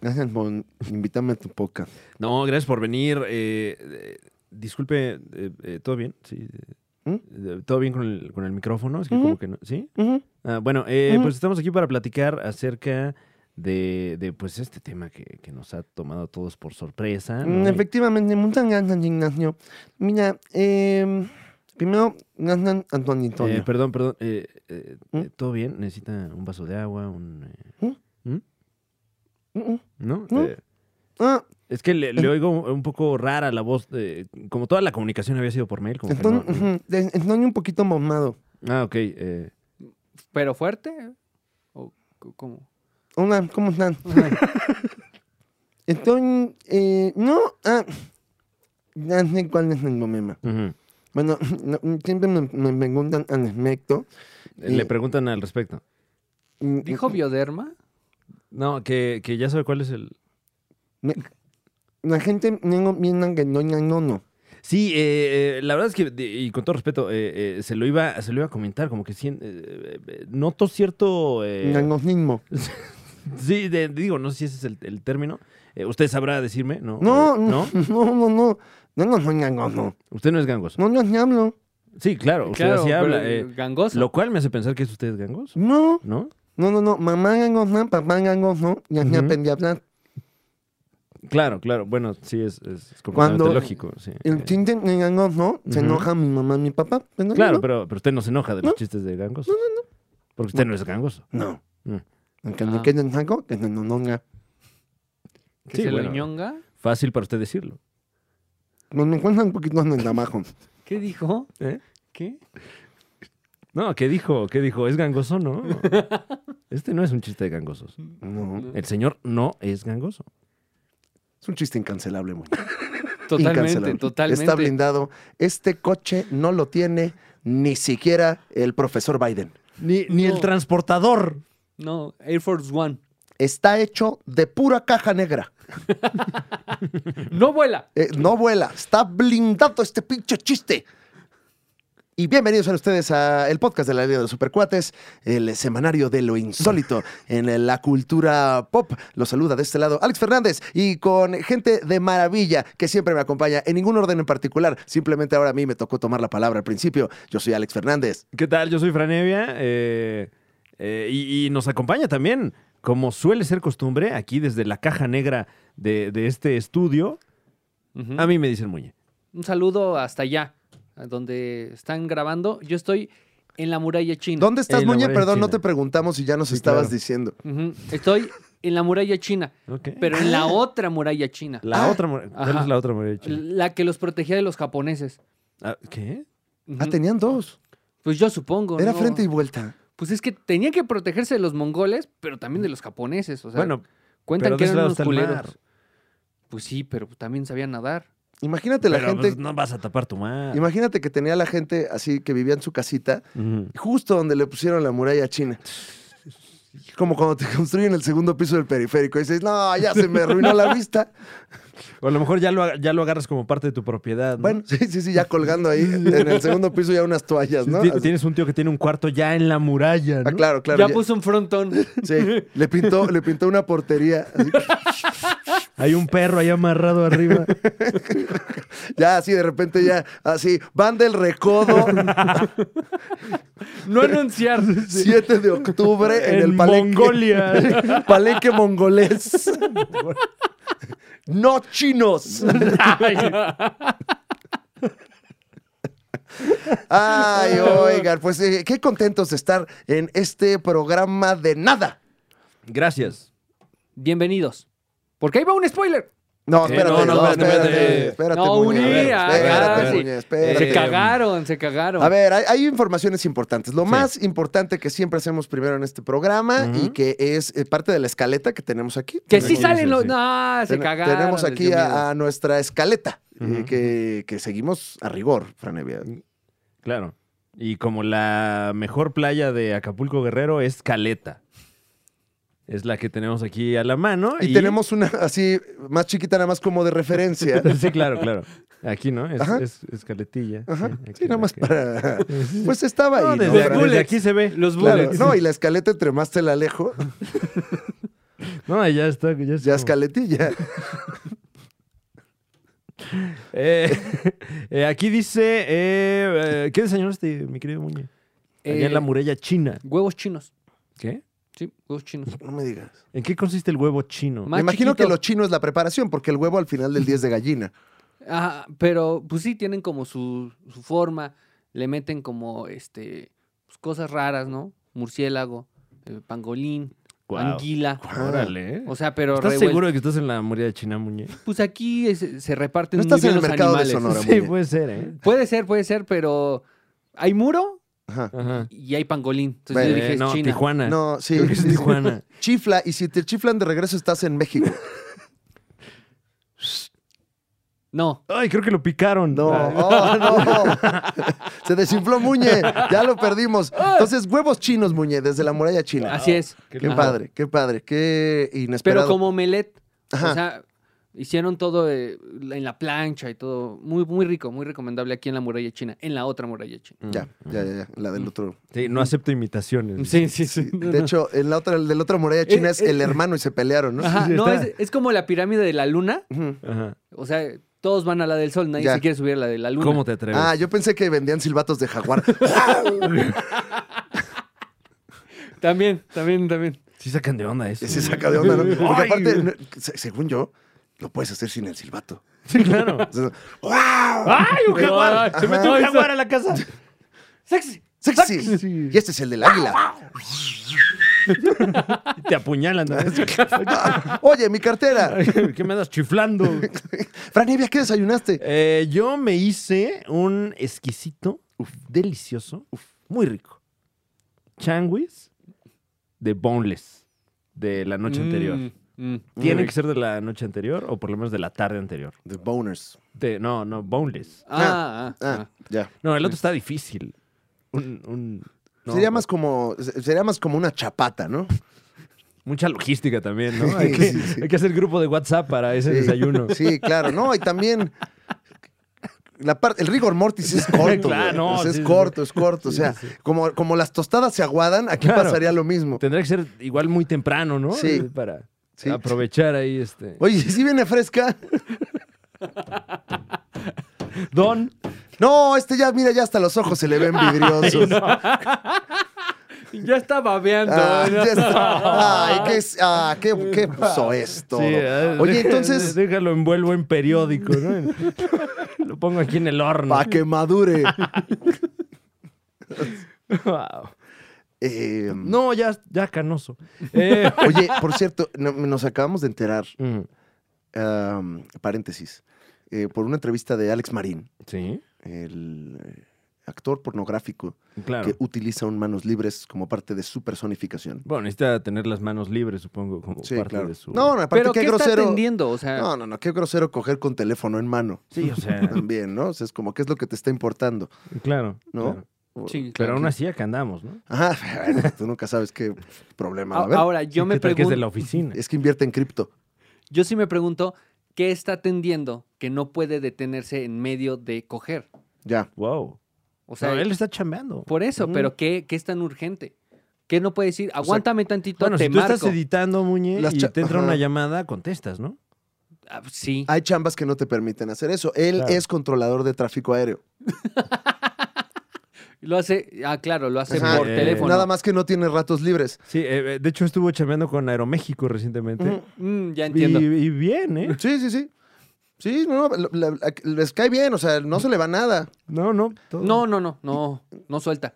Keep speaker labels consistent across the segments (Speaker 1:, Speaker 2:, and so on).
Speaker 1: Gracias por invitarme a tu poca.
Speaker 2: No, gracias por venir. eh, eh, disculpe, eh, eh, ¿todo bien? Sí. eh, eh, ¿Todo bien con el, con el micrófono? Es que como
Speaker 1: ¿Mm? Ujú.
Speaker 2: que no- ¿Sí? Ah, bueno, eh,
Speaker 1: Ujú.
Speaker 2: pues estamos aquí para platicar acerca de, de, pues este tema que, que nos ha tomado a todos por sorpresa.
Speaker 1: Mm,
Speaker 2: Ah, ¿no?
Speaker 1: Efectivamente, muchas gracias, Ignacio. Mira, eh, primero, gracias a tu Antonio.
Speaker 2: Eh, perdón, perdón. eh, eh,
Speaker 1: ¿Mm?
Speaker 2: eh, ¿Todo bien? ¿Necesita un vaso de agua? Un, eh, ¿Mm?
Speaker 1: Mm, mm.
Speaker 2: ¿No?
Speaker 1: ¿No?
Speaker 2: Eh,
Speaker 1: Ah,
Speaker 2: es que le, le
Speaker 1: En-
Speaker 2: oigo un poco rara la voz. eh, como toda la comunicación había sido por mail. Como que no-
Speaker 1: entonces, ujú, de- Antonio un poquito mamado.
Speaker 2: Ah, ok. eh,
Speaker 3: ¿Pero fuerte? ¿O c- cómo?
Speaker 1: Hola, ¿cómo están? Estoy, eh, no, ah, ya sé cuál es el problema.
Speaker 2: ujú.
Speaker 1: Bueno, no, siempre me, me preguntan al respecto.
Speaker 2: Le
Speaker 1: Eh,
Speaker 2: preguntan al respecto.
Speaker 1: Mm,
Speaker 3: ¿Dijo bioderma?
Speaker 2: No, que, que ya sabe cuál es el.
Speaker 1: me- la gente luego piensa que doña Nono.
Speaker 2: Sí, eh, eh, la verdad es que, de- y con todo respeto, eh, eh, se, lo iba, se lo iba a comentar, como que sien- eh, eh, noto cierto. eh,
Speaker 1: Nanonismo.
Speaker 2: sí, de- digo, no sé si ese es el, el término. Eh, usted sabrá decirme, ¿no?
Speaker 1: No,
Speaker 2: Eh, ¿no?
Speaker 1: no, no, no, no. Yo no soy gangoso.
Speaker 2: Usted no es gangoso.
Speaker 1: No, yo sí hablo.
Speaker 2: Sí, claro, usted así
Speaker 3: pero
Speaker 2: habla. eh,
Speaker 3: gangoso.
Speaker 2: lo cual me hace pensar que es usted gangoso,
Speaker 1: No,
Speaker 2: ¿no?
Speaker 1: no, no, no. Mamá gangosa, papá gangoso. Y así
Speaker 2: Ujú.
Speaker 1: aprendí a hablar.
Speaker 2: Claro, claro. Bueno, sí, es, es- es completamente
Speaker 1: Cuando-
Speaker 2: lógico. sí. Eh,
Speaker 1: El chiste de gangoso se
Speaker 2: Ujú.
Speaker 1: enoja mi mamá y mi papá. Pero no,
Speaker 2: claro,
Speaker 1: no.
Speaker 2: pero, pero usted no se enoja de los
Speaker 1: No.
Speaker 2: chistes de gangoso. No, no, no. Porque usted no, es gangoso.
Speaker 1: No.
Speaker 2: Mm.
Speaker 1: Aunque me
Speaker 3: Ah.
Speaker 1: quede en saco, que se no nonga.
Speaker 3: que
Speaker 2: sí,
Speaker 3: se
Speaker 2: bueno.
Speaker 3: lo ñonga.
Speaker 2: Fácil para usted decirlo.
Speaker 1: Nos me cuentan un poquito en el trabajo.
Speaker 3: ¿Qué dijo?
Speaker 2: ¿Eh?
Speaker 3: ¿Qué?
Speaker 2: No, ¿qué dijo? ¿Qué dijo? ¿Es gangoso? No. Este no es un chiste de gangosos.
Speaker 1: No.
Speaker 2: El señor no es gangoso.
Speaker 1: Es un chiste incancelable, muy.
Speaker 3: Totalmente,
Speaker 1: Incancelable.
Speaker 3: totalmente.
Speaker 1: Está blindado. Este coche no lo tiene ni siquiera el profesor Biden.
Speaker 2: Ni, ni el
Speaker 3: No.
Speaker 2: transportador.
Speaker 3: No, Air Force One.
Speaker 1: Está hecho de pura caja negra.
Speaker 3: ¡No vuela!
Speaker 1: Eh, no vuela. Está blindado este pinche chiste. Y bienvenidos a ustedes a el podcast de la Liga de los Supercuates, el semanario de lo insólito en la cultura pop. Los saluda de este lado Alex Fernández y con gente de maravilla que siempre me acompaña en ningún orden en particular. Simplemente ahora a mí me tocó tomar la palabra al principio. Yo soy Alex Fernández.
Speaker 2: ¿Qué tal? Yo soy Franevia. eh, eh, y, y nos acompaña también, como suele ser costumbre, aquí desde la caja negra de, de este estudio.
Speaker 3: Ujú.
Speaker 2: A mí me dicen Muñe.
Speaker 3: Un saludo hasta allá, a donde están grabando. Yo estoy en la muralla china.
Speaker 1: ¿Dónde estás,
Speaker 2: En la
Speaker 1: Muñe?
Speaker 2: Morena
Speaker 1: Perdón, no
Speaker 2: China.
Speaker 1: te preguntamos si ya nos
Speaker 2: Sí,
Speaker 1: estabas
Speaker 2: claro.
Speaker 1: diciendo.
Speaker 3: Ujú. Estoy en la muralla china,
Speaker 2: Ok.
Speaker 3: pero en la otra muralla china.
Speaker 2: la
Speaker 1: Ah.
Speaker 2: otra more- ¿Cuál
Speaker 3: Ajá.
Speaker 2: es la otra more-
Speaker 3: La que los protegía de los japoneses.
Speaker 2: Ah, ¿Qué?
Speaker 3: Ujú.
Speaker 1: Ah, tenían dos.
Speaker 3: Pues yo supongo.
Speaker 1: Era
Speaker 3: ¿no?
Speaker 1: frente y vuelta.
Speaker 3: Pues es que tenía que protegerse de los mongoles, pero también de los japoneses. O sea,
Speaker 2: bueno,
Speaker 3: cuentan
Speaker 2: pero
Speaker 3: que
Speaker 2: de ese lado
Speaker 3: eran unos
Speaker 2: está el mar.
Speaker 3: culeros. Pues sí, pero también sabían nadar.
Speaker 1: Imagínate la
Speaker 2: pero,
Speaker 1: gente.
Speaker 2: pues, no vas a tapar tu mar.
Speaker 1: Imagínate que tenía la gente así que vivía en su casita,
Speaker 2: Ujú.
Speaker 1: justo donde le pusieron la muralla china. Como cuando te construyen el segundo piso del periférico. Y dices, no, ya se me arruinó la vista.
Speaker 2: O a lo mejor ya lo, aga- ya lo agarras como parte de tu propiedad. ¿no?
Speaker 1: Bueno, sí, sí, sí, ya colgando ahí en el segundo piso ya unas toallas, pues, ¿no?
Speaker 2: Ti-
Speaker 1: Así-
Speaker 2: Tienes un tío que tiene un cuarto ya en la muralla. ¿no?
Speaker 1: Ah, claro, claro.
Speaker 3: ya,
Speaker 1: ya-
Speaker 3: puso un frontón.
Speaker 1: sí, le pintó, le pintó una portería. así.
Speaker 2: Hay un perro ahí amarrado arriba.
Speaker 1: ya así, de repente ya, así, van del recodo,
Speaker 3: No anunciar.
Speaker 1: 7 de octubre, en,
Speaker 2: En
Speaker 1: el palenque.
Speaker 2: Mongolia.
Speaker 1: palenque mongolés. no chinos. Ay, oigan, pues eh, qué contentos de estar en este programa de nada.
Speaker 2: Gracias.
Speaker 3: Bienvenidos. Porque ahí va un spoiler.
Speaker 1: No,
Speaker 2: Eh,
Speaker 1: espérate,
Speaker 2: no, no,
Speaker 1: no,
Speaker 2: espérate, espérate.
Speaker 1: espérate, espérate,
Speaker 3: No,
Speaker 1: Muñe,
Speaker 3: uní,
Speaker 1: a ver,
Speaker 3: ah,
Speaker 1: espérate,
Speaker 3: ah, sí.
Speaker 1: Muñe, espérate.
Speaker 2: Eh,
Speaker 3: Se cagaron, se cagaron.
Speaker 1: A ver, hay, hay informaciones importantes. Lo
Speaker 2: Sí.
Speaker 1: más importante que siempre hacemos primero en este programa y que es eh, parte de la escaleta que tenemos aquí.
Speaker 3: que
Speaker 1: Tenemos-
Speaker 3: sí salen los.
Speaker 2: sí.
Speaker 3: No, se
Speaker 1: Ten-
Speaker 3: cagaron.
Speaker 1: Tenemos
Speaker 3: les
Speaker 1: aquí
Speaker 3: dio miedo.
Speaker 1: a, a nuestra escaleta, eh,
Speaker 2: Ujú.
Speaker 1: que, que seguimos a rigor, Franevia.
Speaker 2: Claro. Y como la mejor playa de Acapulco Guerrero es Caleta. Es la que tenemos aquí a la mano.
Speaker 1: Y, tenemos una así, más chiquita, nada más como de referencia.
Speaker 2: Sí, claro, claro. Aquí, ¿no? Es,
Speaker 1: Ajá.
Speaker 2: es- es Caletilla.
Speaker 1: Ajá.
Speaker 2: Sí, aquí
Speaker 1: Sí, nada
Speaker 2: la
Speaker 1: más
Speaker 2: que-
Speaker 1: para. Pues estaba
Speaker 2: No,
Speaker 1: ahí. ¿no?
Speaker 2: desde,
Speaker 1: Para-
Speaker 2: desde aquí se ve.
Speaker 3: Los
Speaker 1: Claro,
Speaker 3: bullets.
Speaker 1: no, y la escaleta entre más te la alejo.
Speaker 2: No, ya está. Ya,
Speaker 1: Ya es
Speaker 2: estuvo.
Speaker 1: caletilla.
Speaker 2: Eh, eh, aquí dice, eh, eh, ¿qué desayunaste, mi querido Muñe? Allá
Speaker 3: Eh,
Speaker 2: en la muralla china.
Speaker 3: Huevos chinos.
Speaker 2: ¿Qué?
Speaker 3: Sí, huevos chinos.
Speaker 1: No me digas.
Speaker 2: ¿En qué consiste el huevo chino?
Speaker 3: Ma- Más
Speaker 1: me imagino
Speaker 3: chiquito.
Speaker 1: que lo chino es la preparación, porque el huevo al final del día es de gallina.
Speaker 3: Ajá, pero pues sí, tienen como su, su forma. Le meten como este pues, cosas raras, ¿no? Murciélago, eh, pangolín,
Speaker 2: Guau.
Speaker 3: anguila.
Speaker 2: Órale.
Speaker 3: O sea, pero
Speaker 2: ¿Estás
Speaker 3: revuelto.
Speaker 2: seguro de que estás en la muralla china, Muñe?
Speaker 3: Pues aquí es- se reparten
Speaker 1: No
Speaker 3: muy
Speaker 1: estás
Speaker 3: bien
Speaker 1: en el
Speaker 3: los
Speaker 1: mercado de
Speaker 3: animales.
Speaker 1: Sonora. Ahora,
Speaker 2: sí,
Speaker 1: Muñe.
Speaker 2: puede ser, ¿eh?
Speaker 3: Puede ser, puede ser, pero hay muro
Speaker 1: Ajá.
Speaker 2: Ajá.
Speaker 3: y hay pangolín. Entonces
Speaker 1: Bueno,
Speaker 3: yo dije,
Speaker 2: Eh,
Speaker 3: es
Speaker 2: no,
Speaker 3: China.
Speaker 2: Tijuana.
Speaker 1: No, sí.
Speaker 2: Creo que es Tijuana.
Speaker 1: Chifla, y si te chiflan de regreso estás en México.
Speaker 3: No,
Speaker 2: Ay, creo que lo picaron.
Speaker 1: No,
Speaker 2: Ah,
Speaker 1: oh, no. Se desinfló Muñe, ya lo perdimos.
Speaker 2: Ah.
Speaker 1: Entonces, huevos chinos, Muñe, desde la muralla china.
Speaker 3: así es.
Speaker 1: Oh, Qué
Speaker 3: Ajá.
Speaker 1: padre, qué padre, qué inesperado.
Speaker 3: Pero como omelet.
Speaker 1: Ajá.
Speaker 3: O sea, hicieron todo eh, en la plancha y todo. Muy, muy rico, muy recomendable aquí en la muralla china, en la otra muralla china.
Speaker 1: Ya, ya, ya, ya, la
Speaker 2: Mm.
Speaker 1: del otro.
Speaker 2: Sí, no acepto imitaciones.
Speaker 3: Sí, sí, sí. No,
Speaker 1: De
Speaker 3: no.
Speaker 1: hecho, en la otra, el del otra muralla china
Speaker 3: Eh,
Speaker 1: es
Speaker 3: eh.
Speaker 1: el hermano y se pelearon, ¿no?
Speaker 3: Ajá,
Speaker 2: sí,
Speaker 3: no,
Speaker 2: está.
Speaker 3: es, es como la pirámide de la luna.
Speaker 1: Ujú.
Speaker 2: Ajá.
Speaker 3: O sea, todos van a la del sol, nadie
Speaker 1: Ya.
Speaker 3: se quiere subir a la de la luna.
Speaker 2: ¿Cómo te atreves?
Speaker 1: Ah, yo pensé que vendían silbatos de jaguar.
Speaker 3: También, también, también.
Speaker 2: Sí sacan de onda eso.
Speaker 1: Se saca de onda, ¿no? Porque
Speaker 2: Ay.
Speaker 1: aparte, no, se- según yo, lo puedes hacer sin el silbato.
Speaker 2: Sí, claro.
Speaker 1: O sea, ¡Wow!
Speaker 2: ¡Ay, un jaguar!
Speaker 3: Ajá.
Speaker 2: ¡Se metió un
Speaker 3: Ay,
Speaker 2: jaguar a la casa!
Speaker 3: ¡Sexy!
Speaker 1: ¡Sexy!
Speaker 2: Sexy.
Speaker 1: Y este es el del águila.
Speaker 2: Y Te apuñalan. ¿no?
Speaker 1: Oye, mi cartera.
Speaker 2: Ay, ¿Qué me das chiflando?
Speaker 1: Franivia, ¿qué desayunaste?
Speaker 2: Eh, yo me hice un exquisito, delicioso, muy rico. Changuis de boneless de la
Speaker 1: Mm.
Speaker 2: noche anterior.
Speaker 3: Mm,
Speaker 2: Tiene que ser de la noche anterior o por lo menos de la tarde anterior.
Speaker 1: The Boners.
Speaker 2: De- no, no, boneless.
Speaker 3: Ah, ah,
Speaker 1: Ah,
Speaker 3: ah.
Speaker 1: ya.
Speaker 2: No, el otro está difícil. Un, un- no,
Speaker 1: sería, más como, se- sería más como una chapata, ¿no?
Speaker 2: Mucha logística también, ¿no?
Speaker 1: Sí,
Speaker 2: hay, que,
Speaker 1: sí, sí.
Speaker 2: hay que hacer grupo de WhatsApp para ese desayuno.
Speaker 1: Sí, claro. No, y también... La parte, el rigor mortis es corto.
Speaker 2: Claro,
Speaker 1: güey.
Speaker 2: no,
Speaker 1: O sea, es
Speaker 2: sí, sí.
Speaker 1: corto, es corto. O sea, Como, como las tostadas se aguadan, aquí
Speaker 2: Claro.
Speaker 1: pasaría lo mismo.
Speaker 2: Tendría que ser igual muy temprano, ¿no?
Speaker 1: Sí.
Speaker 2: Eh, Para
Speaker 1: Sí.
Speaker 2: aprovechar ahí este.
Speaker 1: Oye, si viene fresca.
Speaker 2: Don.
Speaker 1: No, este ya, mira, ya hasta los ojos se le ven vidriosos.
Speaker 3: Ya está babeando.
Speaker 1: Ah, ya
Speaker 3: ¿no?
Speaker 1: está. Ay, qué, es- ah, qué, qué puso esto.
Speaker 2: Sí, eh,
Speaker 1: Oye,
Speaker 2: deja-
Speaker 1: entonces,
Speaker 2: Déjalo envuelvo en periódico, ¿no? Lo pongo aquí en el horno.
Speaker 1: para que madure.
Speaker 2: Wow.
Speaker 1: Eh,
Speaker 2: No, ya, ya canoso. Eh,
Speaker 1: Oye, por cierto, no- nos acabamos de enterar,
Speaker 2: mm,
Speaker 1: am, paréntesis, eh, por una entrevista de Alex Marín,
Speaker 2: sí,
Speaker 1: el eh, actor pornográfico
Speaker 2: claro.
Speaker 1: que utiliza un manos libres como parte de su personificación.
Speaker 2: Bueno, necesita tener las manos libres, supongo, como
Speaker 1: Sí,
Speaker 2: parte
Speaker 1: claro.
Speaker 2: de su.
Speaker 1: No, no, aparte
Speaker 3: Pero
Speaker 1: qué,
Speaker 3: ¿qué está
Speaker 1: grosero.
Speaker 3: atendiendo? O sea,
Speaker 1: No, no, no, qué grosero coger con teléfono en mano.
Speaker 2: Sí, o sea,
Speaker 1: También, ¿no? O sea, es como qué es lo que te está importando,
Speaker 2: claro.
Speaker 1: ¿no?
Speaker 2: claro.
Speaker 3: sí,
Speaker 2: Pero
Speaker 3: claro.
Speaker 2: aún así acá andamos, ¿no?
Speaker 1: Ajá, bueno, tú nunca sabes qué problema va a
Speaker 3: A-
Speaker 1: haber.
Speaker 3: Ahora, yo
Speaker 2: Sí,
Speaker 3: me
Speaker 2: ¿qué tal que es de la
Speaker 3: pregunto,
Speaker 2: oficina.
Speaker 1: Es que invierte en cripto.
Speaker 3: yo sí me pregunto, ¿qué está atendiendo que no puede detenerse en medio de coger?
Speaker 1: Ya.
Speaker 2: Wow.
Speaker 3: O
Speaker 2: O sea,
Speaker 3: sea,
Speaker 2: él está chambeando.
Speaker 3: por eso,
Speaker 1: Mm.
Speaker 3: pero ¿qué, qué es tan urgente? ¿Qué no puede decir? Aguántame tantito,
Speaker 2: Bueno,
Speaker 3: te
Speaker 2: si tú
Speaker 3: marco.
Speaker 2: estás editando, Muñe,
Speaker 1: Las
Speaker 2: y
Speaker 1: cha-
Speaker 2: te entra
Speaker 1: Ajá.
Speaker 2: una llamada, contestas, ¿no?
Speaker 3: Ah, sí.
Speaker 1: Hay chambas que no te permiten hacer eso. Él
Speaker 2: Claro.
Speaker 1: es controlador de tráfico aéreo.
Speaker 3: Lo hace, ah, claro, lo hace
Speaker 1: Ajá.
Speaker 3: por
Speaker 2: Eh,
Speaker 3: teléfono.
Speaker 1: Nada más que no tiene ratos libres.
Speaker 2: Sí, eh, eh, de hecho estuvo chambeando con Aeroméxico recientemente.
Speaker 1: Ujú.
Speaker 3: Mm, ya
Speaker 2: Y,
Speaker 3: entiendo.
Speaker 2: y bien, ¿eh?
Speaker 1: Sí, sí, sí. Sí, no, no, la- la- les cae bien, o sea, no se le va nada.
Speaker 2: No, no. todo-
Speaker 3: No, no, no, no, no suelta.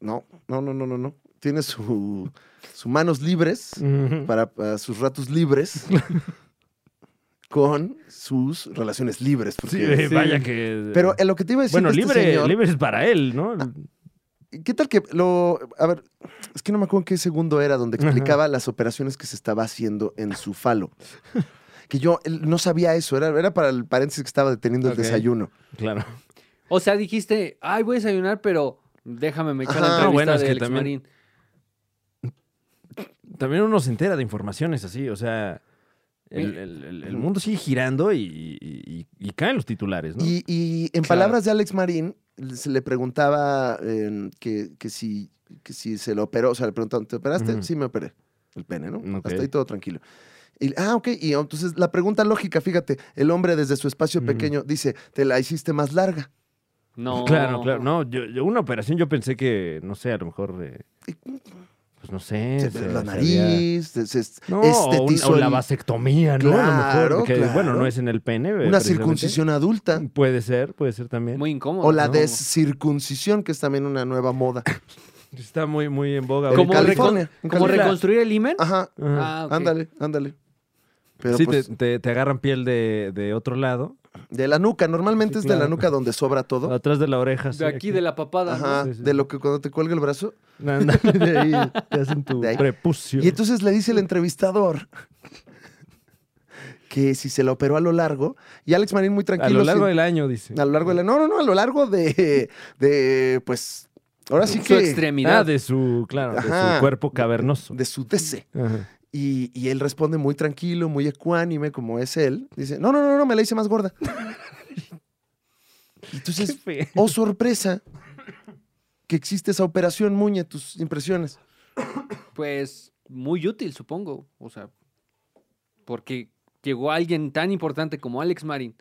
Speaker 1: No, no, no, no, no, no. Tiene su, su manos libres
Speaker 2: Ujú.
Speaker 1: para, para sus ratos libres con sus relaciones libres. porque-
Speaker 2: Sí, eh,
Speaker 3: Sí.
Speaker 2: vaya que.
Speaker 1: Pero eh, lo que te iba a decir.
Speaker 2: bueno,
Speaker 1: de este
Speaker 2: libre,
Speaker 1: señor- Ah.
Speaker 2: libre es para él, ¿no?
Speaker 1: ¿Qué tal que lo.? A ver, es que no me acuerdo en qué segundo era donde
Speaker 2: Ajá.
Speaker 1: explicaba las operaciones que se estaba haciendo en su falo. Que yo él, no sabía eso, era, era para el paréntesis que estaba deteniendo el
Speaker 2: Ok.
Speaker 1: desayuno.
Speaker 2: Claro.
Speaker 3: O sea, dijiste, ay, voy a desayunar, pero déjame me echar la
Speaker 1: Ajá.
Speaker 3: entrevista
Speaker 1: No,
Speaker 2: bueno, es
Speaker 3: de
Speaker 2: que
Speaker 3: Alex
Speaker 2: también-
Speaker 3: Marín.
Speaker 2: También uno se entera de informaciones así, o sea. El,
Speaker 3: Mira.
Speaker 2: el- el- el mundo sigue girando y, y- y- y caen los titulares, ¿no?
Speaker 1: Y, y en
Speaker 3: Claro.
Speaker 1: palabras de Alex Marín, se le preguntaba eh, que, que si, que si se lo operó, o sea, le preguntaban, ¿te operaste?
Speaker 2: Ujú.
Speaker 1: Sí, me operé. el pene, ¿no?
Speaker 2: Ok.
Speaker 1: Hasta ahí todo tranquilo. Y- ah, ok. Y entonces la pregunta lógica, fíjate, el hombre desde su espacio
Speaker 2: Ujú.
Speaker 1: pequeño dice, te la hiciste más larga.
Speaker 3: No.
Speaker 2: Claro, claro. No, yo, yo- una operación yo pensé que, no sé, a lo mejor. eh, pues no sé.
Speaker 1: Se-
Speaker 2: se-
Speaker 1: la
Speaker 2: se había-
Speaker 1: nariz, se, se
Speaker 2: No, o, un-
Speaker 1: estetizó
Speaker 2: o la
Speaker 1: el-
Speaker 2: vasectomía, ¿no? a lo
Speaker 1: Este Claro,
Speaker 2: mejor. que,
Speaker 1: claro.
Speaker 2: Bueno, no es en el pene. eh,
Speaker 1: una
Speaker 2: precisamente.
Speaker 1: circuncisión adulta.
Speaker 2: Puede ser, puede ser también.
Speaker 3: Muy incómodo.
Speaker 1: O la
Speaker 3: ¿no?
Speaker 1: descircuncisión, que es también una nueva moda.
Speaker 2: Está muy, muy en boga.
Speaker 1: En
Speaker 3: Como,
Speaker 2: ahorita.
Speaker 1: California.
Speaker 3: recon-
Speaker 1: en
Speaker 3: como
Speaker 1: California.
Speaker 3: reconstruir el imen.
Speaker 1: Ajá,
Speaker 2: Ajá.
Speaker 3: Ah, ok.
Speaker 1: ándale, ándale. Pero
Speaker 2: sí,
Speaker 1: pues,
Speaker 2: te, te- te agarran piel de, de otro lado,
Speaker 1: de la nuca, normalmente
Speaker 2: Sí,
Speaker 1: es de la
Speaker 2: claro.
Speaker 1: nuca donde sobra todo.
Speaker 2: atrás de la oreja. Ah, sí,
Speaker 3: De aquí, de la papada. ¿no?
Speaker 1: Ajá,
Speaker 2: Sí, sí,
Speaker 1: de
Speaker 2: sí.
Speaker 1: lo que cuando te cuelga el brazo.
Speaker 2: Ándale, de ahí te hacen tu
Speaker 1: De ahí.
Speaker 2: prepucio.
Speaker 1: Y entonces le dice el entrevistador que si se la operó a lo largo, y Alex Marín muy
Speaker 2: a
Speaker 1: tranquilo.
Speaker 2: lo largo
Speaker 1: sin-
Speaker 2: del año, dice. Ah,
Speaker 1: a lo largo de la- No, no, no, a lo largo de. de pues. Ahora sí
Speaker 3: Su
Speaker 1: que.
Speaker 3: extremidad.
Speaker 2: Ah, de su, claro, de
Speaker 1: Ajá.
Speaker 2: su cuerpo cavernoso.
Speaker 1: De su DC.
Speaker 2: Ajá.
Speaker 1: Y, y él responde muy tranquilo, muy ecuánime, como es él. Dice, no, no, no, no, me la hice más gorda. Y Entonces, oh sorpresa, que existe esa operación, Muña, tus impresiones.
Speaker 3: Pues muy útil, supongo. O sea, porque llegó alguien tan importante como Alex Marin,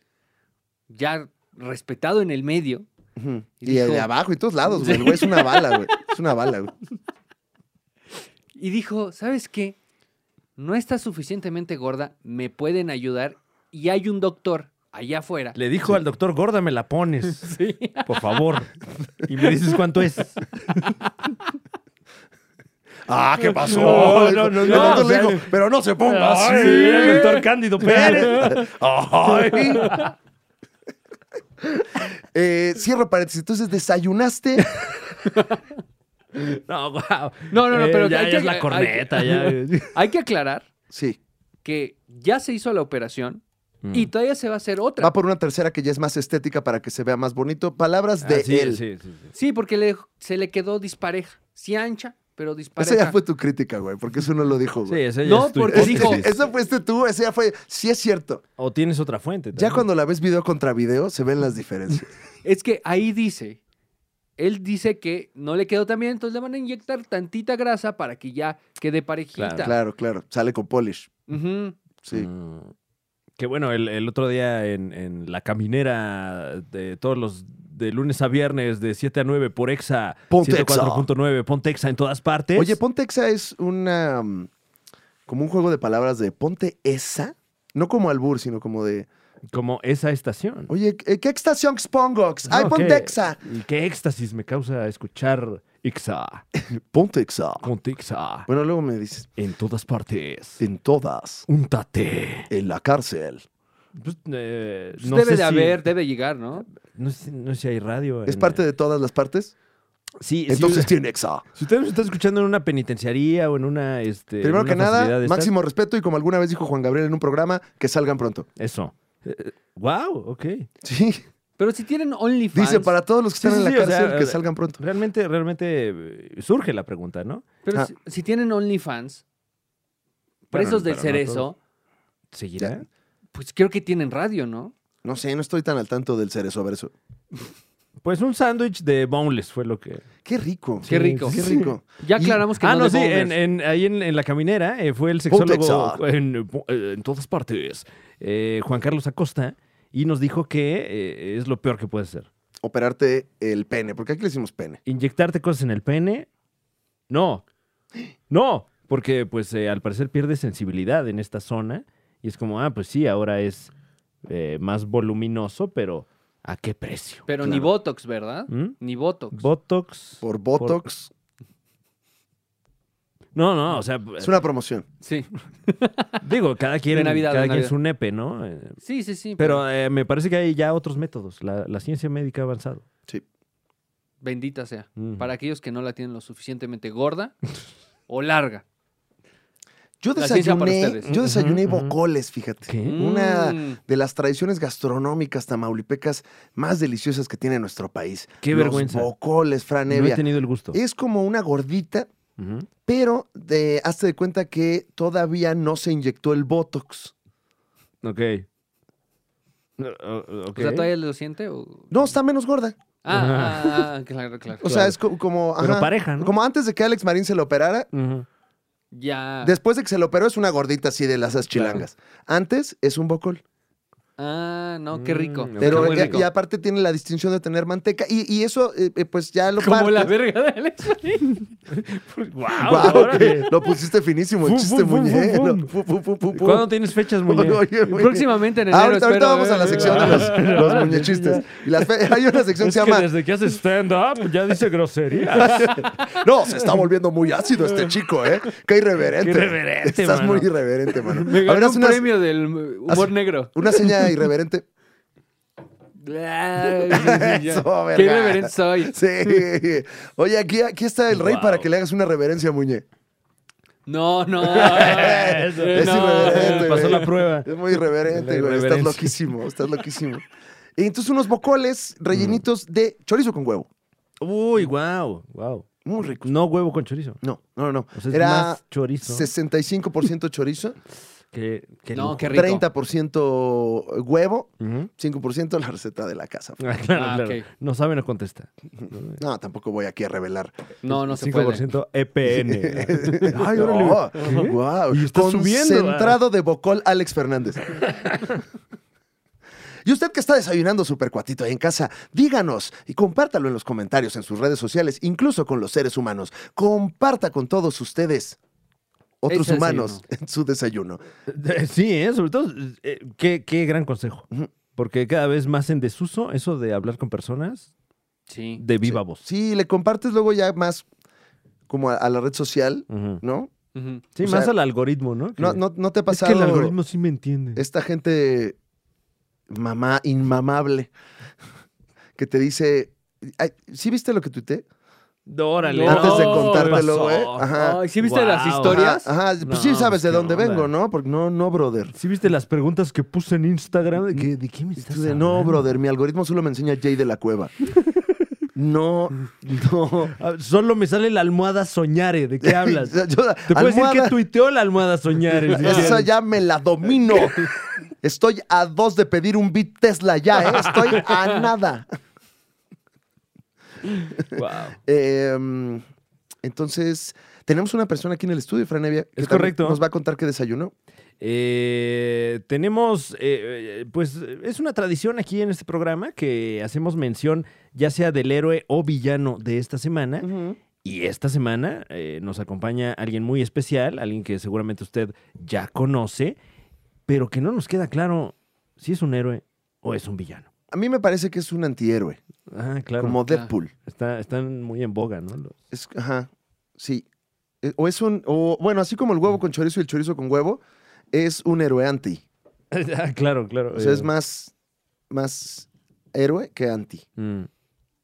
Speaker 3: ya respetado en el medio.
Speaker 1: Ujú.
Speaker 3: Y
Speaker 1: Y de-
Speaker 3: dijo-
Speaker 1: de abajo y todos lados, güey. El güey es una bala, güey. Es una bala, güey.
Speaker 3: Y dijo, ¿sabes qué? No está suficientemente gorda, me pueden ayudar y hay un doctor allá afuera.
Speaker 2: Le dijo al doctor, gorda, me la pones. Por favor. Y me dices cuánto es.
Speaker 1: Ah, ¿qué pasó?
Speaker 2: No, no, no,
Speaker 1: El
Speaker 2: no,
Speaker 1: doctor
Speaker 2: o
Speaker 1: le
Speaker 2: sea,
Speaker 1: dijo, pero no ah, se ponga así.
Speaker 2: Ay, el doctor Cándido Pérez.
Speaker 1: Ay. Eh, cierro paréntesis. Entonces, desayunaste.
Speaker 2: No, wow.
Speaker 3: No, no, no, pero
Speaker 2: Eh, ya,
Speaker 3: hay
Speaker 2: ya
Speaker 3: que-
Speaker 2: es la
Speaker 3: hay-
Speaker 2: corneta, ya.
Speaker 3: Hay que aclarar
Speaker 1: Sí.
Speaker 3: que ya se hizo la operación
Speaker 2: Mm.
Speaker 3: y todavía se va a hacer otra.
Speaker 1: Va por una tercera que ya es más estética para que se vea más bonito. Palabras de
Speaker 2: Ah, sí,
Speaker 1: él.
Speaker 2: sí, sí, sí.
Speaker 3: Sí, porque le- se le quedó dispareja. Sí ancha, pero dispareja.
Speaker 1: Esa ya fue tu crítica, güey, porque eso no lo dijo,
Speaker 2: Sí,
Speaker 1: güey.
Speaker 2: ese ya
Speaker 3: No,
Speaker 2: es tu
Speaker 3: porque
Speaker 1: Ese-
Speaker 2: hipótesis.
Speaker 3: dijo-
Speaker 1: Esa fuiste tú, esa ya fue. Sí, es cierto.
Speaker 2: O tienes otra fuente.
Speaker 1: Ya
Speaker 2: también.
Speaker 1: cuando la ves video contra video, se ven las diferencias.
Speaker 3: Es que ahí dice, él dice que no le quedó tan bien, entonces le van a inyectar tantita grasa para que ya quede parejita.
Speaker 2: Claro.
Speaker 1: claro, claro. Sale con polish.
Speaker 3: Ujú.
Speaker 1: Sí.
Speaker 2: Mm. Que bueno, el, el otro día en, en la caminera de todos los de lunes a viernes de 7 a 9 por Exa
Speaker 1: Ponte Exa.
Speaker 2: 104.9, ponte Exa en todas partes.
Speaker 1: Oye, ponte exa es una. mm, Como un juego de palabras de ponte esa. No como albur, sino como de.
Speaker 2: como esa estación.
Speaker 1: Oye, ¿qué qué estación expongo? Ay,
Speaker 2: No,
Speaker 1: ponte
Speaker 2: qué-
Speaker 1: exa.
Speaker 2: Y qué éxtasis me causa escuchar Exa,
Speaker 1: Ponte exa.
Speaker 2: ponte Exa
Speaker 1: Bueno, luego me dices.
Speaker 2: en todas partes.
Speaker 1: En todas.
Speaker 2: Úntate.
Speaker 1: En la cárcel.
Speaker 2: Pues, eh,
Speaker 3: Pues
Speaker 2: no
Speaker 3: debe
Speaker 2: sé
Speaker 3: de
Speaker 2: si-
Speaker 3: haber, debe llegar, ¿no?
Speaker 2: No sé, no sé si hay radio.
Speaker 1: ¿Es
Speaker 2: en-
Speaker 1: parte de todas las partes?
Speaker 2: Sí, sí,
Speaker 1: Entonces tiene exa.
Speaker 2: Si usted nos está escuchando en una penitenciaría o en una. Este,
Speaker 1: Primero
Speaker 2: en
Speaker 1: que
Speaker 2: una facilidad de
Speaker 1: nada,
Speaker 2: estas,
Speaker 1: máximo respeto y como alguna vez dijo Juan Gabriel en un programa, que salgan pronto.
Speaker 2: Eso. wow, ok.
Speaker 1: Sí.
Speaker 3: Pero si tienen OnlyFans.
Speaker 1: Dice, para todos los que
Speaker 2: Sí,
Speaker 1: están en
Speaker 2: sí,
Speaker 1: la
Speaker 2: sí, o sea,
Speaker 1: cárcel, que
Speaker 2: eh,
Speaker 1: salgan pronto.
Speaker 2: Realmente, realmente eh, surge la pregunta, ¿no?
Speaker 3: Pero
Speaker 1: Ah.
Speaker 3: si, si tienen OnlyFans,
Speaker 2: Bueno,
Speaker 3: presos del
Speaker 2: pero no
Speaker 3: cerezo,
Speaker 2: ¿Seguirá?
Speaker 3: pues creo que tienen radio, ¿no?
Speaker 1: No sé, no estoy tan al tanto del cerezo verso.
Speaker 2: Pues un sándwich de boneless fue lo que.
Speaker 1: Qué rico.
Speaker 3: Qué rico.
Speaker 1: Qué rico.
Speaker 3: Ya
Speaker 1: Y-
Speaker 3: aclaramos que
Speaker 2: ah,
Speaker 3: no,
Speaker 2: no,
Speaker 3: de
Speaker 2: sí, en,
Speaker 3: boners.
Speaker 2: en- ahí en, en la caminera eh, fue el sexólogo
Speaker 3: ah.
Speaker 2: en, eh, en todas partes, eh, Juan Carlos Acosta, y nos dijo que eh, es lo peor que puede ser.
Speaker 1: Operarte el pene, porque aquí le decimos pene.
Speaker 2: Inyectarte cosas en el pene, no, no, porque pues eh, al parecer pierde sensibilidad en esta zona y es como, ah, pues sí, ahora es eh, más voluminoso, pero ¿a qué precio?
Speaker 3: Pero ni
Speaker 1: Claro.
Speaker 3: Botox, ¿verdad?
Speaker 2: ¿Mm?
Speaker 3: Ni Botox.
Speaker 2: Botox.
Speaker 1: Por Botox.
Speaker 2: No, no, o sea,
Speaker 1: Es una promoción.
Speaker 3: sí.
Speaker 2: digo, cada quien,
Speaker 3: De Navidad,
Speaker 2: cada
Speaker 3: de
Speaker 2: quien
Speaker 3: Navidad.
Speaker 2: su nepe, ¿no? Eh,
Speaker 3: Sí, sí, sí.
Speaker 2: Pero eh, me parece que hay ya otros métodos, la, la ciencia médica ha avanzado.
Speaker 1: Sí.
Speaker 3: Bendita sea.
Speaker 2: Mm.
Speaker 3: Para aquellos que no la tienen lo suficientemente gorda o larga.
Speaker 1: Yo
Speaker 3: La ciencia para
Speaker 1: desayuné,
Speaker 3: ustedes.
Speaker 1: yo desayuné
Speaker 2: Ujú, ujú.
Speaker 1: bocoles, fíjate.
Speaker 2: ¿Qué?
Speaker 1: ¿Eh? Una
Speaker 3: Mm.
Speaker 1: de las tradiciones gastronómicas tamaulipecas más deliciosas que tiene nuestro país.
Speaker 2: Qué
Speaker 1: Los
Speaker 2: vergüenza.
Speaker 1: Bocoles, Fran
Speaker 2: No he
Speaker 1: Evia.
Speaker 2: tenido el gusto.
Speaker 1: Es como una gordita,
Speaker 2: Ujú.
Speaker 1: pero de, hazte de cuenta que todavía no se inyectó el Botox.
Speaker 2: Ok. No, o- ok.
Speaker 3: O sea, ¿todavía lo siente? O...
Speaker 1: No, está menos gorda.
Speaker 3: Ah, ah, ah, claro, claro.
Speaker 1: O sea, es co- como.
Speaker 2: Pero
Speaker 1: ajá.
Speaker 2: pareja, ¿no?
Speaker 1: Como antes de que Alex Marín se lo operara,
Speaker 2: Ujú. Ah.
Speaker 3: Ya.
Speaker 1: Después de que se lo operó es una gordita así de las esas chilangas. Antes es un bocol.
Speaker 3: Ah, no, qué rico.
Speaker 2: Mm,
Speaker 1: Pero
Speaker 3: Está muy
Speaker 1: y,
Speaker 3: rico.
Speaker 1: y aparte tiene la distinción de tener manteca. Y, y eso, eh, eh, pues ya lo
Speaker 3: Como la
Speaker 1: partes.
Speaker 3: verga de Alex Marín.
Speaker 2: ¡Wow!
Speaker 1: Guau, que lo pusiste finísimo, el
Speaker 2: Fum,
Speaker 1: chiste,
Speaker 2: fum, fum,
Speaker 1: muñeco.
Speaker 2: fum, fum.
Speaker 1: Fu, fu, fu, fu, fu.
Speaker 2: ¿Cuándo tienes fechas, muñeco?
Speaker 1: Oye, muy bien.
Speaker 3: Próximamente en enero.
Speaker 1: Ahorita, ahorita
Speaker 3: espero,
Speaker 1: vamos a la
Speaker 3: eh,
Speaker 1: sección de los, los muñechistes. Y las fe- hay una sección que
Speaker 2: Es
Speaker 1: se
Speaker 2: que
Speaker 1: llama
Speaker 2: desde que hace stand-up ya dice groserías.
Speaker 1: No, se está volviendo muy ácido este chico, ¿eh? Qué irreverente.
Speaker 2: Qué irreverente,
Speaker 1: Estás
Speaker 2: mano.
Speaker 1: muy irreverente, mano.
Speaker 3: eh. Me
Speaker 1: A ver,
Speaker 3: ganó
Speaker 1: haz
Speaker 3: un
Speaker 1: una,
Speaker 3: premio del humor
Speaker 1: haz-
Speaker 3: negro.
Speaker 1: una seña irreverente. Eso, verga.
Speaker 3: Qué irreverente soy.
Speaker 1: Sí. Oye, aquí, aquí está el rey
Speaker 2: Wow.
Speaker 1: para que le hagas una reverencia, Muñe.
Speaker 3: No, no.
Speaker 2: Ah, Eso.
Speaker 3: Eh,
Speaker 1: Es irreverente,
Speaker 2: Pasó
Speaker 1: güey.
Speaker 2: la prueba.
Speaker 1: Es muy irreverente,
Speaker 2: La
Speaker 1: güey. Estás
Speaker 2: irreverencia.
Speaker 1: loquísimo, estás loquísimo. Y entonces unos bocoles rellenitos de chorizo con huevo.
Speaker 2: Uy, wow, wow.
Speaker 1: Muy rico.
Speaker 2: No huevo con chorizo.
Speaker 1: No, no, no.
Speaker 2: O sea, es
Speaker 1: Era
Speaker 2: más chorizo.
Speaker 1: 65% chorizo,
Speaker 2: Que, que
Speaker 3: No,
Speaker 2: lujo.
Speaker 3: qué rico.
Speaker 1: 30% huevo,
Speaker 2: Ujú.
Speaker 1: 5% la receta de la casa.
Speaker 2: Ah, claro,
Speaker 3: Ah,
Speaker 2: claro.
Speaker 3: ok.
Speaker 2: No sabe, no contesta.
Speaker 1: No, tampoco voy aquí a revelar.
Speaker 3: No, no se puede.
Speaker 2: 5% EPN.
Speaker 1: Ay,
Speaker 2: No.
Speaker 1: órale.
Speaker 2: ¿Qué?
Speaker 1: Wow.
Speaker 2: Y está subiendo,
Speaker 1: Concentrado de bocol Alex Fernández. Y usted que está desayunando super cuatito ahí en casa, díganos y compártalo en los comentarios, en sus redes sociales, incluso con los seres humanos. Comparta con todos ustedes, otros
Speaker 3: Ese
Speaker 1: humanos, en su desayuno.
Speaker 2: Eh, Sí, ¿eh? sobre todo, eh, qué, qué gran consejo.
Speaker 1: Ujú.
Speaker 2: Porque cada vez más en desuso eso de hablar con personas
Speaker 3: Sí.
Speaker 2: de viva voz.
Speaker 1: Sí, le compartes luego ya más como a, a la red social,
Speaker 2: Ujú.
Speaker 1: ¿no?
Speaker 3: Ujú.
Speaker 2: Sí,
Speaker 1: O
Speaker 2: más
Speaker 1: sea,
Speaker 2: al algoritmo, ¿no? Que-
Speaker 1: ¿No, no, no te ha
Speaker 2: es
Speaker 1: pasado
Speaker 2: que el algoritmo sí me entiende.
Speaker 1: esta gente mamá inmamable que te dice, ay, ¿sí viste lo que tuiteé?
Speaker 2: Órale.
Speaker 3: No,
Speaker 1: Antes de
Speaker 3: ¿qué
Speaker 1: contártelo,
Speaker 2: pasó?
Speaker 1: güey. Ajá.
Speaker 3: Ay, ¿Sí viste
Speaker 2: Wow.
Speaker 3: las historias?
Speaker 1: Ajá, ajá, pues
Speaker 2: No,
Speaker 1: sí sabes
Speaker 2: pues,
Speaker 1: de
Speaker 2: qué
Speaker 1: dónde
Speaker 2: onda.
Speaker 1: vengo, ¿no? Porque no, no, brother.
Speaker 2: ¿Sí viste las preguntas que puse en Instagram? ¿De qué, de qué me estás
Speaker 1: Tú de, no,
Speaker 2: hablando?
Speaker 1: brother, mi algoritmo solo me enseña Jay de la Cueva. No, no.
Speaker 2: Ah, Solo me sale la almohada soñare. ¿De qué hablas?
Speaker 1: Yo-
Speaker 2: Te
Speaker 1: yo-
Speaker 2: puedo decir
Speaker 1: almohada,
Speaker 2: que tuiteó la almohada soñare. si
Speaker 1: Esa
Speaker 2: quieres.
Speaker 1: ya me la domino. Estoy a dos de pedir un beat Tesla ya, ¿eh? Estoy a nada.
Speaker 2: Guau.
Speaker 1: Eh, entonces, tenemos una persona aquí en el estudio, Franevia. que
Speaker 2: Es
Speaker 1: también
Speaker 2: correcto.
Speaker 1: Nos va a contar que desayunó.
Speaker 2: Eh, tenemos, eh, eh, pues es una tradición aquí en este programa que hacemos mención ya sea del héroe o villano de esta semana. Y esta semana eh, nos acompaña alguien muy especial, alguien que seguramente usted ya conoce, pero que no nos queda claro si es un héroe o es un villano.
Speaker 1: A mí me parece que es un antihéroe,
Speaker 2: Ah, claro.
Speaker 1: como
Speaker 3: claro.
Speaker 1: Deadpool.
Speaker 2: Está- están muy en boga, ¿no? Los-
Speaker 1: Es- ajá, sí. Eh, O es un, o bueno, así como el huevo con chorizo y el chorizo con huevo, es un héroe anti.
Speaker 2: Ah, claro, claro.
Speaker 1: O sea, es
Speaker 2: Eh,
Speaker 1: más, más héroe que anti.
Speaker 2: mm.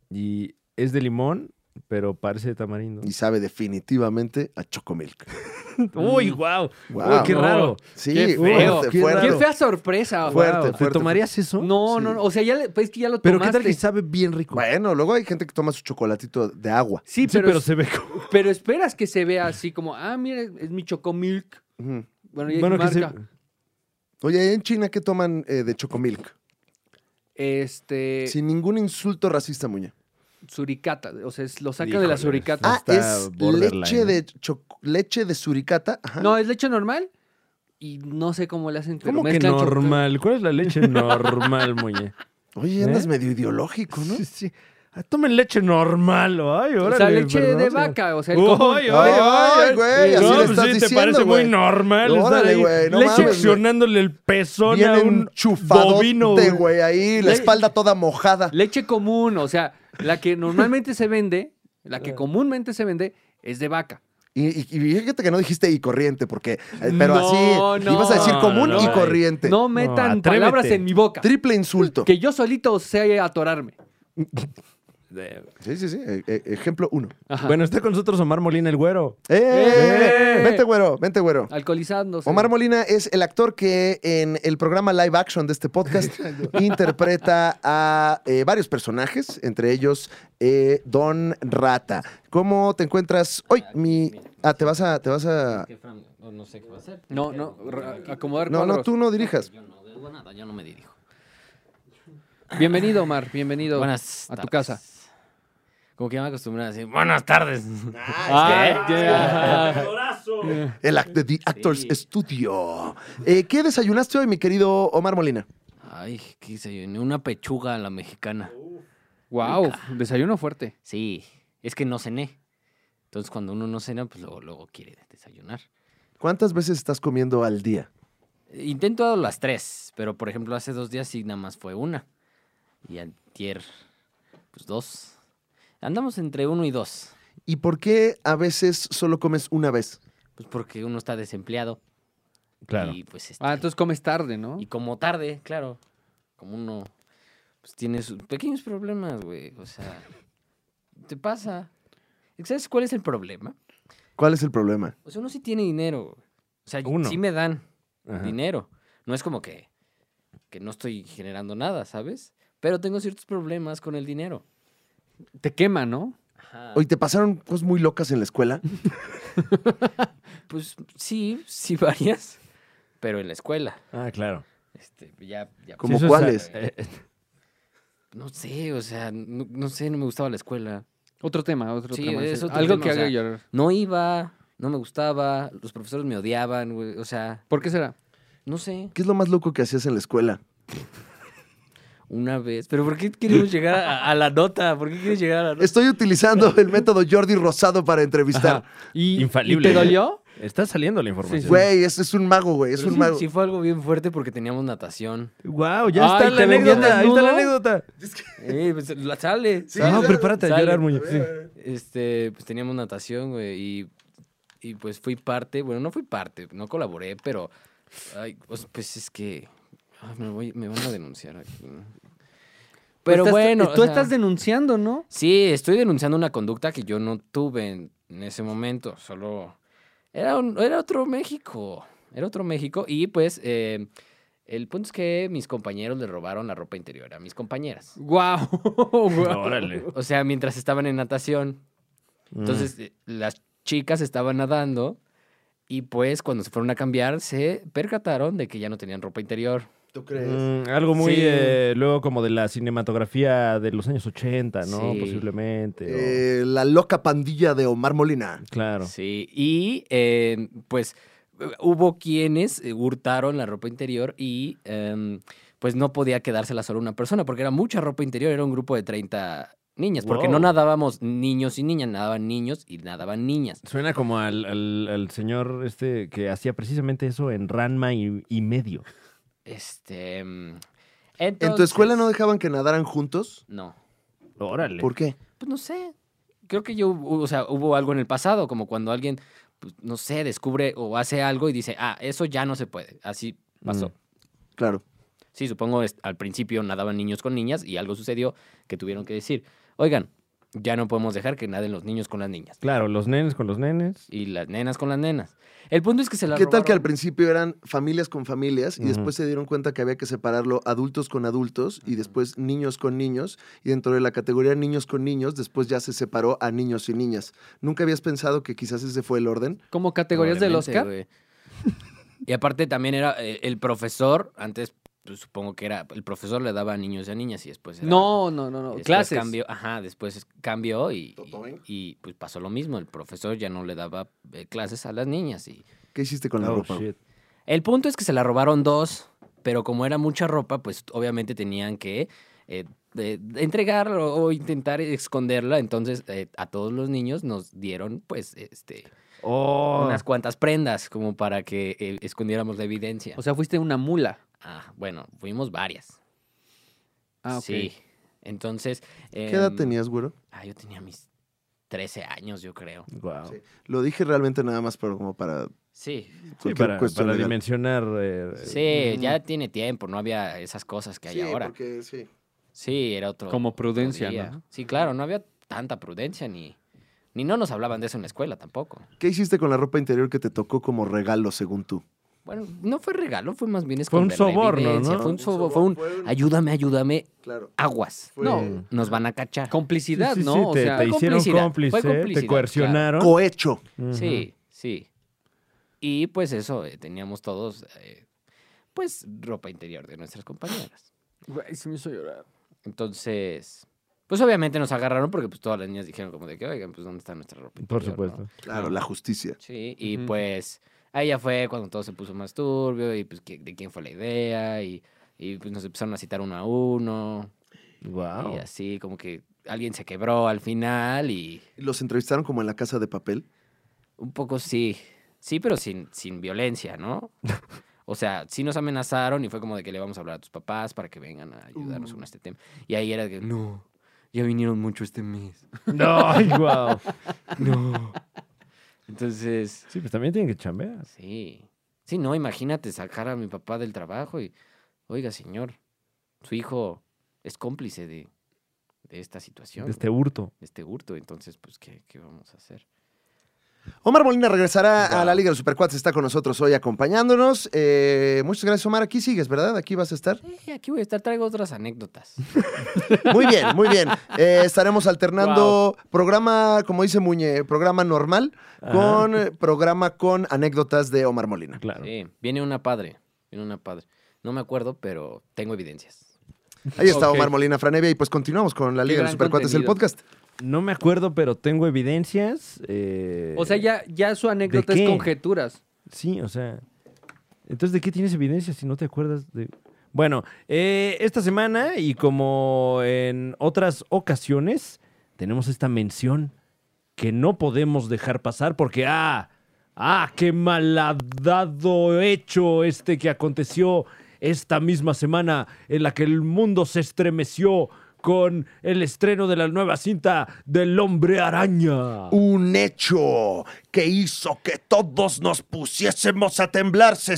Speaker 2: Y es de limón, pero parece de tamarindo.
Speaker 1: Y sabe definitivamente a Chocomilk.
Speaker 2: Uy, guau.
Speaker 1: Guau.
Speaker 2: Uy, qué
Speaker 3: No.
Speaker 2: raro.
Speaker 1: Sí,
Speaker 3: Qué
Speaker 2: feo,
Speaker 1: fuerte,
Speaker 2: qué
Speaker 1: fuerte.
Speaker 3: Qué
Speaker 2: Claro.
Speaker 3: fea sorpresa. güey.
Speaker 1: Fuerte,
Speaker 2: ¿Te
Speaker 1: fuerte.
Speaker 2: tomarías eso?
Speaker 3: No,
Speaker 1: Sí.
Speaker 3: no, no. O sea, ya le, pues es que ya lo
Speaker 2: Pero
Speaker 3: tomaste.
Speaker 2: qué tal que sabe bien rico.
Speaker 1: Bueno, luego hay gente que toma su chocolatito de agua.
Speaker 3: Sí,
Speaker 2: sí, pero,
Speaker 3: pero, es-
Speaker 2: se ve como...
Speaker 3: pero, esperas que se vea así como, ah, mira, es mi chocomilk.
Speaker 1: Ujú.
Speaker 3: Bueno, ya
Speaker 2: Bueno, que se...
Speaker 3: marca.
Speaker 1: Oye, ¿y en China qué toman eh, de Chocomilk?
Speaker 3: Este,
Speaker 1: Sin ningún insulto racista, Muña.
Speaker 3: suricata. O sea, es- lo saca de la
Speaker 2: Híjoles.
Speaker 3: suricata.
Speaker 1: Ah,
Speaker 2: está
Speaker 1: es
Speaker 2: borderline,
Speaker 1: leche
Speaker 2: ¿no?
Speaker 1: de, choc- leche de suricata. Ajá.
Speaker 3: No, es leche normal y no sé cómo le hacen. pero
Speaker 2: ¿Cómo que
Speaker 3: mezclan choc-
Speaker 2: normal? ¿Cuál es la leche normal, muñe?
Speaker 1: Oye, andas
Speaker 2: ¿Eh?
Speaker 1: medio ideológico, ¿no?
Speaker 2: Sí, sí. Ah, tomen leche normal, ay,
Speaker 3: O
Speaker 2: órale.
Speaker 3: sea, leche
Speaker 2: perdón,
Speaker 3: de
Speaker 2: o sea.
Speaker 3: vaca. O sea, el
Speaker 2: Uy,
Speaker 3: común.
Speaker 2: uy, ay,
Speaker 1: Ay, güey, así
Speaker 2: no,
Speaker 1: le
Speaker 2: pues
Speaker 1: estás
Speaker 2: sí, te
Speaker 1: diciendo,
Speaker 2: parece
Speaker 1: güey.
Speaker 2: muy normal estar
Speaker 1: Órale,
Speaker 2: ahí
Speaker 1: güey, no
Speaker 2: le
Speaker 1: mames, güey.
Speaker 2: seccionándole el pezón
Speaker 1: Bien
Speaker 2: a un bovino.
Speaker 1: enchufadote, güey, ahí, la
Speaker 3: Le-
Speaker 1: espalda toda mojada.
Speaker 3: Leche común, o sea, la que normalmente se vende, la que comúnmente se vende es de vaca.
Speaker 1: Y, y- y fíjate que no dijiste y corriente, porque, eh, pero
Speaker 3: No,
Speaker 1: así,
Speaker 3: no,
Speaker 1: ibas a decir común
Speaker 2: no,
Speaker 1: y
Speaker 2: güey.
Speaker 1: corriente.
Speaker 3: No metan
Speaker 2: atrévete.
Speaker 3: palabras en mi boca.
Speaker 1: Triple insulto.
Speaker 3: Que yo solito sé atorarme.
Speaker 2: Eh,
Speaker 1: Sí, sí, sí. eh, eh, ejemplo uno.
Speaker 3: Ajá.
Speaker 2: Bueno, está con nosotros Omar Molina, el güero.
Speaker 1: ¡Eh!
Speaker 3: ¡Eh!
Speaker 1: Vente, güero, vente, güero.
Speaker 3: Alcoholizándose.
Speaker 1: Omar Molina es el actor que en el programa live action de este podcast interpreta a eh, varios personajes, entre ellos eh, Don Rata. ¿Cómo te encuentras hoy? Mi... Ah, te vas a... Te vas a...
Speaker 4: que Fran, o no sé qué va a hacer.
Speaker 3: No, no, ra- acomodar
Speaker 1: No, no,
Speaker 3: cuadros.
Speaker 1: tú no dirijas.
Speaker 4: Yo no debo nada, yo no me dirijo.
Speaker 3: Bienvenido, Omar, bienvenido
Speaker 4: Buenas
Speaker 3: a tu
Speaker 4: tardes.
Speaker 3: casa.
Speaker 4: Como que ya me acostumbré a decir, buenas tardes.
Speaker 3: Ah, ya.
Speaker 1: El act- The Actors
Speaker 4: Sí.
Speaker 1: Studio. Eh, ¿Qué desayunaste hoy, mi querido Omar Molina?
Speaker 4: Ay, qué sé yo, ni una pechuga a la mexicana.
Speaker 3: Wow, desayuno fuerte.
Speaker 4: Sí, es que no cené. Entonces, cuando uno no cena, pues luego, luego quiere desayunar.
Speaker 1: ¿Cuántas veces estás comiendo al día?
Speaker 4: Intento a las tres, pero por ejemplo, hace dos días sí nada más fue una. Y antier, pues dos. Andamos entre uno y dos.
Speaker 1: ¿Y por qué a veces solo comes una vez?
Speaker 4: Pues porque uno está desempleado.
Speaker 2: Claro.
Speaker 4: Y pues este,
Speaker 3: Ah, entonces comes tarde, ¿no?
Speaker 4: Y como tarde, claro. Como uno pues, tiene sus pequeños problemas, güey. O sea, te pasa. ¿Sabes cuál es el problema?
Speaker 1: ¿Cuál es el problema?
Speaker 4: O sea, uno sí tiene dinero. güey. O sea,
Speaker 2: Uno.
Speaker 4: sí me dan
Speaker 2: Ajá.
Speaker 4: dinero. No es como que, que no estoy generando nada, ¿sabes? Pero tengo ciertos problemas con el dinero.
Speaker 3: Te quema, ¿no?
Speaker 4: Ajá.
Speaker 1: Hoy te pasaron cosas muy locas en la escuela.
Speaker 4: Pues sí, sí varias. Pero en la escuela.
Speaker 2: Ah, claro.
Speaker 4: Este, ya, ya
Speaker 1: ¿Cómo
Speaker 2: eso
Speaker 1: cuáles?
Speaker 2: está- eh, eh,
Speaker 4: No sé, o sea, no, no sé, no me gustaba la escuela.
Speaker 3: Otro tema, otro
Speaker 4: Sí,
Speaker 3: tema.
Speaker 4: es
Speaker 3: sí.
Speaker 4: otro
Speaker 3: Algo
Speaker 4: tema,
Speaker 3: que
Speaker 4: o sea,
Speaker 3: haga llorar.
Speaker 4: No iba, no me gustaba, los profesores me odiaban, güey. O sea,
Speaker 3: ¿Por qué será?
Speaker 4: no sé,
Speaker 1: ¿Qué es lo más loco que hacías en la escuela?
Speaker 4: una vez. Pero ¿por qué queremos llegar a, a la nota? ¿Por qué quieres llegar a la nota?
Speaker 1: Estoy utilizando el método Jordi Rosado para entrevistar.
Speaker 3: ¿Y,
Speaker 2: Infalible. ¿eh?
Speaker 3: ¿y te dolió?
Speaker 2: Está saliendo la información.
Speaker 1: Güey, es, es un mago, güey, es
Speaker 4: Pero
Speaker 1: un
Speaker 4: sí-
Speaker 1: mago.
Speaker 4: sí fue algo bien fuerte porque teníamos natación.
Speaker 2: Wow,
Speaker 3: Ay,
Speaker 2: ya está
Speaker 3: ¿te
Speaker 2: la
Speaker 3: vendían
Speaker 2: anécdota. Ahí está la
Speaker 3: desnudo?
Speaker 2: anécdota.
Speaker 4: Eh, pues, la sale.
Speaker 1: Sí,
Speaker 2: no,
Speaker 1: sale,
Speaker 2: prepárate a
Speaker 4: sale.
Speaker 2: llorar, muy.
Speaker 4: Este, pues teníamos natación, güey, y, y, pues fui parte, bueno, no fui parte, no colaboré, pero, ay, pues, pues, es que, ay, me, voy- me van a denunciar aquí. Pero
Speaker 2: Pues
Speaker 3: Estás-
Speaker 4: bueno, o
Speaker 3: Tú
Speaker 4: sea,
Speaker 3: estás denunciando, ¿no?
Speaker 4: sí, estoy denunciando una conducta que yo no tuve en, en ese momento, solo, era, un- era otro México, era otro México, y pues, eh, el punto es que mis compañeros le robaron la ropa interior a mis compañeras.
Speaker 3: Wow.
Speaker 2: Órale.
Speaker 4: O sea, mientras estaban en natación.
Speaker 2: Mm.
Speaker 4: Entonces, eh, las chicas estaban nadando y pues cuando se fueron a cambiar se percataron de que ya no tenían ropa interior.
Speaker 1: ¿Tú
Speaker 2: Mm, algo muy
Speaker 4: Sí.
Speaker 2: eh, luego como de la cinematografía de los años 80, ¿no?
Speaker 4: Sí.
Speaker 2: Posiblemente. o-
Speaker 1: Eh, la loca pandilla de Omar Molina.
Speaker 2: Claro.
Speaker 4: Sí, y eh, pues eh, hubo quienes eh, hurtaron la ropa interior y em, pues no podía quedársela solo una persona porque era mucha ropa interior, era un grupo de 30 niñas, porque no
Speaker 2: Wow.
Speaker 4: nadábamos niños y niñas, nadaban niños y nadaban niñas.
Speaker 2: Suena como al, al- al señor este que hacía precisamente eso en Ranma y, y medio.
Speaker 4: Este... em,
Speaker 1: ¿En tu escuela no
Speaker 4: entonces-
Speaker 1: dejaban que nadaran juntos?
Speaker 4: No.
Speaker 2: Órale.
Speaker 1: ¿Por qué?
Speaker 4: Pues no sé. Creo que yo, hu- o sea, hubo algo en el pasado, como cuando alguien, pues, no sé, descubre o hace algo y dice, ah, eso ya no se puede. Así pasó.
Speaker 2: Mm.
Speaker 1: Claro.
Speaker 4: Sí, supongo es- al principio nadaban niños con niñas y algo sucedió que tuvieron que decir, oigan, ya no podemos dejar que naden los niños con las niñas
Speaker 2: Claro, los nenes con los nenes.
Speaker 4: y las nenas con las nenas. El punto es que se la
Speaker 1: ¿Qué tal que al
Speaker 4: robaron.
Speaker 1: principio eran familias con familias y
Speaker 2: Ujú.
Speaker 1: después se dieron cuenta que había que separarlo adultos con adultos y después niños con niños? Y dentro de la categoría niños con niños, después ya se separó a niños y niñas. ¿Nunca habías pensado que quizás ese fue el orden?
Speaker 3: Como categorías del
Speaker 4: Probablemente,
Speaker 3: Oscar.
Speaker 4: güey. Y aparte también era eh, el profesor, antes pues, supongo que era, el profesor le daba a niños y a niñas y después era-
Speaker 3: No, no, no, no.
Speaker 4: Después
Speaker 3: Clases.
Speaker 4: Cambió, ajá, después es- cambió y,
Speaker 1: Totoing.
Speaker 4: y, y, pues pasó lo mismo. El profesor ya no le daba eh, clases a las niñas. Y...
Speaker 1: ¿Qué hiciste con la
Speaker 2: Oh,
Speaker 1: ropa?
Speaker 2: shit.
Speaker 4: El punto es que se la robaron dos, pero como era mucha ropa, pues obviamente tenían que eh, de- de entregarla o, o intentar esconderla. Entonces eh, a todos los niños nos dieron pues este,
Speaker 2: Oh.
Speaker 4: unas cuantas prendas como para que eh, escondiéramos la evidencia.
Speaker 3: O sea, fuiste una mula.
Speaker 4: Ah, bueno, fuimos varias.
Speaker 3: Ah, ok.
Speaker 4: Sí. Entonces...
Speaker 1: ¿Qué edad
Speaker 4: em,
Speaker 1: tenías, güero?
Speaker 4: Ah, yo tenía mis 13 años, yo creo.
Speaker 2: Guau.
Speaker 1: Sí. Lo dije realmente nada más para, como para...
Speaker 4: Sí,
Speaker 2: Sí,
Speaker 1: cualquier
Speaker 2: para,
Speaker 1: cuestión
Speaker 2: para
Speaker 1: legal.
Speaker 2: dimensionar. eh,
Speaker 4: sí,
Speaker 1: Mm.
Speaker 4: ya tiene tiempo, no había esas cosas que hay
Speaker 1: Sí,
Speaker 4: ahora.
Speaker 1: porque sí.
Speaker 4: Sí, era otro.
Speaker 3: Como
Speaker 4: otro
Speaker 3: prudencia,
Speaker 4: día.
Speaker 3: ¿no?
Speaker 4: Sí, claro, no había tanta prudencia ni. Ni no nos hablaban de eso en la escuela tampoco.
Speaker 1: ¿Qué hiciste con la ropa interior que te tocó como regalo, según tú?
Speaker 4: Bueno, no fue regalo, fue más bien
Speaker 2: Fue un
Speaker 4: esconder la
Speaker 2: soborno,
Speaker 4: evidencia,
Speaker 2: ¿no?
Speaker 4: Fue un
Speaker 1: Un
Speaker 4: soborno, fue
Speaker 1: soborno,
Speaker 4: un
Speaker 1: fue un-
Speaker 4: ayúdame, ayúdame,
Speaker 1: Claro.
Speaker 4: aguas.
Speaker 1: Fue-
Speaker 3: No.
Speaker 4: Nos van a cachar.
Speaker 2: Sí,
Speaker 3: Complicidad,
Speaker 2: sí, sí,
Speaker 3: ¿no? o
Speaker 2: te,
Speaker 3: sea,
Speaker 2: te hicieron
Speaker 4: complicidad, fue
Speaker 2: cómplice, te
Speaker 4: complicidad,
Speaker 2: coercionaron.
Speaker 1: Cohecho.
Speaker 2: Ujú.
Speaker 4: Sí, sí. Y pues eso, eh, teníamos todos, eh, pues, ropa interior de nuestras compañeras.
Speaker 3: Güey, se me hizo llorar.
Speaker 4: Entonces, Pues obviamente nos agarraron porque pues todas las niñas dijeron como de que, oigan, pues ¿dónde está nuestra ropa?
Speaker 2: Por
Speaker 4: interior, no?"
Speaker 2: supuesto.
Speaker 1: Claro, la justicia.
Speaker 4: Sí, y
Speaker 3: Ujú.
Speaker 4: pues ahí ya fue cuando todo se puso más turbio y pues que- de quién fue la idea y, y, pues nos empezaron a citar uno a uno
Speaker 2: Wow.
Speaker 4: y así como que alguien se quebró al final y
Speaker 1: Los entrevistaron como en la casa de papel.
Speaker 4: un poco sí, sí, pero sin, sin violencia, ¿no? O sea, sí nos amenazaron y fue como de que le vamos a hablar a tus papás para que vengan a ayudarnos con este tema. Y ahí era de que, no, ya vinieron mucho este mes.
Speaker 2: No, ay, wow.
Speaker 4: No. Entonces,
Speaker 2: Sí, pues también tienen que chambear.
Speaker 4: Sí. Sí, no, imagínate sacar a mi papá del trabajo y, oiga, señor, su hijo es cómplice de, de esta situación,
Speaker 2: De
Speaker 4: de
Speaker 2: este hurto.
Speaker 4: este hurto, entonces, pues, ¿qué, qué vamos a hacer?
Speaker 1: Omar Molina regresará a
Speaker 4: Wow.
Speaker 1: la Liga de los Supercuates, está con nosotros hoy acompañándonos. Eh, muchas gracias, Omar. Aquí sigues, ¿verdad? Aquí vas a estar.
Speaker 4: Eh, aquí voy a estar, traigo otras anécdotas.
Speaker 1: Muy bien, muy bien. Eh, estaremos alternando programa, como dice Muñe, programa normal
Speaker 2: Ajá.
Speaker 1: con eh, programa con anécdotas de Omar Molina.
Speaker 2: Claro.
Speaker 4: Sí, viene una padre, viene una padre. No me acuerdo, pero tengo evidencias.
Speaker 1: Ahí está
Speaker 3: Ok.
Speaker 1: Omar Molina Franevia y pues continuamos con la
Speaker 3: Qué
Speaker 1: Liga de los
Speaker 3: gran
Speaker 1: Supercuates, el
Speaker 3: contenido.
Speaker 1: podcast.
Speaker 2: No me acuerdo, pero tengo evidencias. eh,
Speaker 3: O sea, ya, ya su anécdota es
Speaker 2: qué?
Speaker 3: conjeturas.
Speaker 2: Sí, o sea. Entonces, ¿de qué tienes evidencia si no te acuerdas de.? Bueno, eh, esta semana y como en otras ocasiones, tenemos esta mención que no podemos dejar pasar porque, ah, ah, qué malhadado hecho este que aconteció esta misma semana en la que el mundo se estremeció con el estreno de la nueva cinta del hombre araña.
Speaker 1: Un hecho que hizo que todos nos pusiésemos a temblarse.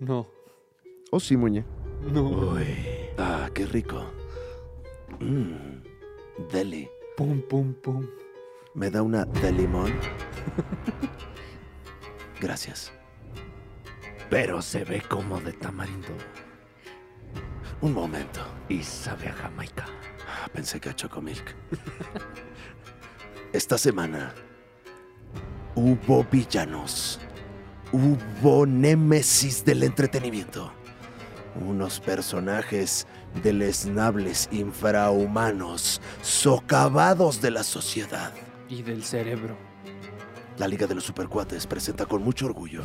Speaker 3: No.
Speaker 1: Oh, sí, Muñe.
Speaker 3: No.
Speaker 1: Ah, qué rico. Mmm, deli.
Speaker 3: Pum, pum, pum.
Speaker 1: ¿Me da una de limón? Gracias.
Speaker 2: Pero se ve como de tamarindo.
Speaker 1: Un momento.
Speaker 2: y sabe a Jamaica.
Speaker 1: Ah, pensé que a Chocomilk. Esta semana hubo villanos. Hubo némesis del entretenimiento. Unos personajes deleznables infrahumanos, socavados de la sociedad.
Speaker 3: Y del cerebro.
Speaker 1: La Liga de los Supercuates presenta con mucho orgullo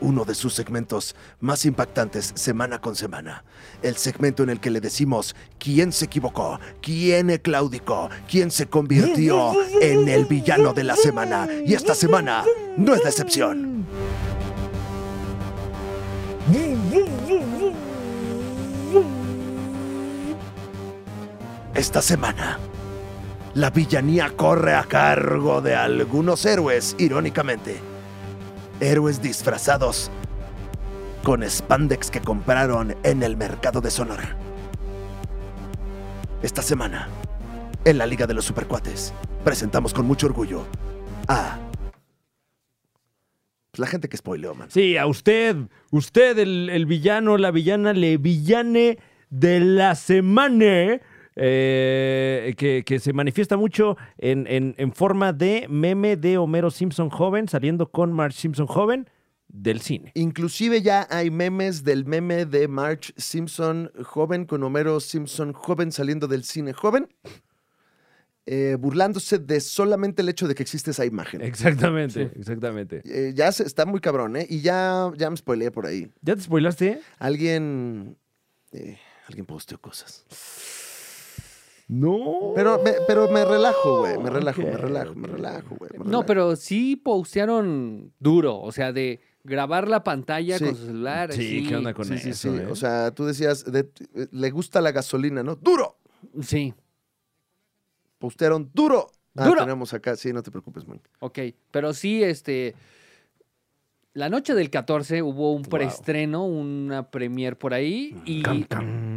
Speaker 1: uno de sus segmentos más impactantes semana con semana. El segmento en el que le decimos quién se equivocó, quién claudicó, quién se convirtió en el villano de la semana. Y esta semana no es la excepción. Esta semana la villanía corre a cargo de algunos héroes, irónicamente. Héroes disfrazados con spandex que compraron en el mercado de Sonora. Esta semana, en la Liga de los Supercuates, presentamos con mucho orgullo a... pues, La gente que spoileó, man.
Speaker 2: Sí, a usted, usted, el, el villano, la villana, le villane de la semana. eh, que, que se manifiesta mucho en, en- en forma de meme de Homero Simpson joven saliendo con Marge Simpson joven del cine.
Speaker 1: Inclusive ya hay memes del meme de Marge Simpson joven con Homero Simpson joven saliendo del cine joven, eh, burlándose de solamente el hecho de que existe esa imagen.
Speaker 2: Exactamente, exactamente.
Speaker 1: Eh, ya se- está muy cabrón, ¿eh? Y ya, ya me spoileé por ahí.
Speaker 2: ¿Ya te spoilaste?
Speaker 1: Alguien. eh, alguien posteó cosas.
Speaker 2: No.
Speaker 1: Pero me, pero me relajo, güey. Me relajo, me
Speaker 2: Ok,
Speaker 1: relajo, me
Speaker 2: ok.
Speaker 1: relajo, güey. me
Speaker 3: No,
Speaker 1: relajo.
Speaker 3: pero sí postearon duro. O sea, de grabar la pantalla
Speaker 1: Sí.
Speaker 3: con su celular.
Speaker 2: Sí,
Speaker 3: así.
Speaker 2: ¿qué onda con
Speaker 1: Sí, sí, sí.
Speaker 2: eso? eh?
Speaker 1: O sea, tú decías, de- eh, le gusta la gasolina, ¿no? ¡Duro!
Speaker 3: Sí.
Speaker 1: Postearon duro. Ah,
Speaker 3: ¡Duro!
Speaker 1: tenemos acá. Sí, no te preocupes, man.
Speaker 3: Ok, pero sí, este. La noche del 14 hubo un preestreno, una premier por ahí, y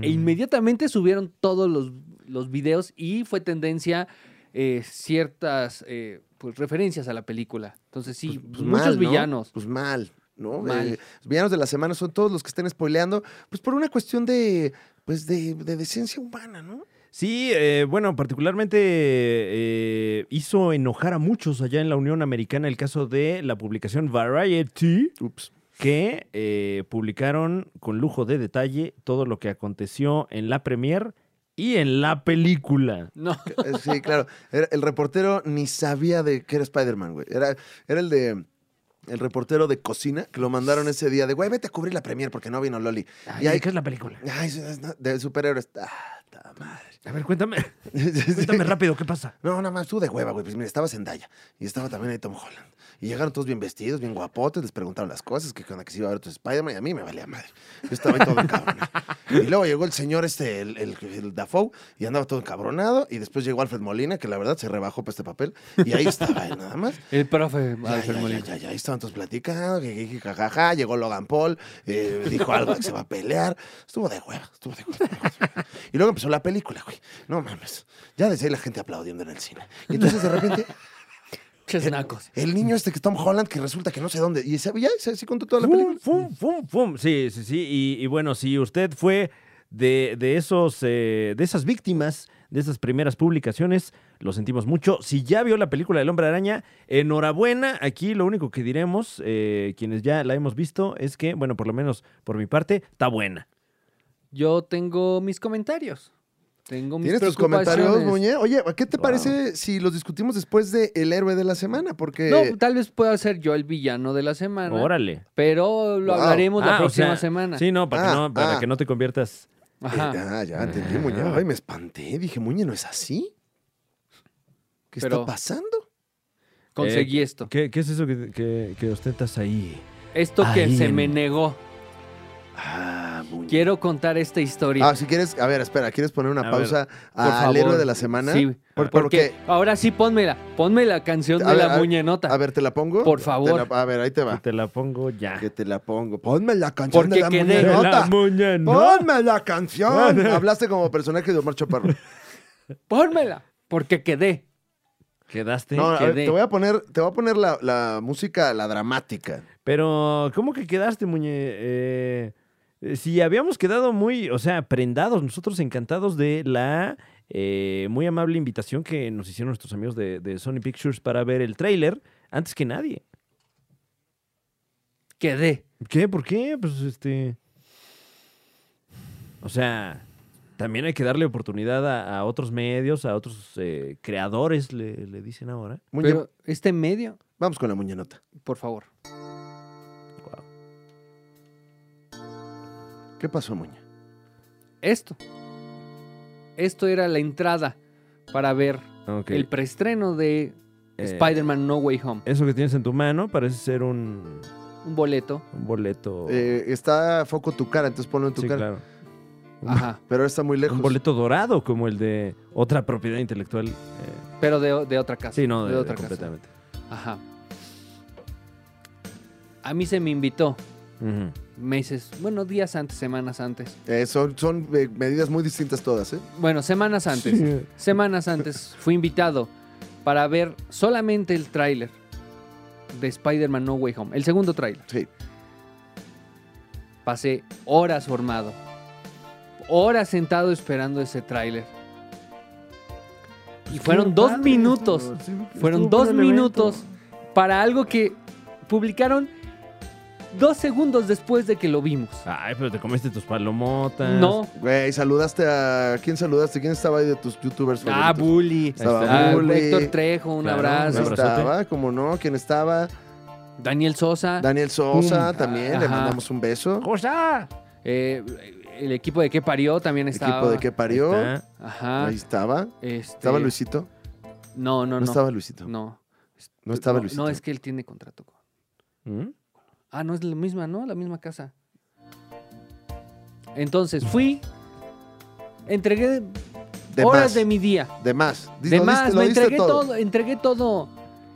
Speaker 3: e inmediatamente subieron todos los, los videos y fue tendencia eh, ciertas eh, pues, referencias a la película. Entonces sí,
Speaker 1: Pues
Speaker 3: muchos
Speaker 1: mal, ¿no?
Speaker 3: villanos.
Speaker 1: Pues mal, ¿no?
Speaker 3: Mal.
Speaker 1: Eh, los villanos de la semana son todos los que estén spoileando, pues por una cuestión de, pues de, de decencia humana, ¿no?
Speaker 2: Sí, eh, bueno, particularmente eh, hizo enojar a muchos allá en la Unión Americana el caso de la publicación Variety,
Speaker 1: Ups.
Speaker 2: que eh, publicaron con lujo de detalle todo lo que aconteció en la premier y en la película.
Speaker 3: No.
Speaker 1: Eh, Sí, claro. Era- el reportero ni sabía de qué era Spider-Man, güey. Era, era el de. El reportero de cocina que lo mandaron ese día de, güey, vete a cubrir la premier porque no vino Loli. y ahí,
Speaker 2: ¿Qué es la película?
Speaker 1: ay, eso es- no, de superhéroes. Ah, ta madre.
Speaker 2: A ver, cuéntame. Cuéntame rápido, ¿qué pasa?
Speaker 1: No, nada más tú de hueva, güey. Pues mira, estaba Zendaya y estaba también ahí Tom Holland. Y llegaron todos bien vestidos, bien guapotes, les preguntaron las cosas, que cuando que si iba a ver tu Spider-Man, y a mí me valía madre. Yo estaba ahí todo encabronado. Y luego llegó el señor este, el, el, el Dafoe, y andaba todo encabronado. Y después llegó Alfred Molina, que la verdad se rebajó para este papel. Y ahí estaba él nada más.
Speaker 3: El profe
Speaker 1: Ya,
Speaker 3: Alfred
Speaker 1: ya,
Speaker 3: Molina.
Speaker 1: ya, ya, ya, ahí estaban todos platicando, que, que, que, jajaja, llegó Logan Paul, eh, dijo algo que se va a pelear. Estuvo de hueva, estuvo de hueva. estuvo de hueva. Y luego empezó la película, güey. No mames. Ya desde ahí la gente aplaudiendo en el cine. Y entonces de repente,
Speaker 3: Ches nacos.
Speaker 1: el niño este que es Tom Holland, que resulta que no sé dónde. Y se, ya se, se contó toda la
Speaker 2: Fum,
Speaker 1: película.
Speaker 2: fum, fum, fum. Sí, sí, sí. Y, y bueno, si usted fue de, de esos, eh, de esas víctimas, de esas primeras publicaciones, lo sentimos mucho. Si ya vio la película del Hombre Araña, enhorabuena. Aquí lo único que diremos, eh, quienes ya la hemos visto, es que, bueno, por lo menos por mi parte, está buena.
Speaker 3: Yo tengo mis comentarios. Tengo mis
Speaker 1: ¿Tienes tus comentarios, Muñe?
Speaker 3: preocupaciones.
Speaker 1: Oye, ¿qué te
Speaker 2: Wow.
Speaker 1: parece si los discutimos después de El héroe de la semana? Porque. eh,
Speaker 3: No, tal vez pueda ser yo el villano de la semana.
Speaker 2: Órale.
Speaker 3: Pero lo
Speaker 1: Wow.
Speaker 3: hablaremos la
Speaker 2: Ah, o
Speaker 3: próxima
Speaker 2: sea,
Speaker 3: semana.
Speaker 2: Sí, no, para, que,
Speaker 1: Ah,
Speaker 2: no, para
Speaker 1: ah.
Speaker 2: que no te conviertas.
Speaker 3: pues, Ajá.
Speaker 1: Eh, ya, ya, entendí, Muñe. Ay, me espanté. Dije, Muñe, ¿no es así? ¿Qué
Speaker 3: Pero-
Speaker 1: está pasando? eh,
Speaker 3: Conseguí esto.
Speaker 2: ¿Qué, qué es eso que, que- que ostentas ahí?
Speaker 3: Esto que
Speaker 2: Ahí
Speaker 3: se
Speaker 2: en-
Speaker 3: me negó.
Speaker 1: Ah, Muñe.
Speaker 3: Quiero contar esta historia.
Speaker 1: Ah, si quieres, a ver, espera, ¿quieres poner una
Speaker 2: A
Speaker 1: pausa
Speaker 3: por
Speaker 1: al
Speaker 3: favor.
Speaker 1: héroe de la semana?
Speaker 3: Sí,
Speaker 1: Por-
Speaker 3: porque
Speaker 1: porque,
Speaker 3: ahora sí ponmela. Ponme la canción
Speaker 1: A
Speaker 3: de
Speaker 1: ver,
Speaker 3: la
Speaker 1: a-
Speaker 3: muñenota.
Speaker 1: a ver, ¿te la pongo?
Speaker 3: Por
Speaker 1: Te
Speaker 3: favor.
Speaker 1: la- a ver, ahí te
Speaker 2: Que
Speaker 1: va.
Speaker 2: te la pongo ya.
Speaker 1: Que te la pongo. Ponme la canción
Speaker 3: Porque
Speaker 1: de la
Speaker 3: quedé-
Speaker 2: La
Speaker 1: muñenota.
Speaker 2: muñe, ¿no?
Speaker 1: Ponme la canción. Hablaste como personaje de Omar Chaparro.
Speaker 3: Pónmela. Porque quedé.
Speaker 2: Quedaste.
Speaker 1: No, a ver,
Speaker 3: quedé.
Speaker 1: te voy a poner, te voy a poner la, la música, la dramática.
Speaker 2: Pero, ¿cómo que quedaste, Muñe? Eh, eh, si habíamos quedado muy, o sea, prendados, nosotros encantados de la eh, muy amable invitación que nos hicieron nuestros amigos de, de Sony Pictures para ver el tráiler antes que nadie.
Speaker 3: Quedé.
Speaker 2: ¿Qué? ¿Por qué? Pues este. O sea, también hay que darle oportunidad a, a otros medios, a otros eh, creadores, le, le dicen ahora.
Speaker 1: Muñe,
Speaker 3: Pero este medio,
Speaker 1: vamos con la muñenota.
Speaker 3: por favor.
Speaker 1: ¿Qué pasó, Muñe?
Speaker 3: Esto. Esto era la entrada para ver
Speaker 2: Ok.
Speaker 3: el preestreno de
Speaker 2: Eh,
Speaker 3: Spider-Man No Way Home.
Speaker 2: Eso que tienes en tu mano parece ser un,
Speaker 3: Un boleto.
Speaker 2: un
Speaker 3: Oh.
Speaker 2: boleto.
Speaker 1: Eh, está foco tu cara, entonces ponlo en tu
Speaker 2: Sí,
Speaker 1: cara.
Speaker 2: claro.
Speaker 3: Ajá.
Speaker 1: Pero está muy lejos.
Speaker 2: Un boleto dorado como el de otra propiedad intelectual. eh,
Speaker 3: Pero de, de otra casa.
Speaker 2: sí, no, de, de
Speaker 3: otra casa.
Speaker 2: completamente.
Speaker 3: Ajá. A mí se me invitó
Speaker 2: Ujú.
Speaker 3: meses, bueno, días antes, semanas antes.
Speaker 1: Eh, son son eh, medidas muy distintas todas, ¿eh?
Speaker 3: Bueno, semanas antes.
Speaker 2: Sí.
Speaker 3: Semanas antes fui invitado para ver solamente el tráiler de Spider-Man No Way Home, el segundo tráiler.
Speaker 1: Sí.
Speaker 3: Pasé horas formado, horas sentado esperando ese tráiler. Y fueron dos minutos Fueron dos minutos para algo que publicaron dos segundos después de que lo vimos.
Speaker 2: Ay, pero te comiste tus
Speaker 1: Ah,
Speaker 2: palomotas.
Speaker 3: No.
Speaker 1: Güey, saludaste a. ¿Quién saludaste? ¿Quién estaba ahí de tus youtubers
Speaker 3: Ah,
Speaker 1: favoritos?
Speaker 3: Bully.
Speaker 2: Estaba
Speaker 3: Ah,
Speaker 1: Bully.
Speaker 3: Héctor Trejo, un
Speaker 2: Claro,
Speaker 3: abrazo.
Speaker 2: un abrazo.
Speaker 1: estaba, como no, ¿quién estaba?
Speaker 3: Daniel Sosa.
Speaker 1: Daniel Sosa
Speaker 3: Pum.
Speaker 1: también,
Speaker 3: Ah,
Speaker 1: le
Speaker 3: ajá.
Speaker 1: mandamos un beso.
Speaker 2: ¡Cosa!
Speaker 3: eh, el equipo de que parió también estaba.
Speaker 1: Equipo de que parió.
Speaker 2: Está.
Speaker 3: Ajá.
Speaker 1: Ahí estaba.
Speaker 3: este,
Speaker 1: ¿Estaba Luisito?
Speaker 3: No,
Speaker 1: No,
Speaker 3: no, no.
Speaker 1: estaba Luisito. No,
Speaker 3: No.
Speaker 1: estaba
Speaker 3: No,
Speaker 1: Luisito.
Speaker 3: No, es que él tiene contrato con.
Speaker 2: ¿Mm?
Speaker 3: Ah, no, es la misma, ¿no? La misma casa. Entonces fui. Entregué
Speaker 1: de
Speaker 3: horas
Speaker 1: más.
Speaker 3: de mi día.
Speaker 1: De más. Di-
Speaker 3: De
Speaker 1: lo
Speaker 3: más,
Speaker 1: diste- lo
Speaker 3: me
Speaker 1: diste
Speaker 3: entregué todo. entregué todo.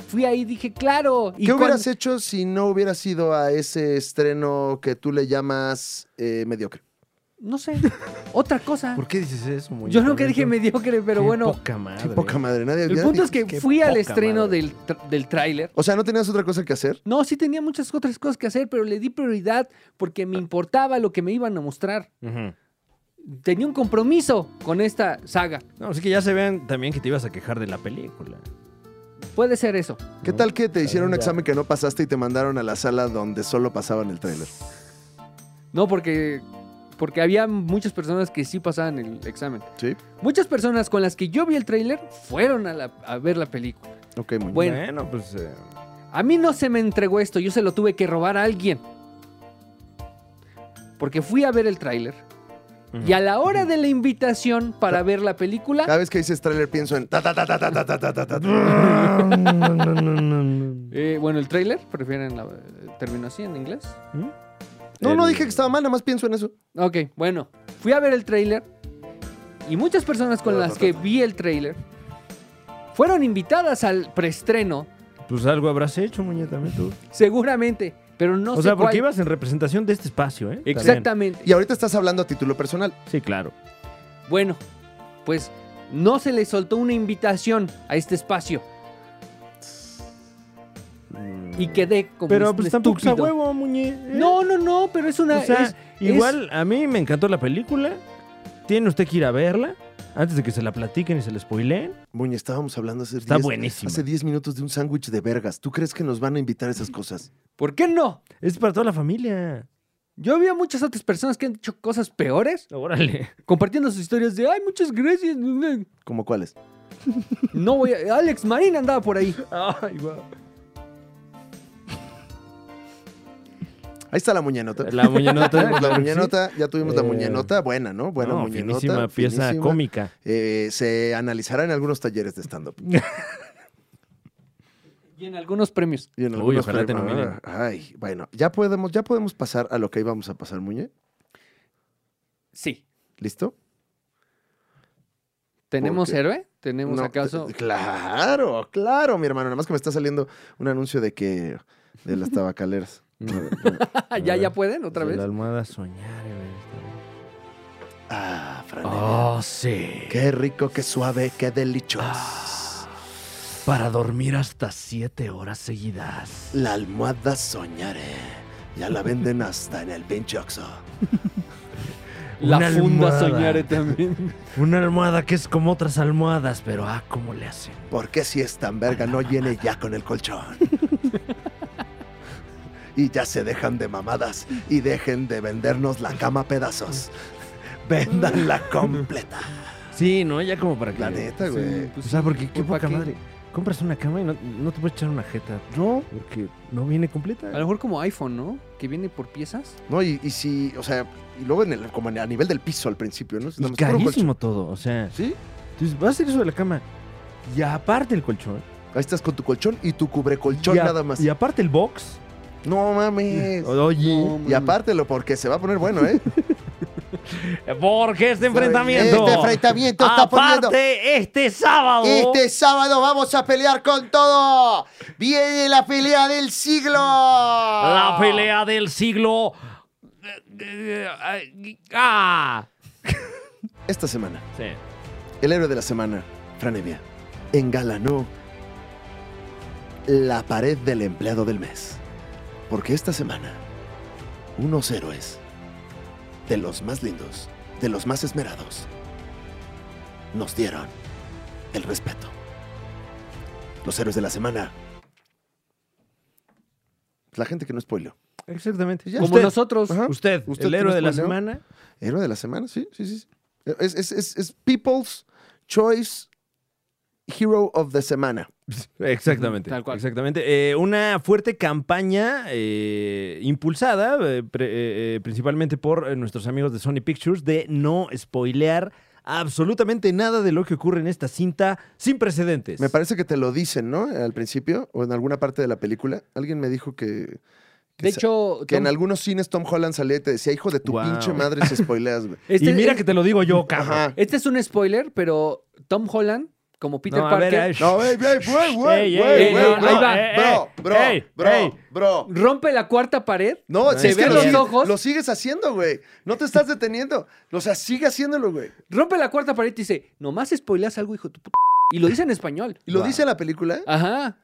Speaker 3: Fui ahí, dije, claro.
Speaker 1: ¿Qué hubieras hecho si no hubieras ido a ese estreno que tú le llamas eh, mediocre?
Speaker 3: No sé, otra cosa.
Speaker 2: ¿Por qué dices eso, muñeco?
Speaker 3: Yo nunca dije mediocre, pero
Speaker 2: Qué
Speaker 3: bueno.
Speaker 2: Poca madre.
Speaker 1: Qué poca madre. Nadie.
Speaker 3: El
Speaker 1: nadie-
Speaker 3: punto es que
Speaker 2: qué
Speaker 3: fui al
Speaker 2: poca
Speaker 3: estreno
Speaker 2: madre.
Speaker 3: del, tr- del tráiler.
Speaker 1: O sea, ¿no tenías otra cosa que hacer?
Speaker 3: No, sí tenía muchas otras cosas que hacer, pero le di prioridad porque me importaba lo que me iban a mostrar.
Speaker 2: Ujú.
Speaker 3: Tenía un compromiso con esta saga.
Speaker 2: No, así que ya se vean también que te ibas a quejar de la película.
Speaker 3: Puede ser eso.
Speaker 1: ¿Qué tal que te hicieron un
Speaker 2: Ah, ya.
Speaker 1: examen que no pasaste y te mandaron a la sala donde solo pasaban el tráiler?
Speaker 3: No, porque, porque había muchas personas que sí pasaban el examen.
Speaker 1: Sí.
Speaker 3: Muchas personas con las que yo vi el tráiler fueron a, la- a ver la película.
Speaker 1: Ok, muy bien.
Speaker 3: Bueno.
Speaker 2: pues. eh,
Speaker 3: A mí no se me entregó esto, yo se lo tuve que robar a alguien. Porque fui a ver el tráiler. Y a la hora de la invitación para ver la película,
Speaker 1: Cada vez que dices tráiler pienso en ta ta ta ta ta ta ta ta ta, ta.
Speaker 3: eh, bueno, el tráiler, prefieren la, eh, término así en inglés.
Speaker 1: No, no
Speaker 2: El-
Speaker 1: dije que estaba mal, nada más pienso en eso.
Speaker 3: Ok, bueno, fui a ver el tráiler y muchas personas con las que vi el tráiler fueron invitadas al preestreno,
Speaker 2: Pues algo habrás hecho, muñe, también tú.
Speaker 3: seguramente, pero no
Speaker 2: o
Speaker 3: sé
Speaker 2: sea, porque
Speaker 3: cuál.
Speaker 2: ibas en representación de este espacio, ¿eh? También.
Speaker 3: Exactamente.
Speaker 1: Y ahorita estás hablando a título personal.
Speaker 2: Sí, claro.
Speaker 3: Bueno, pues no se le soltó una invitación a este espacio y quedé como
Speaker 2: Pero
Speaker 3: un
Speaker 2: pues tampoco es a
Speaker 3: estúpido.
Speaker 2: huevo, muñe. ¿eh?
Speaker 3: No, no, no, pero es una
Speaker 2: O sea,
Speaker 3: es-
Speaker 2: igual a mí me encantó la película. Tiene usted que ir a verla antes de que se la platiquen y se la spoileen.
Speaker 1: Muñe, estábamos hablando hace
Speaker 2: Está
Speaker 1: 10
Speaker 2: buenísima.
Speaker 1: hace 10 minutos de un sándwich de vergas. ¿Tú crees que nos van a invitar a esas cosas?
Speaker 3: ¿Por qué no?
Speaker 2: Es para toda la familia.
Speaker 3: Yo vi a muchas otras personas que han dicho cosas peores
Speaker 2: Órale.
Speaker 3: compartiendo sus historias de ay, muchas gracias.
Speaker 1: ¿Cómo cuáles?
Speaker 3: No voy a Alex Marín andaba por ahí.
Speaker 2: Ay, guau.
Speaker 1: Ahí está la muñenota.
Speaker 2: La muñenota.
Speaker 1: La muñenota, ya tuvimos la
Speaker 2: Eh,
Speaker 1: muñenota, buena, ¿no? Buena
Speaker 2: No,
Speaker 1: muñenota.
Speaker 2: finísima pieza
Speaker 1: finísima.
Speaker 2: cómica.
Speaker 1: Eh, se analizará en algunos talleres de stand-up.
Speaker 3: Y en algunos premios.
Speaker 1: Y en
Speaker 2: Uy,
Speaker 1: algunos
Speaker 2: ojalá te
Speaker 1: premios.
Speaker 2: nominen.
Speaker 1: Ay, bueno, ya podemos, ya podemos pasar a lo que íbamos a pasar, Muñe.
Speaker 3: Sí.
Speaker 1: ¿Listo?
Speaker 3: ¿Tenemos
Speaker 1: ¿Por qué?
Speaker 3: héroe? ¿Tenemos
Speaker 1: No, eh,
Speaker 3: acaso?
Speaker 1: t- Claro, claro, mi hermano. Nada más que me está saliendo un anuncio de que de las tabacaleras.
Speaker 3: Ah, ya, ya pueden otra
Speaker 2: Desde
Speaker 3: vez.
Speaker 2: La almohada soñar. eh, en esta-
Speaker 1: ah, Fran.
Speaker 2: Oh, sí.
Speaker 1: Qué rico, qué suave, qué delicioso.
Speaker 2: Para dormir hasta siete horas seguidas.
Speaker 1: La almohada soñaré. Ya la venden hasta en el pinche Oxxo.
Speaker 3: La
Speaker 2: Una
Speaker 3: funda
Speaker 2: almohada.
Speaker 3: soñare también.
Speaker 2: Una almohada que es como otras almohadas, pero ah, ¿cómo le hacen?
Speaker 1: ¿Por qué si es tan verga no viene ya con el colchón? y ya se dejan de mamadas y dejen de vendernos la cama a pedazos. Véndanla completa.
Speaker 2: Sí, ¿no? Ya como para que...
Speaker 1: La neta, güey.
Speaker 3: Sí, pues
Speaker 2: o sea,
Speaker 3: sí,
Speaker 2: porque qué
Speaker 3: pues, ¿pa'
Speaker 2: poca madre. Compras una cama y no, no te puedes echar una jeta. No. Porque no viene completa.
Speaker 3: A lo mejor como iPhone, ¿no? Que viene por piezas.
Speaker 1: No, y, y si, o sea, y luego en el, como en- a nivel del piso al principio, ¿no?
Speaker 2: Y
Speaker 1: Nada más puro
Speaker 2: carísimo todo, o sea...
Speaker 1: colchón. Sí,
Speaker 2: Entonces, vas a hacer eso de la cama. Y aparte el colchón.
Speaker 1: ahí estás con tu colchón y tu cubrecolchón
Speaker 2: y a-
Speaker 1: nada más.
Speaker 2: Y aparte el box.
Speaker 1: No mames.
Speaker 2: Oye.
Speaker 3: No,
Speaker 1: Y apártelo porque se va a poner bueno, ¿eh?
Speaker 2: Porque este enfrentamiento...
Speaker 1: Este enfrentamiento está
Speaker 2: aparte,
Speaker 1: poniendo.
Speaker 2: este sábado...
Speaker 1: Este sábado vamos a pelear con todo. Viene la pelea del siglo.
Speaker 2: La
Speaker 1: La
Speaker 2: pelea del siglo. eh, eh, eh, ¡Ah!
Speaker 1: Esta semana,
Speaker 2: Sí.
Speaker 1: el héroe de la semana, Franevia, engalanó la pared del empleado del mes. Porque esta semana, unos héroes de los más lindos, de los más esmerados, nos dieron el respeto. Los héroes de la semana. La gente que no spoiló.
Speaker 2: Exactamente.
Speaker 1: Ya.
Speaker 3: Como
Speaker 2: usted,
Speaker 3: nosotros.
Speaker 1: Ajá.
Speaker 2: usted,
Speaker 1: Usted
Speaker 2: el héroe
Speaker 1: que
Speaker 2: de la
Speaker 1: nos pone,
Speaker 2: semana.
Speaker 1: Héroe de la semana, sí, sí, sí. sí. Es, es- es- es People's Choice Hero of the Semana.
Speaker 2: Exactamente.
Speaker 3: Tal cual.
Speaker 2: Exactamente. Eh, una fuerte campaña eh, impulsada eh, pre- eh, eh, principalmente por eh, nuestros amigos de Sony Pictures de no spoilear absolutamente nada de lo que ocurre en esta cinta sin precedentes.
Speaker 1: Me parece que te lo dicen, ¿no? Al principio o en alguna parte de la película. Alguien me dijo que. que
Speaker 3: De
Speaker 1: sa-
Speaker 3: hecho,
Speaker 1: Que en
Speaker 3: Tom-
Speaker 1: algunos cines Tom Holland salía y te decía, hijo de tu
Speaker 2: Wow.
Speaker 1: pinche madre, si spoileas, güey.
Speaker 3: este,
Speaker 2: y mira
Speaker 3: es-
Speaker 2: que te lo digo yo, cabrón.
Speaker 1: Ajá.
Speaker 3: este es un spoiler, pero Tom Holland, como Peter
Speaker 2: No, a
Speaker 3: Parker,
Speaker 2: ver, eh, ay,
Speaker 1: No, güey, güey, güey, güey,
Speaker 2: Ey,
Speaker 1: güey,
Speaker 2: ey,
Speaker 1: güey,
Speaker 3: no, no,
Speaker 1: güey.
Speaker 2: ey,
Speaker 1: Bro,
Speaker 2: ey,
Speaker 1: bro,
Speaker 2: ey, ey.
Speaker 1: bro, bro.
Speaker 3: rompe la cuarta pared.
Speaker 1: No,
Speaker 3: ¿Se
Speaker 1: es que
Speaker 3: ven
Speaker 1: lo
Speaker 3: los
Speaker 1: sigues-
Speaker 3: ojos?
Speaker 1: Lo sigues haciendo, güey. No te estás deteniendo. O sea, sigue haciéndolo, güey.
Speaker 3: Rompe la cuarta pared y dice, nomás spoileas algo, hijo de tu puta. Y lo dice en español.
Speaker 1: Y lo
Speaker 2: Wow.
Speaker 1: dice en la película.
Speaker 3: Ajá.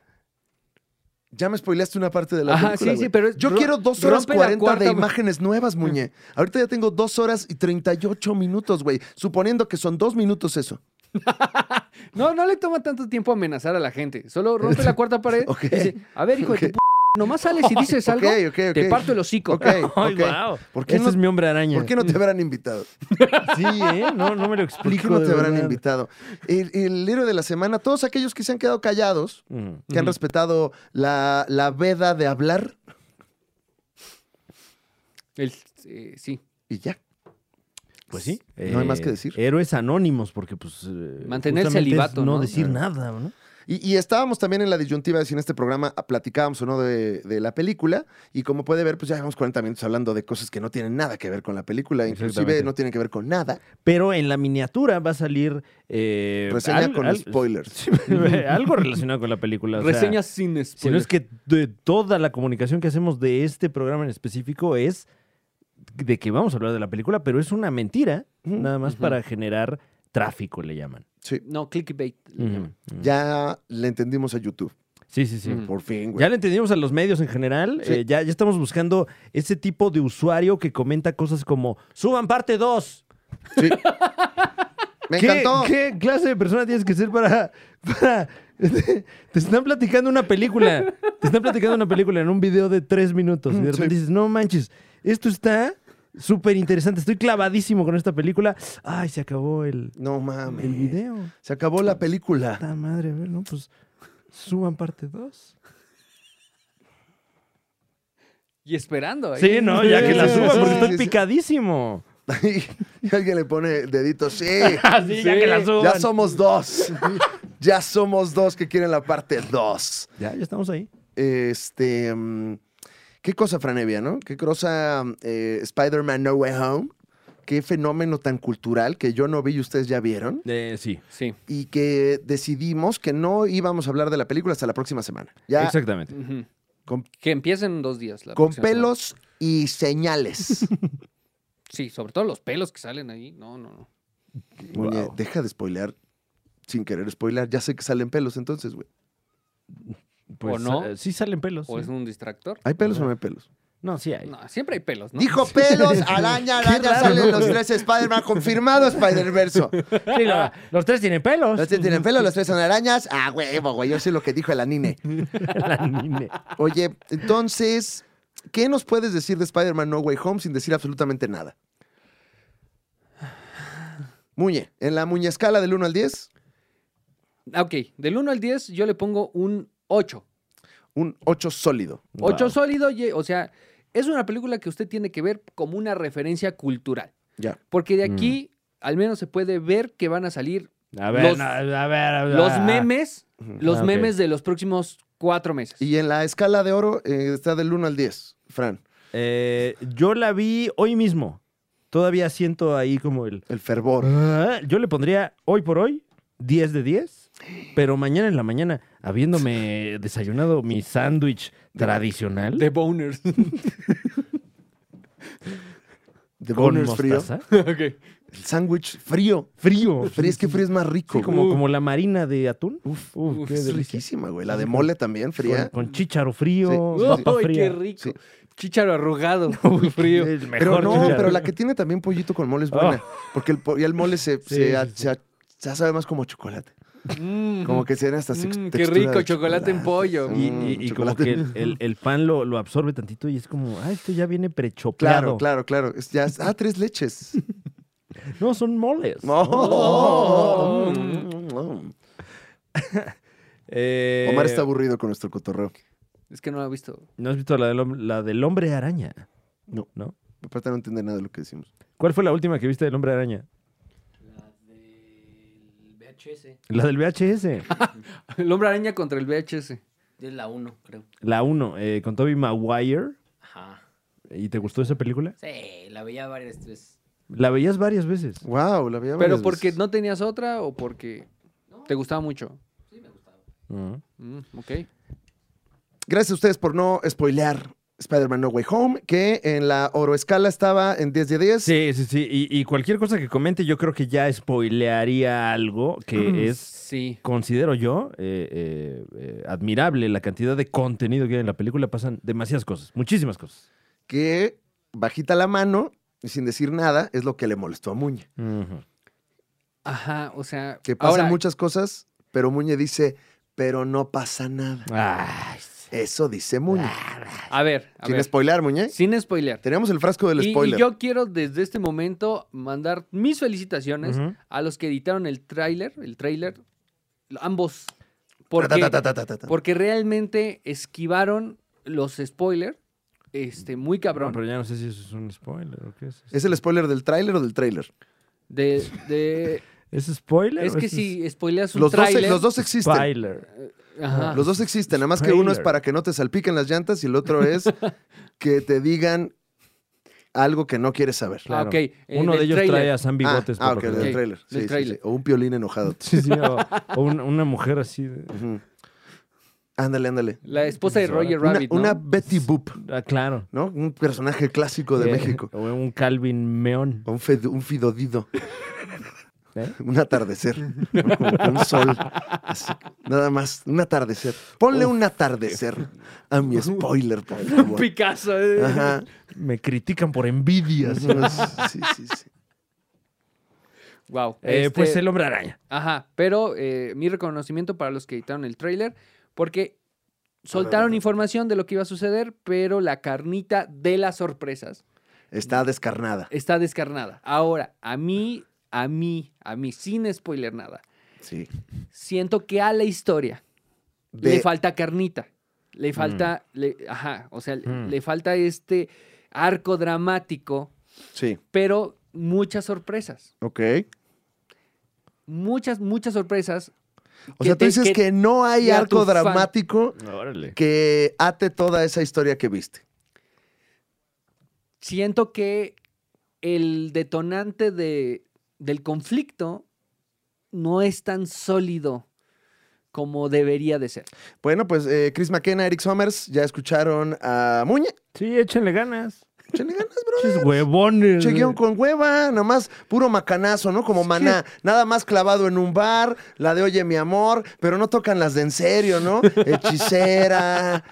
Speaker 1: Ya me spoileaste una parte de la
Speaker 3: Ajá,
Speaker 1: película.
Speaker 3: sí, sí,
Speaker 1: güey.
Speaker 3: pero es-
Speaker 1: Yo
Speaker 3: ro-
Speaker 1: quiero dos horas
Speaker 3: rompe la
Speaker 1: 40
Speaker 3: cuarta,
Speaker 1: de
Speaker 3: güey.
Speaker 1: imágenes nuevas, Muñe. Ahorita ya tengo dos horas y 38 minutos, güey. Suponiendo que son dos minutos eso.
Speaker 3: No, no le toma tanto tiempo amenazar a la gente. Solo rompe la cuarta pared.
Speaker 1: Ok.
Speaker 3: y dice, a ver, hijo de tu p... Nomás sales y dices algo,
Speaker 1: ok, ok.
Speaker 3: te parto el hocico.
Speaker 1: Ok,
Speaker 2: Ay,
Speaker 1: ok.
Speaker 2: wow.
Speaker 1: ¿Por qué
Speaker 2: Ese
Speaker 1: no-
Speaker 2: es mi hombre araña.
Speaker 1: ¿Por qué no te habrán invitado?
Speaker 2: Sí, ¿eh? No, no me lo
Speaker 1: ¿Por
Speaker 2: explico.
Speaker 1: qué no
Speaker 2: de
Speaker 1: te habrán
Speaker 2: verdad.
Speaker 1: invitado? El, el héroe de la semana, todos aquellos que se han quedado callados,
Speaker 2: Ujú.
Speaker 1: que han
Speaker 3: Ujú.
Speaker 1: respetado la, la veda de hablar
Speaker 3: El- eh, sí,
Speaker 1: y ya.
Speaker 2: Pues sí.
Speaker 1: No hay más
Speaker 3: eh,
Speaker 1: que decir.
Speaker 2: Héroes anónimos, porque pues... eh,
Speaker 3: Mantener
Speaker 2: justamente es
Speaker 3: celibato,
Speaker 2: No
Speaker 3: ¿no?
Speaker 1: Eh.
Speaker 2: decir nada, ¿no?
Speaker 1: Y, y estábamos también en la disyuntiva de si en este programa platicábamos o no de, de la película. Y como puede ver, pues ya llevamos 40 minutos hablando de cosas que no tienen nada que ver con la película. Inclusive
Speaker 2: Exactamente.
Speaker 1: no tienen que ver con nada.
Speaker 2: Pero en la miniatura va a salir... Eh,
Speaker 1: Reseña
Speaker 2: al-
Speaker 1: con
Speaker 2: al-
Speaker 1: spoilers.
Speaker 2: Sí, algo relacionado con la película. o sea,
Speaker 3: reseñas sin
Speaker 2: Si no
Speaker 3: spoiler.
Speaker 2: es que de toda la comunicación que hacemos de este programa en específico es de que vamos a hablar de la película, pero es una mentira,
Speaker 1: Ujú.
Speaker 2: nada más
Speaker 3: Ujú.
Speaker 2: para generar tráfico, le llaman.
Speaker 1: Sí.
Speaker 3: No, clickbait. le llaman.
Speaker 2: Ujú.
Speaker 1: Ya le entendimos a YouTube.
Speaker 2: Sí, sí, sí.
Speaker 3: Ujú.
Speaker 1: Por fin, güey.
Speaker 2: Mm. Ya le entendimos a los medios en general.
Speaker 1: Sí.
Speaker 2: eh, ya, ya estamos buscando ese tipo de usuario que comenta cosas como: ¡Suban parte 2!
Speaker 1: Sí. Me
Speaker 2: ¿Qué,
Speaker 1: encantó.
Speaker 2: qué clase de persona tienes que ser para... para- te, están platicando una película. Te están platicando una película en un video de tres minutos. Y de repente
Speaker 1: Mm, Sí.
Speaker 2: dices, no manches, esto está súper interesante. Estoy clavadísimo con esta película. Ay, se acabó el,
Speaker 1: No
Speaker 2: el
Speaker 1: mames.
Speaker 2: video.
Speaker 1: Se acabó la película.
Speaker 2: Puta madre, a ver, ¿no? Pues suban parte 2.
Speaker 3: Y esperando. ahí.
Speaker 2: Sí, no, ya que la
Speaker 1: Sí,
Speaker 2: suban,
Speaker 1: sí,
Speaker 2: porque
Speaker 1: sí, sí.
Speaker 2: estoy picadísimo.
Speaker 1: Y alguien le pone dedito, sí.
Speaker 2: Así, ya que la suban.
Speaker 1: Ya somos dos. Ya somos dos que quieren la parte dos.
Speaker 2: Ya, ya estamos ahí.
Speaker 1: Este. mm, Qué cosa, Franevia, ¿no? Qué cosa eh, Spider-Man No Way Home. Qué fenómeno tan cultural que yo no vi y ustedes ya vieron.
Speaker 2: Eh, sí,
Speaker 3: Sí.
Speaker 1: Y que decidimos que no íbamos a hablar de la película hasta la próxima semana. Ya
Speaker 2: exactamente.
Speaker 3: Ujú.
Speaker 1: Con-
Speaker 3: que empiecen dos días. la
Speaker 1: con
Speaker 3: próxima semana.
Speaker 1: pelos y señales.
Speaker 3: Sí, sobre todo los pelos que salen ahí. No, no, no.
Speaker 1: Muñe,
Speaker 2: Wow.
Speaker 1: deja de spoilear sin querer spoilear. Ya sé que salen pelos entonces, güey.
Speaker 2: Pues,
Speaker 3: ¿O no?
Speaker 2: eh, sí salen pelos.
Speaker 3: O
Speaker 2: sí.
Speaker 3: es un distractor.
Speaker 1: ¿Hay pelos o no hay pelos?
Speaker 2: No, sí hay.
Speaker 3: No, siempre hay pelos, ¿no?
Speaker 1: Dijo pelos, araña,
Speaker 2: Qué
Speaker 1: araña,
Speaker 2: raro,
Speaker 1: salen
Speaker 2: ¿no?
Speaker 1: los tres Spider-Man. Confirmado Spider-Verso.
Speaker 2: Sí, la- los tres tienen pelos.
Speaker 1: Los tres tienen pelos, los tres son arañas. Ah, huevo, güey. Yo sé lo que dijo el anime.
Speaker 2: La anime.
Speaker 1: Oye, entonces, ¿qué nos puedes decir de Spider-Man No Way Home sin decir absolutamente nada? Muñe, en la muñe escala del 1 al 10,
Speaker 3: Ah, Ok, del 1 al 10 yo le pongo un 8.
Speaker 1: un 8 sólido.
Speaker 3: 8
Speaker 2: Wow.
Speaker 3: sólido, ye- o sea, es una película que usted tiene que ver como una referencia cultural.
Speaker 1: Ya.
Speaker 3: Porque de aquí
Speaker 2: Mm.
Speaker 3: al menos se puede ver que van a salir
Speaker 2: A ver,
Speaker 3: Los-
Speaker 2: no, a ver, a ver.
Speaker 3: los memes,
Speaker 1: Ujú.
Speaker 3: los
Speaker 2: Ah, ok.
Speaker 3: memes de los próximos cuatro meses.
Speaker 1: Y en la escala de oro eh, está del 1 al 10, Fran.
Speaker 2: Eh, yo la vi hoy mismo. Todavía siento ahí como el.
Speaker 1: El fervor.
Speaker 2: Ah, Yo le pondría hoy por hoy 10 de 10, pero mañana en la mañana, habiéndome desayunado mi sándwich tradicional
Speaker 3: De boners.
Speaker 1: De
Speaker 2: con
Speaker 1: boners frío.
Speaker 2: mostaza.
Speaker 3: Ok.
Speaker 1: El sándwich frío.
Speaker 2: Frío.
Speaker 1: Frío, es que frío es más rico.
Speaker 2: Sí, como,
Speaker 1: güey.
Speaker 2: como la marina de atún.
Speaker 1: Uf,
Speaker 2: Uf,
Speaker 1: uf,
Speaker 2: qué
Speaker 1: es
Speaker 2: delicia.
Speaker 1: riquísima, güey. La de mole también, fría.
Speaker 2: Con, con chícharo frío,
Speaker 1: Sí, sí, sí.
Speaker 2: papa
Speaker 3: Ay,
Speaker 2: fría.
Speaker 3: qué rico.
Speaker 1: Sí.
Speaker 3: Chícharo arrugado, muy frío.
Speaker 2: El mejor
Speaker 1: Pero no,
Speaker 2: chícharo.
Speaker 1: pero la que tiene también pollito con mole es buena. Porque el, po- ya el mole se,
Speaker 2: Sí,
Speaker 1: se, a-
Speaker 2: sí, sí.
Speaker 1: se a- ya sabe más como chocolate.
Speaker 3: Mm.
Speaker 1: Como que tiene hasta sex-
Speaker 3: Mm, qué
Speaker 1: textura
Speaker 3: rico,
Speaker 1: de
Speaker 3: chocolate en pollo.
Speaker 2: Y,
Speaker 1: Mm,
Speaker 2: y- y como
Speaker 1: chocolate.
Speaker 2: que el, el- el pan lo, lo absorbe tantito y es como, ah, esto ya viene
Speaker 1: Claro,
Speaker 2: prechopeado.
Speaker 1: claro, claro. Es- ya es- ah, tres leches.
Speaker 2: No, son moles.
Speaker 1: Oh.
Speaker 2: Eh,
Speaker 1: Omar está aburrido con nuestro cotorreo.
Speaker 3: Es que no lo he visto.
Speaker 2: ¿No has visto la del, hom- la del hombre araña?
Speaker 1: No.
Speaker 2: ¿No?
Speaker 1: Aparte no entiende nada de lo que decimos.
Speaker 2: ¿Cuál fue la última que viste del hombre araña?
Speaker 4: La del VHS.
Speaker 2: La del VHS.
Speaker 3: El hombre araña contra el VHS.
Speaker 4: Es la 1, creo.
Speaker 2: la 1, con Toby Maguire.
Speaker 4: Ajá.
Speaker 2: ¿Y te gustó esa película?
Speaker 4: Sí, la veía varias veces.
Speaker 2: La veías varias veces.
Speaker 1: Wow, la veía
Speaker 3: ¿Pero
Speaker 1: varias
Speaker 3: porque
Speaker 1: veces.
Speaker 3: no tenías otra o porque te gustaba mucho?
Speaker 4: Sí, me gustaba.
Speaker 2: Ujú.
Speaker 3: Mm, ok.
Speaker 1: Gracias a ustedes por no spoilear Spider-Man No Way Home, que en la oro escala estaba en 10 de 10.
Speaker 2: Sí, sí, sí. Y, y cualquier cosa que comente, yo creo que ya spoilearía algo que es
Speaker 3: Sí.
Speaker 2: considero yo eh, eh, eh, admirable la cantidad de contenido que hay en la película. Pasan demasiadas cosas, muchísimas cosas.
Speaker 1: Que bajita la mano y sin decir nada es lo que le molestó a Muñe.
Speaker 3: Ajá, o sea.
Speaker 1: Que pasan
Speaker 3: ahora,
Speaker 1: muchas cosas, pero Muñe dice, pero no pasa nada.
Speaker 2: Ay, sí. Ah,
Speaker 1: Eso dice Muñe.
Speaker 3: A ver, Ah, a
Speaker 1: Sin
Speaker 3: ver.
Speaker 1: spoiler, Muñe.
Speaker 3: Sin spoiler.
Speaker 1: Tenemos el frasco del
Speaker 3: Y- Y,
Speaker 1: spoiler.
Speaker 3: yo quiero desde este momento mandar mis felicitaciones
Speaker 2: Ujú.
Speaker 3: a los que editaron el tráiler, el tráiler, ambos. Porque,
Speaker 1: Ta, ta, ta, ta, ta, ta.
Speaker 3: porque realmente esquivaron los spoilers, este, muy
Speaker 2: No,
Speaker 3: cabrón.
Speaker 2: pero ya no sé si eso es un spoiler o qué es.
Speaker 1: ¿Es el spoiler del tráiler o del tráiler?
Speaker 3: De, de-
Speaker 2: ¿Es spoiler?
Speaker 3: es
Speaker 2: o
Speaker 3: que
Speaker 2: es
Speaker 3: si spoileas un
Speaker 1: Los dos, eh,
Speaker 3: tráiler...
Speaker 1: los dos existen.
Speaker 2: Spoiler.
Speaker 3: Ajá.
Speaker 2: Ah,
Speaker 1: Los dos existen, nada más que uno es
Speaker 2: Spoiler.
Speaker 1: para que no te salpiquen las llantas y el otro es que te digan algo que no quieres saber.
Speaker 3: Ah, ok. en
Speaker 2: Uno
Speaker 3: el
Speaker 2: de ellos
Speaker 3: tráiler.
Speaker 2: trae a San Bigotes.
Speaker 1: ah,
Speaker 2: por
Speaker 1: ok,
Speaker 2: lo
Speaker 1: del
Speaker 2: que veo.
Speaker 3: Sí,
Speaker 1: tráiler. Sí,
Speaker 3: del
Speaker 1: sí,
Speaker 3: tráiler.
Speaker 1: sí. O un piolín enojado.
Speaker 2: Sí, sí, o, o un- una mujer así. de-
Speaker 1: Ujú. Ándale, ándale.
Speaker 3: La esposa de Roger
Speaker 1: Una,
Speaker 3: Rabbit, ¿no?
Speaker 1: una Betty Boop,
Speaker 2: Ah, claro.
Speaker 1: ¿no? Un personaje clásico de
Speaker 2: Eh,
Speaker 1: México.
Speaker 2: O un Calvin Meón.
Speaker 1: O Un, fed- un fidodido.
Speaker 2: ¿Eh?
Speaker 1: Un atardecer. ¿no? Como que un sol. Así, nada más. Un atardecer. Ponle un atardecer a mi spoiler, por
Speaker 3: Un
Speaker 1: favor.
Speaker 3: Picasso. eh.
Speaker 1: Ajá.
Speaker 2: Me critican por envidia.
Speaker 1: Sí, sí, sí, sí.
Speaker 3: Wow.
Speaker 2: Eh, Pues
Speaker 3: este-
Speaker 2: el hombre araña.
Speaker 3: Ajá, pero eh, mi reconocimiento para los que editaron el tráiler, porque soltaron información de lo que iba a suceder, pero la carnita de las sorpresas
Speaker 1: Está descarnada.
Speaker 3: está descarnada. Ahora, a mí, a mí, a mí, sin spoiler nada,
Speaker 1: Sí.
Speaker 3: siento que a la historia le
Speaker 1: De-
Speaker 3: falta carnita. Le falta, le- ajá, o sea, le-
Speaker 2: Mm.
Speaker 3: le falta este arco dramático,
Speaker 1: sí.
Speaker 3: pero muchas sorpresas.
Speaker 1: Ok.
Speaker 3: Muchas, muchas sorpresas.
Speaker 1: O sea, tú
Speaker 3: te-
Speaker 1: dices que, no hay
Speaker 3: que a tu
Speaker 1: arco
Speaker 3: fan-
Speaker 1: dramático
Speaker 2: Órale.
Speaker 1: que ate toda esa historia que viste.
Speaker 3: siento que el detonante de, del conflicto no es tan sólido como debería de ser.
Speaker 1: Bueno, pues eh, Chris McKenna, Eric Sommers, ya escucharon a Muñe.
Speaker 2: Sí, échenle ganas.
Speaker 1: Échale ganas, bro.
Speaker 2: Pinches huevones.
Speaker 1: Che guión con hueva, nomás puro macanazo, ¿no? Como maná, nada más clavado en un bar, la de Oye mi amor, pero no tocan las de en serio, ¿no? Hechicera,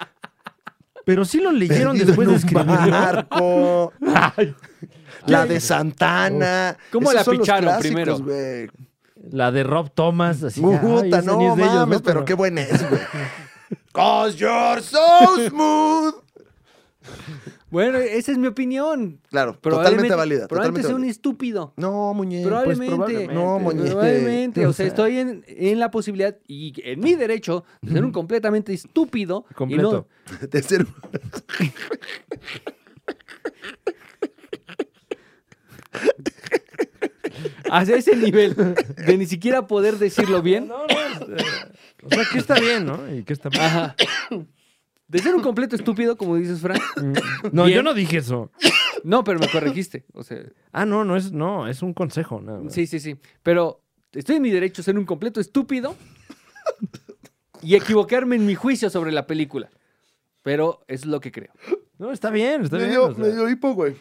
Speaker 2: Pero sí lo leyeron
Speaker 1: perdido
Speaker 2: después
Speaker 1: en
Speaker 2: de
Speaker 1: un
Speaker 2: escribirlo.
Speaker 1: barco,
Speaker 2: Ay,
Speaker 1: la de Santana.
Speaker 3: ¿Cómo
Speaker 1: Esos
Speaker 3: la
Speaker 1: son los
Speaker 3: picharon
Speaker 1: clásicos,
Speaker 3: primero?
Speaker 1: güey.
Speaker 2: La de Rob Thomas. Así, ay,
Speaker 1: Puta,
Speaker 2: esa
Speaker 1: no
Speaker 2: ni es
Speaker 1: mames,
Speaker 2: de ellos, ¿no?
Speaker 1: pero, qué buena es, güey. Cause you're so smooth.
Speaker 3: Bueno, esa es mi opinión.
Speaker 1: Claro,
Speaker 3: Probablemente-
Speaker 1: totalmente válida.
Speaker 3: Probablemente
Speaker 1: Totalmente
Speaker 3: sea un
Speaker 1: válida.
Speaker 3: estúpido.
Speaker 1: No, pues, muñeco.
Speaker 3: Eh, pues,
Speaker 2: probablemente.
Speaker 3: Probablemente.
Speaker 1: No, muñe.
Speaker 3: Probablemente. O sea,
Speaker 2: O sea-
Speaker 3: estoy en, en la posibilidad y en mi derecho de ser un completamente estúpido. y no-
Speaker 2: Completo.
Speaker 1: De ser-
Speaker 3: Hacia ese nivel de ni siquiera poder decirlo bien.
Speaker 2: No, no, es, eh, o sea, que está bien, ¿no? Y que está mal.
Speaker 3: Ajá. De ser un completo estúpido, como dices, Frank.
Speaker 2: Mm, No,
Speaker 3: Bien.
Speaker 2: yo no dije eso.
Speaker 3: No, pero me corregiste. O sea,
Speaker 2: Ah, no, no es, no, es un consejo. nada más.
Speaker 3: sí, sí, sí. Pero estoy en mi derecho a ser un completo estúpido y equivocarme en mi juicio sobre la película. Pero es lo que creo.
Speaker 2: No, está bien, está
Speaker 1: Me
Speaker 2: bien.
Speaker 1: dio,
Speaker 2: o sea.
Speaker 1: me dio hipo, güey.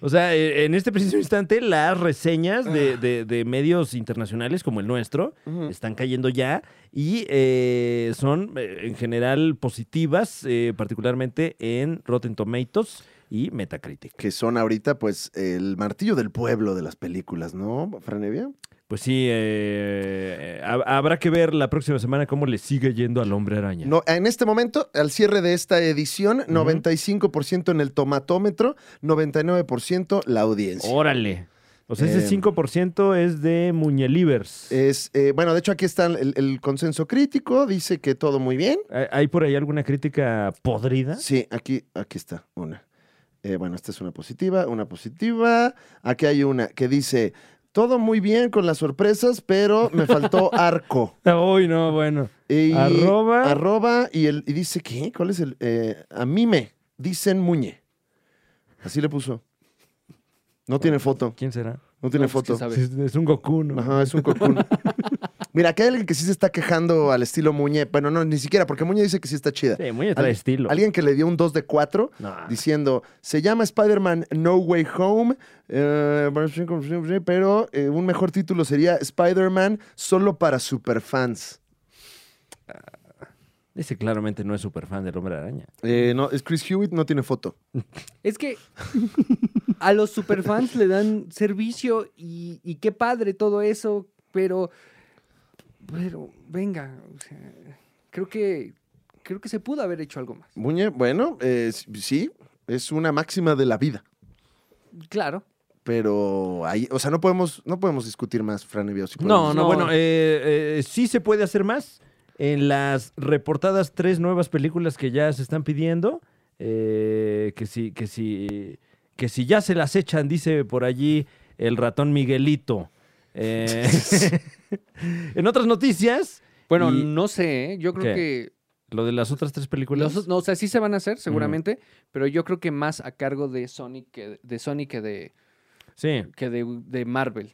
Speaker 2: O sea, eh, en este preciso instante, las reseñas
Speaker 1: Ah.
Speaker 2: de, de- de medios internacionales como el nuestro
Speaker 1: Mm.
Speaker 2: están cayendo ya y eh, son eh, en general positivas, eh, particularmente en Rotten Tomatoes y Metacritic.
Speaker 1: Que son ahorita, pues, el martillo del pueblo de las películas, ¿no, Franevia?
Speaker 2: Pues sí, eh, hab- habrá que ver la próxima semana cómo le sigue yendo al hombre araña.
Speaker 1: No, en este momento, al cierre de esta edición, 95% en el tomatómetro, 99% la audiencia.
Speaker 2: Oh. Órale. O sea, ese
Speaker 1: Eh,
Speaker 2: 5% es de Muñelivers.
Speaker 1: Es, eh, bueno, de hecho aquí está el, el consenso crítico, dice que todo muy bien.
Speaker 2: ¿Hay- ¿Hay por ahí alguna crítica
Speaker 3: ¿Ah?
Speaker 2: podrida?
Speaker 1: Sí, aquí, aquí está una. Eh, bueno, esta es una positiva, una positiva. Aquí hay una que dice, todo muy bien con las sorpresas, pero me faltó arco.
Speaker 2: Uy, no, bueno.
Speaker 1: Y-
Speaker 2: Arroba.
Speaker 1: Arroba y, el, y dice, ¿qué? ¿Cuál es el? eh, a mí me dicen Muñe. Así le puso. No tiene foto,
Speaker 2: ¿Quién será?
Speaker 1: no tiene
Speaker 3: No, pues,
Speaker 1: foto.
Speaker 3: ¿quién sabe?
Speaker 2: Es, es un Goku, ¿no?
Speaker 1: Ajá, es un cocún. Mira, aquí hay alguien que sí se está quejando al estilo Muñe. Bueno, no, ni siquiera, porque Muñe dice que sí está chida.
Speaker 2: Sí, muy atrás de
Speaker 1: Al-
Speaker 2: estilo.
Speaker 1: Alguien que le dio un 2 de 4
Speaker 2: No.
Speaker 1: diciendo, se llama Spider-Man No Way Home, eh, pero eh, un mejor título sería Spider-Man solo para superfans.
Speaker 2: Ese claramente no es súper fan del Hombre Araña.
Speaker 1: Eh, no, es Chris Hewitt, no tiene foto.
Speaker 3: Es que a los superfans le dan servicio y, y qué padre todo eso, pero. Pero, venga, o sea, creo que. Creo que se pudo haber hecho algo más.
Speaker 1: Muñe, bueno, eh, sí, es una máxima de la vida.
Speaker 3: Claro.
Speaker 1: Pero ahí, o sea, no podemos, no podemos discutir más, Fran y Bio, si
Speaker 2: No,
Speaker 1: podemos.
Speaker 2: no,
Speaker 3: No.
Speaker 2: bueno, eh, eh, sí se puede hacer más. En las reportadas tres nuevas películas que ya se están pidiendo, eh, que si, que si, que si ya se las echan, dice por allí el ratón Miguelito. Eh, en otras noticias,
Speaker 3: Bueno,
Speaker 2: Y-
Speaker 3: no sé, ¿eh? yo creo que.
Speaker 2: lo de las otras tres películas.
Speaker 3: los- no, o sea, sí se van a hacer, seguramente, pero yo creo que más a cargo de Sony que de, Sony que de,
Speaker 2: Sí,
Speaker 3: que de, de Marvel.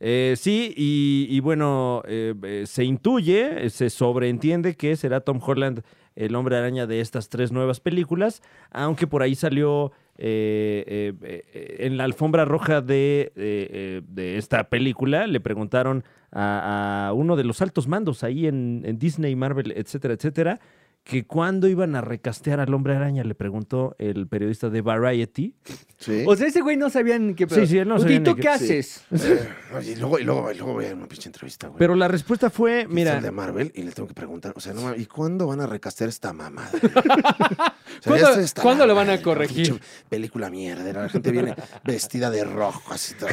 Speaker 2: Eh, sí, y, y bueno, eh, eh, se intuye, eh, se sobreentiende que será Tom Holland el hombre araña de estas tres nuevas películas, aunque por ahí salió eh, eh, eh, en la alfombra roja de, eh, eh, de esta película, le preguntaron a, a uno de los altos mandos ahí en, en Disney, Marvel, etcétera, etcétera, que cuándo iban a recastear al hombre araña, le preguntó el periodista de Variety.
Speaker 1: Sí.
Speaker 3: O sea, ese güey no sabía ni qué pedo.
Speaker 2: Sí, sí, él no
Speaker 3: Oye,
Speaker 2: sabía
Speaker 3: ¿Y tú
Speaker 2: ni
Speaker 3: qué,
Speaker 2: qué-
Speaker 1: sí.
Speaker 3: haces?
Speaker 1: Eh, Oye, y luego, y luego, y luego voy a una pinche entrevista, güey.
Speaker 2: Pero la respuesta fue,
Speaker 1: Que es
Speaker 2: mira,
Speaker 1: el de Marvel y le tengo que preguntar, o sea, no mames, ¿y cuándo van a recastear esta mamada?
Speaker 3: ¿Cuándo- cuándo lo van a corregir?
Speaker 1: Película mierda, la gente viene vestida de rojo así todo.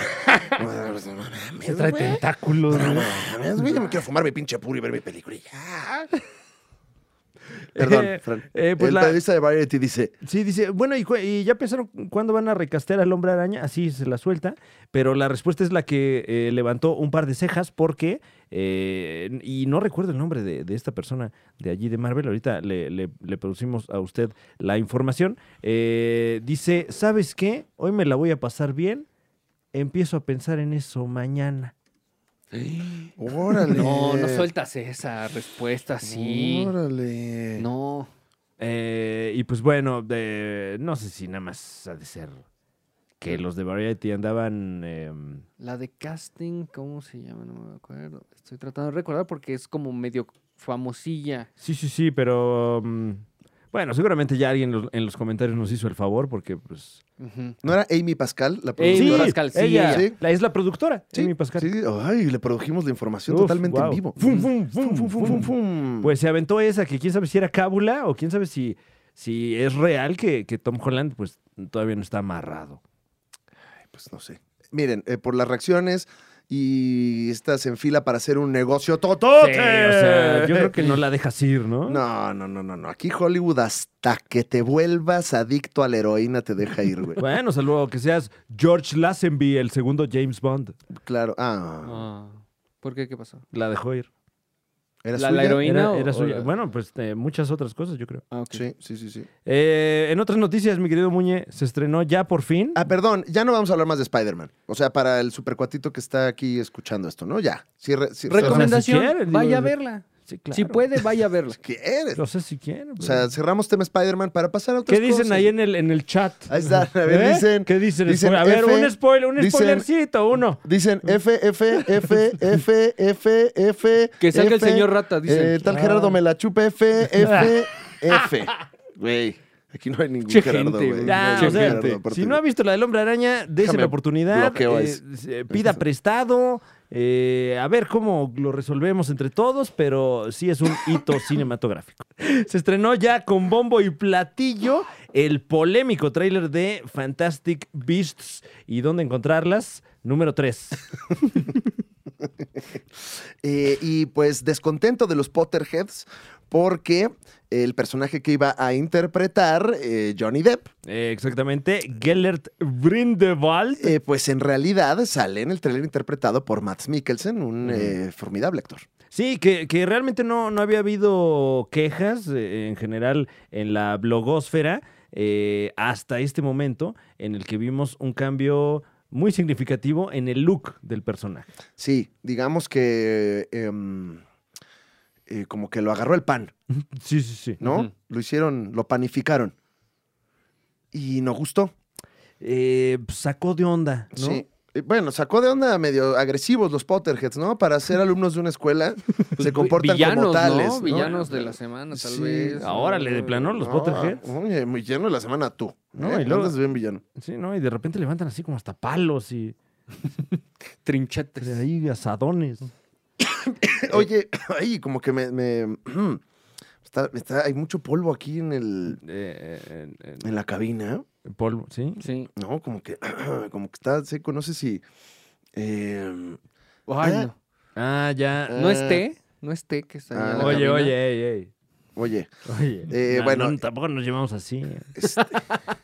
Speaker 1: No mames, no
Speaker 2: se
Speaker 1: mames,
Speaker 2: trae
Speaker 1: güey.
Speaker 2: tentáculos.
Speaker 1: No
Speaker 2: ¿no?
Speaker 1: mames, güey, yo me quiero fumar mi pinche puro y ver mi película. y ya. Perdón,
Speaker 2: Eh,
Speaker 1: Fran.
Speaker 2: eh, pues
Speaker 1: el
Speaker 2: la-
Speaker 1: periodista de Variety dice,
Speaker 2: Sí, dice, bueno, y, cu- y ya pensaron cuándo van a recastear al hombre araña, así se la suelta, pero la respuesta es la que eh, levantó un par de cejas porque, eh, y no recuerdo el nombre de, de esta persona de allí de Marvel, ahorita le, le- le producimos a usted la información, Eh, dice, ¿sabes qué? Hoy me la voy a pasar bien, empiezo a pensar en eso mañana.
Speaker 1: órale.
Speaker 3: No, no sueltas esa respuesta así.
Speaker 1: Órale.
Speaker 3: No.
Speaker 2: Eh, y pues bueno, de- no sé si nada más ha de ser que los de Variety andaban... em,
Speaker 3: La de casting, ¿cómo se llama? No me acuerdo. Estoy tratando de recordar porque es como medio famosilla.
Speaker 2: Sí, sí, sí, pero mm, bueno, seguramente ya alguien los- en los comentarios nos hizo el favor porque pues
Speaker 3: Ujú.
Speaker 1: ¿No era Amy Pascal la
Speaker 3: Amy
Speaker 1: productora?
Speaker 3: Pascal, sí,
Speaker 2: ella,
Speaker 1: ella.
Speaker 2: La, es la productora,
Speaker 1: Sí,
Speaker 2: Amy Pascal.
Speaker 1: sí, ay, le produjimos la información
Speaker 2: Uf,
Speaker 1: totalmente en
Speaker 2: guau.
Speaker 1: vivo.
Speaker 2: Fum, fum, fum,
Speaker 1: Fum, fum, fum, fum.
Speaker 2: Pues se aventó esa que quién sabe si era cábula o quién sabe si, si es real que, que Tom Holland pues todavía no está amarrado.
Speaker 1: Pues no sé. Miren, eh, por las reacciones y estás en fila para hacer un negocio totote.
Speaker 2: Sí, o sea, yo creo que no la dejas ir, ¿no?
Speaker 1: No, no, no, no, no. Aquí Hollywood hasta que te vuelvas adicto a la heroína te deja ir, güey.
Speaker 2: Bueno, saludo, que seas George Lazenby, el segundo James Bond.
Speaker 1: claro. Ah,
Speaker 3: Ah, ¿Por qué? ¿Qué pasó?
Speaker 2: La dejó ir.
Speaker 1: ¿era
Speaker 3: la- la
Speaker 1: suya?
Speaker 3: heroína.
Speaker 2: Era,
Speaker 3: o-
Speaker 2: era
Speaker 3: o
Speaker 2: suya.
Speaker 3: la-
Speaker 2: Bueno, pues eh, muchas otras cosas, yo creo.
Speaker 3: Ah, ok.
Speaker 1: Sí, sí, sí, sí.
Speaker 2: Eh, en otras noticias, mi querido Muñe, se estrenó ya por fin.
Speaker 1: Ah, perdón, ya no vamos a hablar más de Spider-Man. O sea, para el supercuatito que está aquí escuchando esto, ¿no? Ya. Cierre, cierre-
Speaker 2: Recomend-
Speaker 3: Recomendación,
Speaker 2: O sea, si quieren,
Speaker 3: vaya
Speaker 2: digo,
Speaker 3: a verla.
Speaker 2: Sí, claro.
Speaker 3: Si puede, vaya a verla.
Speaker 1: ¿Qué eres?
Speaker 2: No sé si quieren.
Speaker 1: O sea, cerramos tema Spider-Man para pasar a otras
Speaker 2: ¿Qué dicen
Speaker 1: cosas.
Speaker 2: ahí en el, en el chat? ¿Eh?
Speaker 1: Ahí está, a ver, dicen-
Speaker 2: ¿Qué dicen?
Speaker 1: dicen
Speaker 2: a ver,
Speaker 1: F,
Speaker 2: un spoiler, un
Speaker 1: dicen-
Speaker 2: spoilercito, uno.
Speaker 1: Dicen F, F, F, F, F, F.
Speaker 3: Que salga el
Speaker 1: F,
Speaker 3: señor rata, dicen.
Speaker 1: eh, tal
Speaker 2: Ah.
Speaker 1: Gerardo me la chupe, F, F, F. Güey, aquí no hay ningún
Speaker 3: Che,
Speaker 1: Gerardo,
Speaker 3: gente,
Speaker 1: güey.
Speaker 3: güey.
Speaker 2: Ya,
Speaker 1: No hay
Speaker 2: Ah, o sea,
Speaker 1: Gerardo, aparte,
Speaker 2: si no ha
Speaker 1: güey.
Speaker 2: visto la del Hombre Araña, dése
Speaker 1: Déjame
Speaker 2: la oportunidad.
Speaker 1: bloqueo
Speaker 2: eh,
Speaker 1: eso.
Speaker 2: eh, pida prestado. eh, a ver cómo lo resolvemos entre todos, pero sí es un hito cinematográfico. Se estrenó ya con bombo y platillo el polémico tráiler de Fantastic Beasts y dónde encontrarlas. Número 3.
Speaker 1: Eh, y pues descontento de los Potterheads porque el personaje que iba a interpretar eh, Johnny Depp,
Speaker 2: exactamente. Gellert Brindewald.
Speaker 1: eh, pues en realidad sale en el trailer interpretado por Matt Mikkelsen, un eh, formidable actor.
Speaker 2: Sí, que, que realmente no, no había habido quejas eh, en general en la blogósfera eh, hasta este momento en el que vimos un cambio muy significativo en el look del personaje.
Speaker 1: Sí, digamos que em, eh, como que lo agarró el pan.
Speaker 2: Sí, sí, sí.
Speaker 1: ¿no?
Speaker 3: Ujú.
Speaker 1: Lo hicieron, lo panificaron. Y no gustó.
Speaker 2: Eh, sacó de onda, ¿no?
Speaker 1: Sí. eh, Bueno, sacó de onda medio agresivos los Potterheads, ¿no? Para ser alumnos de una escuela se comportan como tales.
Speaker 3: ¿no?
Speaker 1: ¿no?
Speaker 3: Villanos de la semana, tal
Speaker 1: Sí.
Speaker 3: vez.
Speaker 2: Ah, órale, de plano, los
Speaker 1: No,
Speaker 2: Potterheads.
Speaker 1: Oye, muy lleno de la semana tú.
Speaker 2: No,
Speaker 1: No,
Speaker 2: y luego-
Speaker 1: bien villano.
Speaker 2: Sí, ¿no? Y de repente levantan así como hasta palos y
Speaker 3: Trinchetes.
Speaker 2: de ahí asadones.
Speaker 1: Oye, ay, como que me. me- está- está- hay mucho polvo aquí en, el,
Speaker 2: Eh,
Speaker 1: en la cabina.
Speaker 2: polvo, ¿sí?
Speaker 3: Sí.
Speaker 1: No, como que, como que está seco. No sé si. eh,
Speaker 3: Ay,
Speaker 1: Ah,
Speaker 3: no.
Speaker 2: Ah, ya.
Speaker 3: No
Speaker 1: eh,
Speaker 3: es té, no es té que está ahí
Speaker 1: Ah,
Speaker 3: en la
Speaker 2: oye,
Speaker 3: cabina.
Speaker 2: oye, ey, ey.
Speaker 1: Oye.
Speaker 2: Oye.
Speaker 1: Eh,
Speaker 2: no,
Speaker 1: bueno.
Speaker 2: no, tampoco nos llevamos así.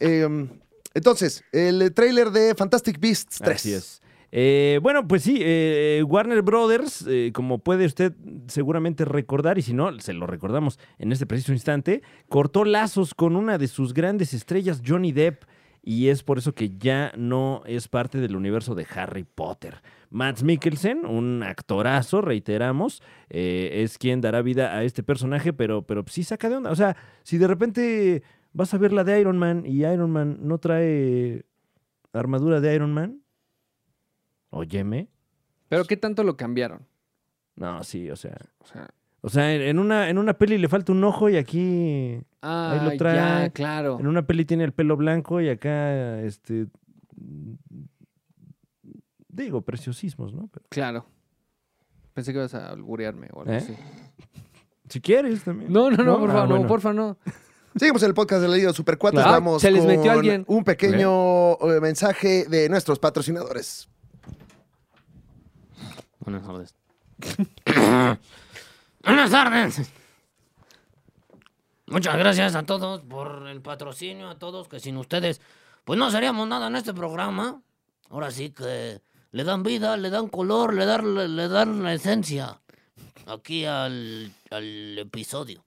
Speaker 1: eh, entonces, el tráiler de Fantastic Beasts 3.
Speaker 2: Así es. Eh, bueno, pues sí, eh, Warner Brothers, eh, como puede usted seguramente recordar, y si no, se lo recordamos en este preciso instante, cortó lazos con una de sus grandes estrellas, Johnny Depp, y es por eso que ya no es parte del universo de Harry Potter. Matt Mikkelsen, un actorazo, reiteramos, eh, es quien dará vida a este personaje, pero, pero sí saca de onda. O sea, si de repente vas a ver la de Iron Man y Iron Man no trae armadura de Iron Man, Óyeme.
Speaker 3: Pero ¿qué tanto lo cambiaron?
Speaker 2: No, sí, o sea.
Speaker 3: O sea,
Speaker 2: O sea, en- en una, en una peli le falta un ojo y aquí.
Speaker 3: ah,
Speaker 2: Ahí lo trae.
Speaker 3: ya, claro.
Speaker 2: En una peli tiene el pelo blanco y acá, este. Digo, preciosismos, ¿no? Pero-
Speaker 3: Claro. Pensé que ibas a alburearme o algo
Speaker 2: ¿Eh?
Speaker 3: así.
Speaker 2: si quieres también.
Speaker 3: No, no, no, por
Speaker 2: Ah,
Speaker 3: favor,
Speaker 2: bueno.
Speaker 3: no, porfa, no.
Speaker 1: Seguimos en el podcast de la Liga Super 4.
Speaker 3: Claro.
Speaker 1: Vamos
Speaker 3: Se les metió
Speaker 1: con
Speaker 3: alguien.
Speaker 1: un pequeño eh, mensaje de nuestros patrocinadores.
Speaker 4: Buenas tardes. Buenas tardes. Muchas gracias a todos por el patrocinio, a todos que sin ustedes, pues no seríamos nada en este programa. Ahora sí que le dan vida, le dan color, le dan, le dan la esencia aquí al, al episodio.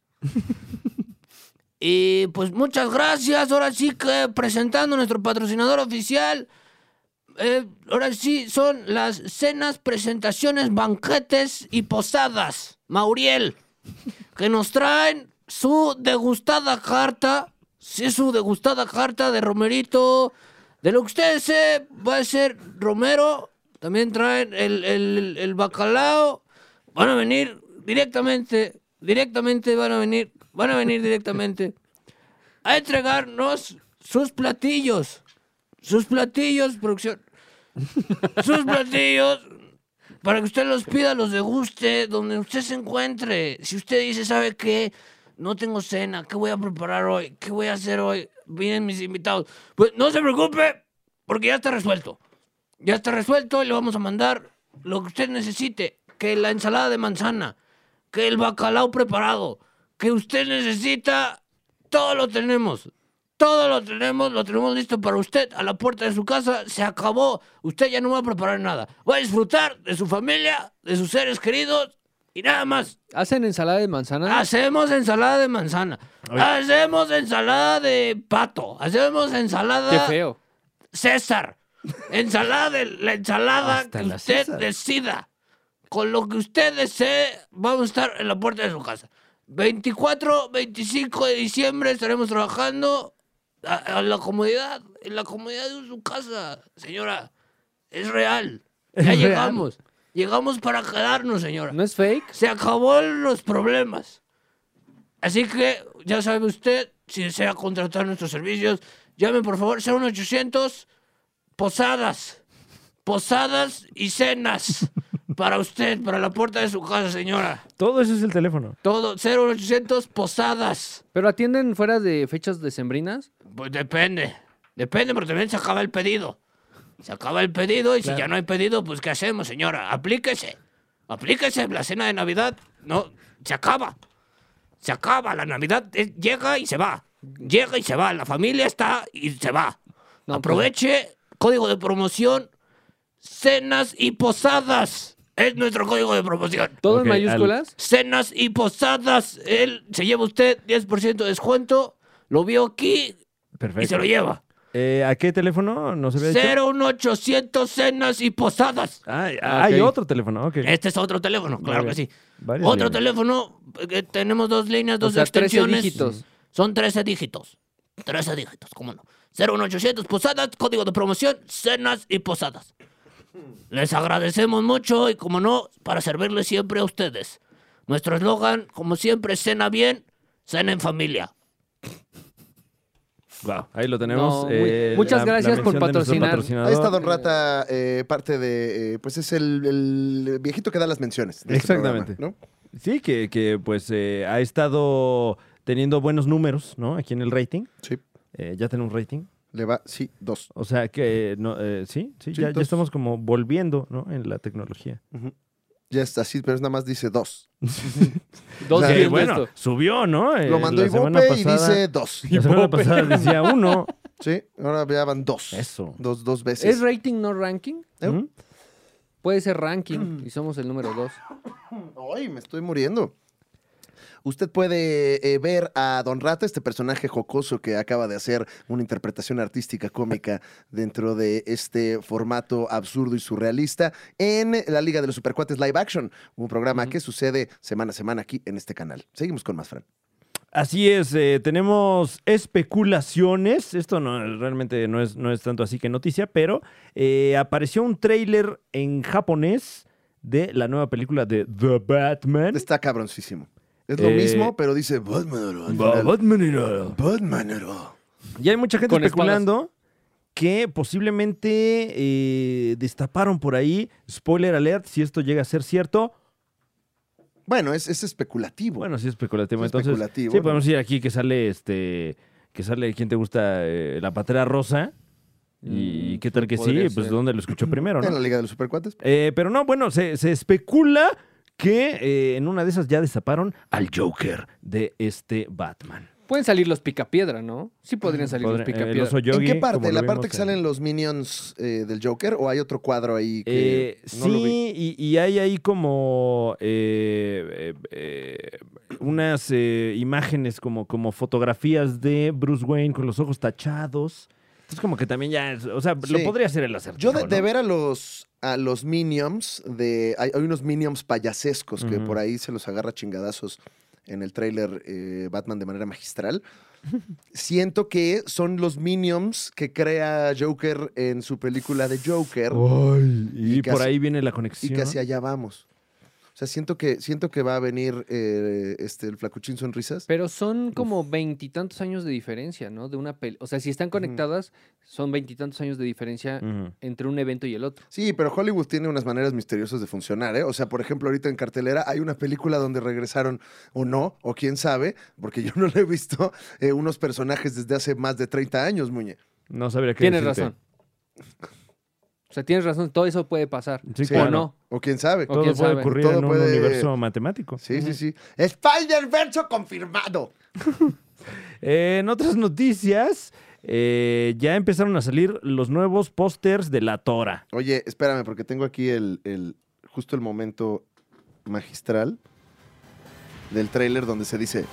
Speaker 4: y pues muchas gracias, ahora sí que presentando a nuestro patrocinador oficial, eh, ahora sí, son las cenas, presentaciones, banquetes y posadas. Mauriel, que nos traen su degustada carta. Sí, su degustada carta de romerito. De lo que ustedes se va a ser romero. También traen el, el- el bacalao. Van a venir directamente, directamente van a venir, van a venir directamente a entregarnos sus platillos. Sus platillos, producción. Sus platillos. Para que usted los pida, los deguste, donde usted se encuentre. Si usted dice, ¿sabe qué? No tengo cena, ¿qué voy a preparar hoy? ¿Qué voy a hacer hoy? Vienen mis invitados. Pues no se preocupe, porque ya está resuelto. Ya está resuelto y le vamos a mandar lo que usted necesite. Que la ensalada de manzana, que el bacalao preparado, que usted necesita, todo lo tenemos. Todo lo tenemos, lo tenemos listo para usted a la puerta de su casa. Se acabó. Usted ya no va a preparar nada. Va a disfrutar de su familia, de sus seres queridos y nada más.
Speaker 3: ¿Hacen ensalada de manzana?
Speaker 4: Hacemos ensalada de manzana. Hacemos ensalada de pato. Hacemos ensalada.
Speaker 3: Qué feo.
Speaker 4: César. Ensalada, de- la ensalada
Speaker 2: Hasta
Speaker 4: que
Speaker 2: la
Speaker 4: usted
Speaker 2: César.
Speaker 4: decida. Con lo que usted desee, vamos a estar en la puerta de su casa. 24, 25 de diciembre estaremos trabajando a, a la comodidad, en la comodidad de su casa, señora. Es real.
Speaker 2: Es
Speaker 4: Ya
Speaker 2: real.
Speaker 4: llegamos. Llegamos para quedarnos, señora.
Speaker 3: ¿No es fake?
Speaker 4: Se acabó los problemas. Así que ya sabe usted, si desea contratar nuestros servicios, llame por favor 01800 Posadas. Posadas y cenas para usted, para la puerta de su casa, señora.
Speaker 2: Todo eso es el teléfono.
Speaker 4: Todo 01800 Posadas.
Speaker 3: ¿Pero atienden fuera de fechas decembrinas?
Speaker 4: Pues depende. Depende, pero también se acaba el pedido. Se acaba el pedido y si ya no hay pedido, pues ¿qué hacemos, señora? Aplíquese. Aplíquese. La cena de Navidad no se acaba. Se acaba. La Navidad es- llega y se va. Llega y se va. La familia está y se va. pues,
Speaker 3: No,
Speaker 4: Aproveche. Código de promoción. Cenas y posadas. Es nuestro código de promoción.
Speaker 3: ¿Todo
Speaker 2: Ok,
Speaker 3: en mayúsculas?
Speaker 4: Cenas y posadas. Él se lleva usted 10% de descuento. Lo vio aquí y se
Speaker 2: Perfecto.
Speaker 4: lo lleva.
Speaker 2: Eh, ¿A qué teléfono nos había dicho?
Speaker 4: 01800 cenas y posadas.
Speaker 2: Ah, hay
Speaker 3: Ah, ok.
Speaker 2: otro teléfono, ok.
Speaker 4: Este es otro teléfono, claro que
Speaker 2: bien.
Speaker 4: sí.
Speaker 2: Varias
Speaker 4: Otro
Speaker 2: líneas.
Speaker 4: teléfono, eh, tenemos dos líneas, dos
Speaker 3: sea, 13
Speaker 4: extensiones.
Speaker 3: dígitos.
Speaker 4: Son 13 dígitos.
Speaker 5: 13 dígitos, cómo no. 01800 Posadas, código de promoción, cenas y posadas. Les agradecemos mucho y, como no, para servirles siempre a ustedes. Nuestro eslogan, como siempre, cena bien, cena en familia.
Speaker 2: Wow, ahí lo tenemos. Eh,
Speaker 3: No, muy- muchas gracias
Speaker 2: mención
Speaker 3: por
Speaker 2: de nuestro
Speaker 3: patrocinar.
Speaker 2: patrocinador.
Speaker 1: Ahí está Don Rata, eh, parte de. eh, pues es el, el viejito que da las menciones. de este
Speaker 2: Exactamente.
Speaker 1: programa, ¿no?
Speaker 2: Sí, que, que, pues eh, ha estado teniendo buenos números, ¿no? Aquí en el rating.
Speaker 1: Sí.
Speaker 2: Eh, ya tenemos rating.
Speaker 1: Le va, sí, dos.
Speaker 2: O sea que, no, eh, sí, sí,
Speaker 1: Sí,
Speaker 2: ya, ya
Speaker 1: entonces-
Speaker 2: estamos como volviendo, ¿no? En la tecnología.
Speaker 1: Ya está así, pero nada más dice dos. O
Speaker 3: Dos
Speaker 1: sea,
Speaker 2: Que,
Speaker 3: viendo
Speaker 2: bueno,
Speaker 3: esto.
Speaker 2: subió, ¿no? Eh,
Speaker 1: Lo mandó
Speaker 2: la semana
Speaker 1: Ibope y
Speaker 2: pasada-
Speaker 1: dice dos.
Speaker 2: La semana pasada decía uno.
Speaker 1: Sí, ahora ya van dos.
Speaker 2: Eso.
Speaker 1: Dos, dos
Speaker 3: ¿Es
Speaker 1: veces.
Speaker 3: rating, no ranking?
Speaker 1: ¿Eh?
Speaker 2: ¿Mm?
Speaker 3: Puede ser
Speaker 4: Mm.
Speaker 3: ranking y somos el número dos.
Speaker 1: Ay, me estoy muriendo. Usted puede eh, ver a Don Rata, este personaje jocoso que acaba de hacer una interpretación artística cómica dentro de este formato absurdo y surrealista en la Liga de los Supercuates Live Action, un programa que sucede semana a semana aquí en este canal. Seguimos con más, Fran.
Speaker 2: Así es, eh, tenemos especulaciones. Esto no, realmente no es, no es tanto así que noticia, pero eh, apareció un tráiler en japonés de la nueva película de The Batman.
Speaker 1: Está cabroncísimo. Es lo
Speaker 2: Eh,
Speaker 1: mismo, pero dice Batman. al
Speaker 2: Ba-
Speaker 1: final.
Speaker 2: Batman era-
Speaker 1: Batman. era.
Speaker 2: Y hay mucha gente
Speaker 3: Con
Speaker 2: especulando que posiblemente eh, destaparon por ahí, spoiler alert, si esto llega a ser cierto.
Speaker 1: Bueno, es, es especulativo.
Speaker 2: Bueno, sí es especulativo.
Speaker 1: Es
Speaker 2: Entonces,
Speaker 1: especulativo,
Speaker 2: sí,
Speaker 1: ¿no?
Speaker 2: podemos decir aquí que sale este. Que sale quién te gusta, Eh, la patera rosa. Y
Speaker 3: Mm,
Speaker 2: qué tal que sí,
Speaker 3: podría
Speaker 2: pues
Speaker 3: ser.
Speaker 2: dónde lo escuchó primero,
Speaker 1: en la
Speaker 2: ¿no?
Speaker 1: Liga de los Supercuates.
Speaker 2: Eh, pero no, bueno, se, se especula que eh, en una de esas ya destaparon al Joker de este Batman.
Speaker 3: Pueden salir los picapiedra, ¿no? Sí podrían salir
Speaker 2: Podré-
Speaker 3: los
Speaker 2: eh, el
Speaker 3: picapiedra.
Speaker 2: oso Yogi,
Speaker 1: ¿En qué
Speaker 2: como
Speaker 1: parte?
Speaker 2: lo
Speaker 1: ¿La
Speaker 2: vimos
Speaker 1: parte que
Speaker 2: en-
Speaker 1: salen los minions eh, del Joker? ¿O hay otro cuadro ahí que
Speaker 2: Eh,
Speaker 1: no lo vi?
Speaker 2: sí, y, y hay ahí como eh, eh, eh, unas eh, imágenes como, como fotografías de Bruce Wayne con los ojos tachados. Entonces como que también ya, es- o sea, lo
Speaker 1: Sí.
Speaker 2: podría hacer el acertijo.
Speaker 1: Yo de,
Speaker 2: ¿no?
Speaker 1: de ver a los a los minions de. Hay, hay unos minions payasescos que
Speaker 2: Ujú.
Speaker 1: por ahí se los agarra a chingadazos en el tráiler eh, Batman de manera magistral. Siento que son los minions que crea Joker en su película de Joker
Speaker 2: Oh, Ay, y,
Speaker 1: Y
Speaker 2: por
Speaker 1: casi-
Speaker 2: ahí viene la conexión.
Speaker 1: y que hacia allá vamos. O sea, siento que, siento que va a venir eh, este, el flacuchín sonrisas.
Speaker 3: Pero son como veintitantos años de diferencia, ¿no? De una peli. O sea, si están conectadas, son veintitantos años de diferencia
Speaker 2: Ujú.
Speaker 3: entre un evento y el otro.
Speaker 1: Sí, pero Hollywood tiene unas maneras misteriosas de funcionar, ¿eh? O sea, por ejemplo, ahorita en cartelera hay una película donde regresaron, o no, o quién sabe, porque yo no le he visto, eh, unos personajes desde hace más de 30 años, Muñe.
Speaker 2: No sabría qué
Speaker 3: Tienes
Speaker 2: decirte.
Speaker 3: razón. O sea, tienes razón, todo eso puede pasar.
Speaker 2: Sí,
Speaker 1: Sí,
Speaker 2: claro.
Speaker 3: O no.
Speaker 1: O quién sabe.
Speaker 3: O
Speaker 2: Todo
Speaker 3: quién
Speaker 2: puede
Speaker 3: sabe.
Speaker 2: ocurrir
Speaker 1: Todo
Speaker 2: en un
Speaker 1: puede-
Speaker 2: universo matemático.
Speaker 1: Sí, sí, sí. Spider-Verso confirmado.
Speaker 2: Eh, en otras noticias, eh, ya empezaron a salir los nuevos pósters de la Tora.
Speaker 1: Oye, espérame, porque tengo aquí el, el- justo el momento magistral del tráiler donde se dice,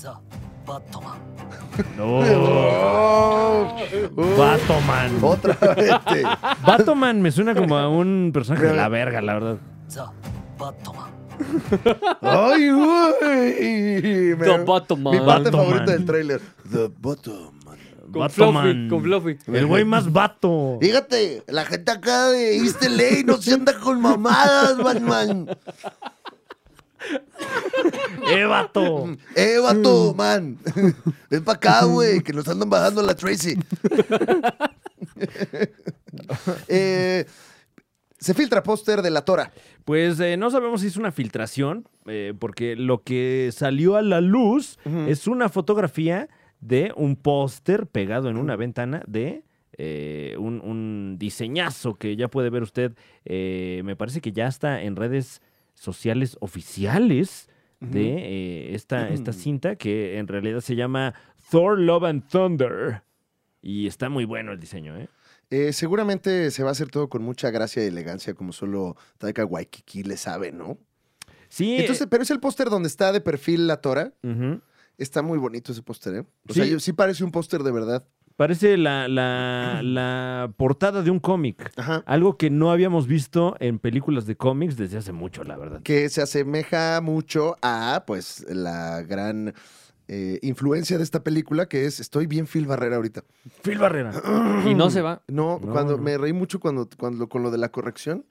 Speaker 5: The Batman.
Speaker 3: Oh.
Speaker 2: No. Batoman.
Speaker 1: "Oh, otra vez. te-
Speaker 2: Batoman me suena como a un personaje de la verga, la verdad.
Speaker 5: The Batman.
Speaker 1: ¡Ay, güey! Me-
Speaker 3: The Bottom
Speaker 1: Mi
Speaker 3: Man.
Speaker 1: parte
Speaker 2: Bottom
Speaker 1: favorita
Speaker 2: Man.
Speaker 1: del tráiler. The Bottom Man.
Speaker 3: Con
Speaker 2: Batoman.
Speaker 3: Fluffy, con Fluffy.
Speaker 2: El güey más vato.
Speaker 1: Fíjate, la gente acá de East LA no se anda con mamadas, Batman.
Speaker 2: ¡Eh, vato!
Speaker 1: Eh, vato, man. Ven pa' acá, güey, que nos andan bajando la Tracy. Eh, se filtra póster de la Tora.
Speaker 2: Pues eh, no sabemos si es una filtración, eh, porque lo que salió a la luz es una fotografía de un póster pegado en una ventana de eh, un, un diseñazo que ya puede ver usted. eh, me parece que ya está en redes sociales oficiales de eh, esta, esta cinta que en realidad se llama Thor Love and Thunder. Y está muy bueno el diseño, ¿eh?
Speaker 1: Eh, seguramente se va a hacer todo con mucha gracia y elegancia, como solo Taika Waikiki le sabe, ¿no?
Speaker 2: Sí. eh,
Speaker 1: Entonces, pero es el póster donde está de perfil la Tora.
Speaker 2: ujú.
Speaker 1: Está muy bonito ese póster, ¿eh? O
Speaker 2: Sí.
Speaker 1: sea, yo- sí parece un póster de verdad.
Speaker 2: Parece la, la- la portada de un cómic.
Speaker 1: Ajá.
Speaker 2: Algo que no habíamos visto en películas de cómics desde hace mucho, la verdad.
Speaker 1: que se asemeja mucho a pues la gran eh, influencia de esta película que es estoy bien Phil Barrera ahorita.
Speaker 2: Phil Barrera.
Speaker 1: Ah,
Speaker 3: Y no se va.
Speaker 1: No,
Speaker 2: No,
Speaker 1: cuando
Speaker 2: no.
Speaker 1: me reí mucho cuando, cuando con lo de la corrección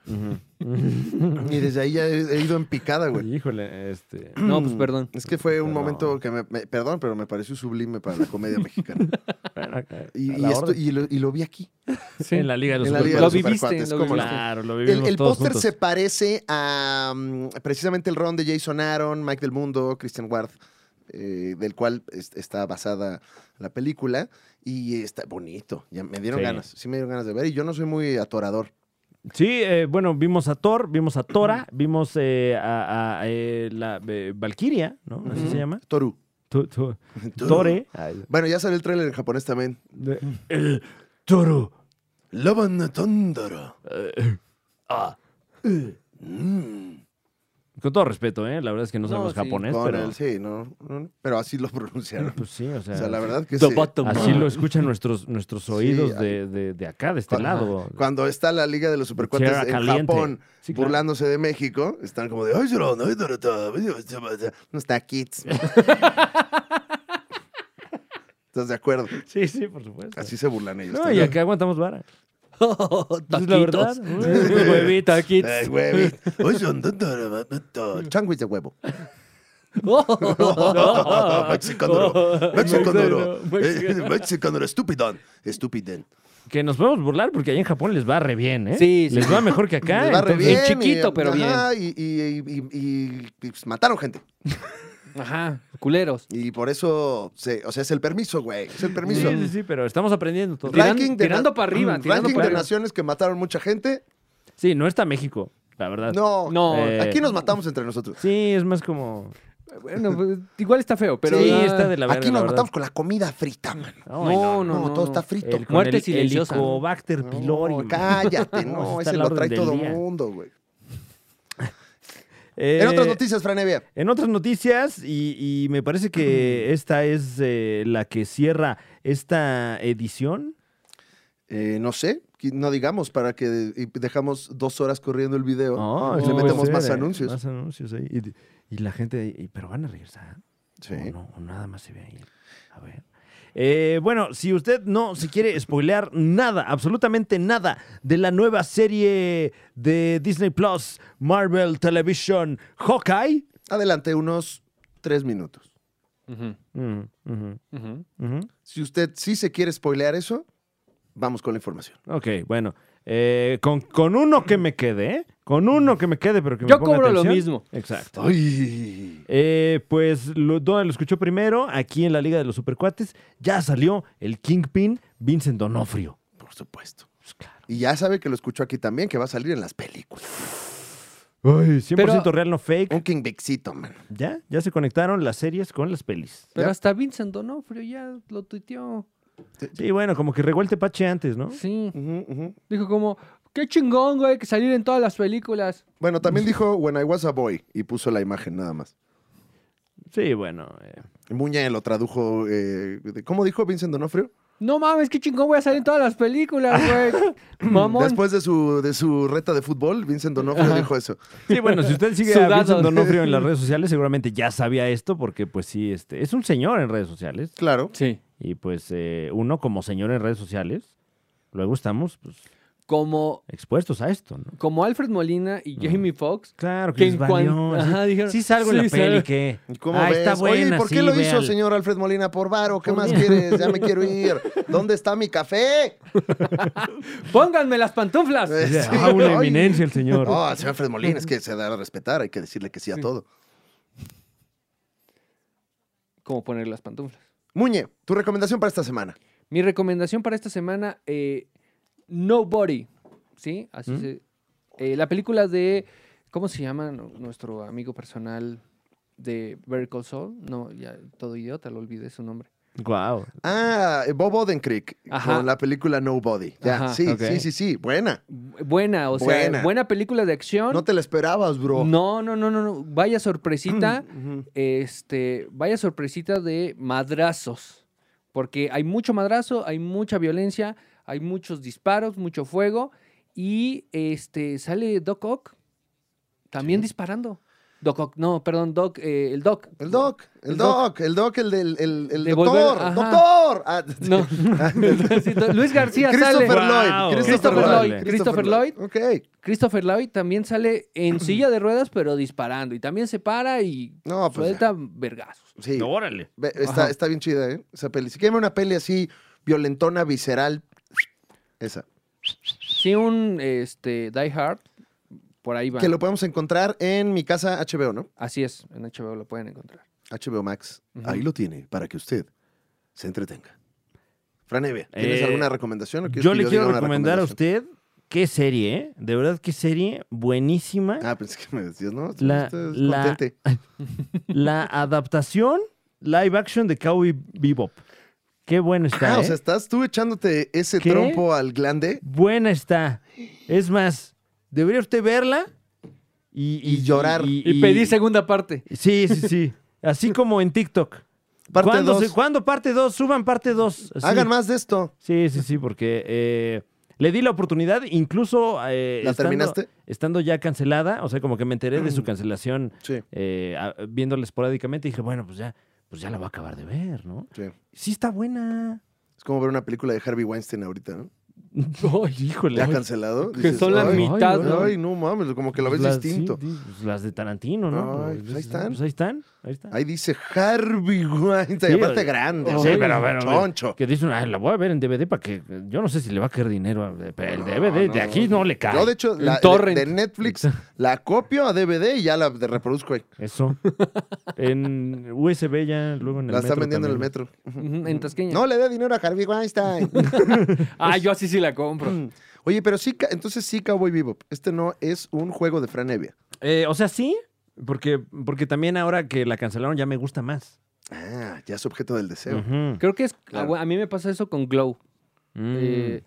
Speaker 1: y desde ahí ya he, he ido en picada, güey.
Speaker 2: Híjole, este.
Speaker 3: No, pues perdón.
Speaker 1: Es que fue un
Speaker 2: Perdón.
Speaker 1: momento que me, me- perdón, pero me pareció sublime para la comedia mexicana.
Speaker 2: bueno,
Speaker 1: Y,
Speaker 2: a
Speaker 1: y
Speaker 2: la
Speaker 1: esto-
Speaker 2: orden.
Speaker 1: y lo, y lo vi aquí.
Speaker 2: En la Liga de los
Speaker 1: en la
Speaker 2: Supercuates.
Speaker 1: Liga de
Speaker 3: Lo
Speaker 1: los
Speaker 3: viviste,
Speaker 1: Supercuates,
Speaker 3: lo
Speaker 1: ¿cómo no?
Speaker 3: viviste.
Speaker 2: Claro, lo
Speaker 1: El,
Speaker 2: vivimos
Speaker 1: el
Speaker 2: todos
Speaker 1: póster
Speaker 2: juntos.
Speaker 1: se parece a mm, precisamente el ron de Jason Aaron, Mike del Mundo, Christian Ward, eh, del cual es- está basada la película. Y está bonito. Ya me dieron
Speaker 2: Sí.
Speaker 1: ganas. Sí me dieron ganas de ver. Y yo no soy muy atorador.
Speaker 2: Sí, eh, bueno, vimos a Thor, vimos a Tora, vimos eh, a, a, eh, la eh, Valkyria, ¿no? Así se llama.
Speaker 1: Toru.
Speaker 2: Tu- tu-
Speaker 1: Toru.
Speaker 2: Tore.
Speaker 1: Bueno, ya salió el tráiler en japonés también.
Speaker 2: De- el Toro.
Speaker 1: Loban Tondoro.
Speaker 2: Con todo respeto, ¿eh? La verdad es que no
Speaker 3: No,
Speaker 2: sabemos
Speaker 3: sí,
Speaker 2: japonés,
Speaker 1: Con
Speaker 2: pero...
Speaker 1: el- sí, ¿no? no, Pero así lo pronunciaron.
Speaker 2: Pues sí, o sea...
Speaker 1: O sea, la verdad que
Speaker 3: The
Speaker 1: sí.
Speaker 3: bottom.
Speaker 2: Así lo escuchan nuestros, nuestros
Speaker 1: Sí,
Speaker 2: oídos
Speaker 1: ahí-
Speaker 2: de, de- de acá, de este
Speaker 1: Cuando-
Speaker 2: lado.
Speaker 1: Cuando está la Liga de los Supercuates
Speaker 2: Tierra
Speaker 1: en
Speaker 2: caliente.
Speaker 1: Japón
Speaker 2: Sí, claro.
Speaker 1: burlándose de México, están como de. "Ay, Zoro, no, ay, Zoro, ta, ay, Zoro, ta". No está Kids. ¿Estás de acuerdo?
Speaker 2: Sí, sí, por supuesto.
Speaker 1: Así se burlan ellos.
Speaker 2: No, y
Speaker 1: también.
Speaker 2: acá aguantamos vara. Pues, la verdad.
Speaker 3: Taquitos. Huevita, taquitos.
Speaker 1: Ay, güey. Ay, son tan, tan, tan, tan. Changuis de huevo. Mexicano. Mexicano.
Speaker 3: Mexicano.
Speaker 1: Mexicano. Estupidón. Estupidén.
Speaker 2: Que nos podemos burlar porque allá en Japón les va re bien, ¿eh?
Speaker 3: Sí, sí.
Speaker 2: Les va mejor que acá.
Speaker 1: Les va re
Speaker 2: Ah, entonces-
Speaker 1: bien,
Speaker 3: chiquito, pero
Speaker 1: ajá, Y, y- y- y- y, pues, mataron gente.
Speaker 3: Ajá, culeros.
Speaker 1: Y por eso, se- o sea, es el permiso, güey. Es el
Speaker 2: Sí,
Speaker 1: permiso.
Speaker 2: sí, sí, pero estamos aprendiendo todo.
Speaker 3: Tiran-
Speaker 1: Pues, Ranking de
Speaker 3: tirando
Speaker 1: na-
Speaker 3: para arriba,
Speaker 1: Mm,
Speaker 3: tirando
Speaker 1: ranking
Speaker 3: para
Speaker 1: de
Speaker 3: arriba.
Speaker 1: naciones que mataron mucha gente.
Speaker 2: Sí, no está México, la verdad.
Speaker 1: No,
Speaker 3: No.
Speaker 2: Eh,
Speaker 1: Aquí nos matamos entre nosotros.
Speaker 2: Sí, es más como.
Speaker 3: Bueno, pues, igual está feo, pero.
Speaker 2: sí,
Speaker 3: ah,
Speaker 2: está de la verga.
Speaker 1: Aquí nos
Speaker 2: la verdad.
Speaker 1: matamos con la comida frita, man.
Speaker 2: Ay,
Speaker 3: No, no, no.
Speaker 1: No, todo está frito.
Speaker 2: El, con
Speaker 3: Muerte
Speaker 2: el
Speaker 3: silenciosa.
Speaker 2: Helicobacter pylori.
Speaker 1: No, cállate, no,
Speaker 2: Eso está
Speaker 1: ese
Speaker 2: a la
Speaker 1: lo
Speaker 2: orden
Speaker 1: trae
Speaker 2: del
Speaker 1: todo
Speaker 2: día.
Speaker 1: el mundo, güey.
Speaker 2: Eh,
Speaker 1: En otras noticias, Franevia.
Speaker 2: En otras noticias, y, y me parece que esta es eh, la que cierra esta edición.
Speaker 1: Eh, no sé, qui- no digamos para que y dejamos dos horas corriendo el video
Speaker 2: No,
Speaker 1: y Oh,
Speaker 2: eso
Speaker 1: le
Speaker 2: puede
Speaker 1: metemos
Speaker 2: ser,
Speaker 1: más
Speaker 2: eh,
Speaker 1: anuncios.
Speaker 2: Más anuncios ahí. Y, y la gente, ahí, y- pero van a regresar.
Speaker 1: Sí.
Speaker 2: O, no, o nada más se ve ahí. A ver. Eh, bueno, si usted no se quiere spoilear nada, absolutamente nada, de la nueva serie de Disney Plus, Marvel Television, Hawkeye.
Speaker 1: Adelante unos tres minutos.
Speaker 3: ujú,
Speaker 2: Mm, ujú,
Speaker 3: ujú.
Speaker 2: ujú.
Speaker 1: Si usted sí se quiere spoilear eso, vamos con la información.
Speaker 2: Ok, bueno. Eh, con, con uno que me quede, ¿eh? Con uno que me quede, pero que me
Speaker 3: Yo
Speaker 2: ponga
Speaker 3: cobro lo
Speaker 2: atención.
Speaker 3: mismo.
Speaker 2: Exacto.
Speaker 1: ¡Ay!
Speaker 2: Eh, pues lo, ¿dónde lo escuchó primero? Aquí en la Liga de los Supercuates ya salió el Kingpin Vincent Donofrio.
Speaker 1: Por supuesto.
Speaker 2: Pues claro.
Speaker 1: Y ya sabe que lo escuchó aquí también, que va a salir en las películas.
Speaker 2: Ay, 100%
Speaker 3: Pero-
Speaker 2: real, no
Speaker 1: Un
Speaker 2: fake.
Speaker 1: King Bexito, man.
Speaker 2: Ya, ya se conectaron las series con las pelis.
Speaker 3: Pero
Speaker 1: Ya.
Speaker 3: hasta Vincent Donofrio ya lo tuiteó.
Speaker 2: Sí, bueno, como que revuelte pache antes, ¿no?
Speaker 3: Sí.
Speaker 1: Ujú, ujú.
Speaker 3: Dijo como, qué chingón, güey, que salir en todas las películas.
Speaker 1: Bueno, también dijo When I was a boy y puso la imagen nada más.
Speaker 2: Sí, bueno. eh,
Speaker 1: Muñe lo tradujo. eh, de- ¿Cómo dijo Vincent Donofrio?
Speaker 3: No mames, qué chingón voy a salir en todas las películas, güey. Mamón.
Speaker 1: Después de su, de su reta de fútbol, Vincent Donofrio dijo eso.
Speaker 2: Sí, bueno, si usted sigue a
Speaker 3: Sudado.
Speaker 2: Vincent Donofrio en las redes sociales, seguramente ya sabía esto, porque pues sí, este, es un señor en redes sociales.
Speaker 1: Claro.
Speaker 3: Sí.
Speaker 2: Y pues eh, uno como señor en redes sociales, luego estamos pues,
Speaker 3: Como,
Speaker 2: expuestos a esto, ¿no?
Speaker 3: como Alfred Molina y Jamie Foxx.
Speaker 2: Claro, que,
Speaker 3: Que
Speaker 2: les
Speaker 3: en cuan-
Speaker 2: valió, así,
Speaker 3: Ajá, dijeron,
Speaker 2: sí salgo en la
Speaker 3: sí,
Speaker 2: peli,
Speaker 3: salgo".
Speaker 2: que
Speaker 1: ¿Cómo
Speaker 2: ah,
Speaker 1: ves?
Speaker 2: está buena,
Speaker 1: Oye, ¿por qué
Speaker 2: sí,
Speaker 1: lo hizo,
Speaker 2: véala".
Speaker 1: señor Alfred Molina por varo? ¿Qué
Speaker 2: Por
Speaker 1: más
Speaker 2: bien.
Speaker 1: quieres? Ya me quiero ir. ¿Dónde está mi café?
Speaker 3: Pónganme las pantuflas.
Speaker 1: Eh.
Speaker 2: Dice,
Speaker 1: Sí,
Speaker 2: ah, una
Speaker 1: ay.
Speaker 2: eminencia el señor.
Speaker 1: Oh, el señor Alfred Molina, es que se da a respetar, hay que decirle que sí a todo.
Speaker 3: ¿Cómo poner las pantuflas?
Speaker 1: Muñe, tu recomendación para esta semana.
Speaker 3: Mi recomendación para esta semana, eh, Nobody. ¿Sí? Así
Speaker 2: ¿Mm?
Speaker 3: se- eh, la película de. ¿Cómo se llama nu- nuestro amigo personal de Vertical Soul? No, ya todo idiota, lo olvidé su nombre.
Speaker 2: Guau.
Speaker 1: Ah, eh, Bob Odenkirk,
Speaker 3: Ajá.
Speaker 1: con la película Nobody. Ya,
Speaker 3: Ajá,
Speaker 1: sí,
Speaker 2: ok.
Speaker 1: sí, sí, sí, buena.
Speaker 3: Bu- Buena, o sea,
Speaker 1: Buena.
Speaker 3: buena, película de acción.
Speaker 1: No te la esperabas, bro. Mm,
Speaker 3: no, no, no, no, no. Vaya sorpresita.
Speaker 1: Ujú.
Speaker 3: este, vaya sorpresita de madrazos. Porque hay mucho madrazo, hay mucha violencia, hay muchos disparos, mucho fuego. Y este sale Doc Ock también disparando. Doc Ock, no, perdón, Doc, eh, el Doc.
Speaker 1: El doc, el,
Speaker 3: El
Speaker 1: doc, el doc, el del el, el
Speaker 3: De
Speaker 1: doctor,
Speaker 3: volver- ajá.
Speaker 1: doctor. Ah,
Speaker 3: No. Sí, do- Luis García sale.
Speaker 1: Christopher Lloyd.
Speaker 2: Wow.
Speaker 3: Christopher
Speaker 2: Lloyd,
Speaker 3: Christopher Lloyd.
Speaker 1: Ok.
Speaker 3: Christopher Lloyd también sale en silla de ruedas, pero disparando. Y también se para y
Speaker 1: No, pues,
Speaker 3: suelta vergazos.
Speaker 1: Sí.
Speaker 2: Órale.
Speaker 1: Ve- Está,
Speaker 3: Ajá.
Speaker 1: está bien chida, ¿eh? Esa peli. Si quieren una peli así, violentona, visceral, esa.
Speaker 3: Sí, un este, Die Hard, por ahí va.
Speaker 1: Que lo podemos encontrar en mi casa HBO, ¿no?
Speaker 3: Así es, en HBO lo pueden encontrar.
Speaker 1: HBO Max.
Speaker 3: Ujú.
Speaker 1: Ahí lo tiene para que usted se entretenga. Franevia, ¿tienes
Speaker 2: Eh,
Speaker 1: alguna recomendación? o quieres
Speaker 2: Yo
Speaker 1: que
Speaker 2: le quiero
Speaker 1: diga una
Speaker 2: recomendar a
Speaker 1: recomendación?
Speaker 2: usted qué serie, ¿eh? De verdad, qué serie buenísima.
Speaker 1: Ah, pensé que me decías, ¿no?
Speaker 2: La-
Speaker 1: Estás
Speaker 2: la-
Speaker 1: contente.
Speaker 2: La adaptación live action de Cowboy Bebop. Qué buena está,
Speaker 1: Ah, o
Speaker 2: ¿eh?
Speaker 1: sea, estás tú echándote ese
Speaker 2: ¿Qué?
Speaker 1: trompo al glande
Speaker 2: Buena está. Es más, debería usted verla y...
Speaker 1: Y llorar.
Speaker 3: Y, pedí segunda parte.
Speaker 2: Sí, sí, sí. Así como en TikTok.
Speaker 1: Parte
Speaker 2: ¿Cuándo, se-
Speaker 1: 2.
Speaker 2: cuándo parte 2? Suban parte 2.
Speaker 1: Hagan más de esto.
Speaker 2: Sí, sí, sí, porque eh, le di la oportunidad, incluso... eh,
Speaker 1: ¿La
Speaker 2: estando-
Speaker 1: terminaste? Mm.
Speaker 2: Estando ya cancelada, o sea, como que me enteré de su cancelación
Speaker 1: Sí,
Speaker 2: eh, a- viéndola esporádicamente, dije, bueno, pues ya, pues ya la voy a acabar de ver, ¿no?
Speaker 1: sí. Es
Speaker 2: Sí está buena.
Speaker 1: como ver una película de Harvey Weinstein ahorita, ¿no?
Speaker 2: Ay, híjole.
Speaker 1: Ya cancelado.
Speaker 3: Que son la
Speaker 1: "Ay,
Speaker 3: mitad,
Speaker 1: Ay,
Speaker 3: ¿no?
Speaker 1: no mames, como que lo ves
Speaker 2: Pues las-
Speaker 1: distinto.
Speaker 2: sí, sí, pues las de Tarantino, ¿no?
Speaker 1: Ay, pues ahí están.
Speaker 2: Pues ahí están. Ahí están.
Speaker 1: Ahí dice Harvey Weinstein,
Speaker 2: Sí,
Speaker 1: aparte
Speaker 2: oye.
Speaker 1: grande.
Speaker 2: Sí,
Speaker 1: así,
Speaker 2: pero, pero,
Speaker 1: choncho.
Speaker 2: Que dicen, "Ay, la voy a ver en DVD para que. Yo no sé si le va a caer dinero. a- pero El
Speaker 1: No,
Speaker 2: DVD de
Speaker 1: no,
Speaker 2: aquí no le cae.
Speaker 1: Yo, de hecho,
Speaker 3: En
Speaker 1: la, de,
Speaker 3: torrent.
Speaker 1: de Netflix la copio a DVD y ya la de- reproduzco ahí.
Speaker 2: Eso. en USB ya, luego en el
Speaker 1: La
Speaker 2: metro.
Speaker 1: están vendiendo en el
Speaker 2: también.
Speaker 1: metro.
Speaker 3: Ujú, En Tasqueña.
Speaker 1: No le dé dinero a Harvey Weinstein.
Speaker 3: ah, yo así sí la compro.
Speaker 1: Oye, pero sí, ca- entonces sí, Cowboy Bebop. Este no es un juego de Fran Evia.
Speaker 2: Eh, o sea, sí. Porque, porque también ahora que la cancelaron ya me gusta más.
Speaker 1: Ah, ya es objeto del deseo.
Speaker 2: Ujú.
Speaker 3: Creo que es. ah,
Speaker 1: Claro.
Speaker 3: A mí me pasa eso con Glow.
Speaker 2: Mm.
Speaker 3: Eh,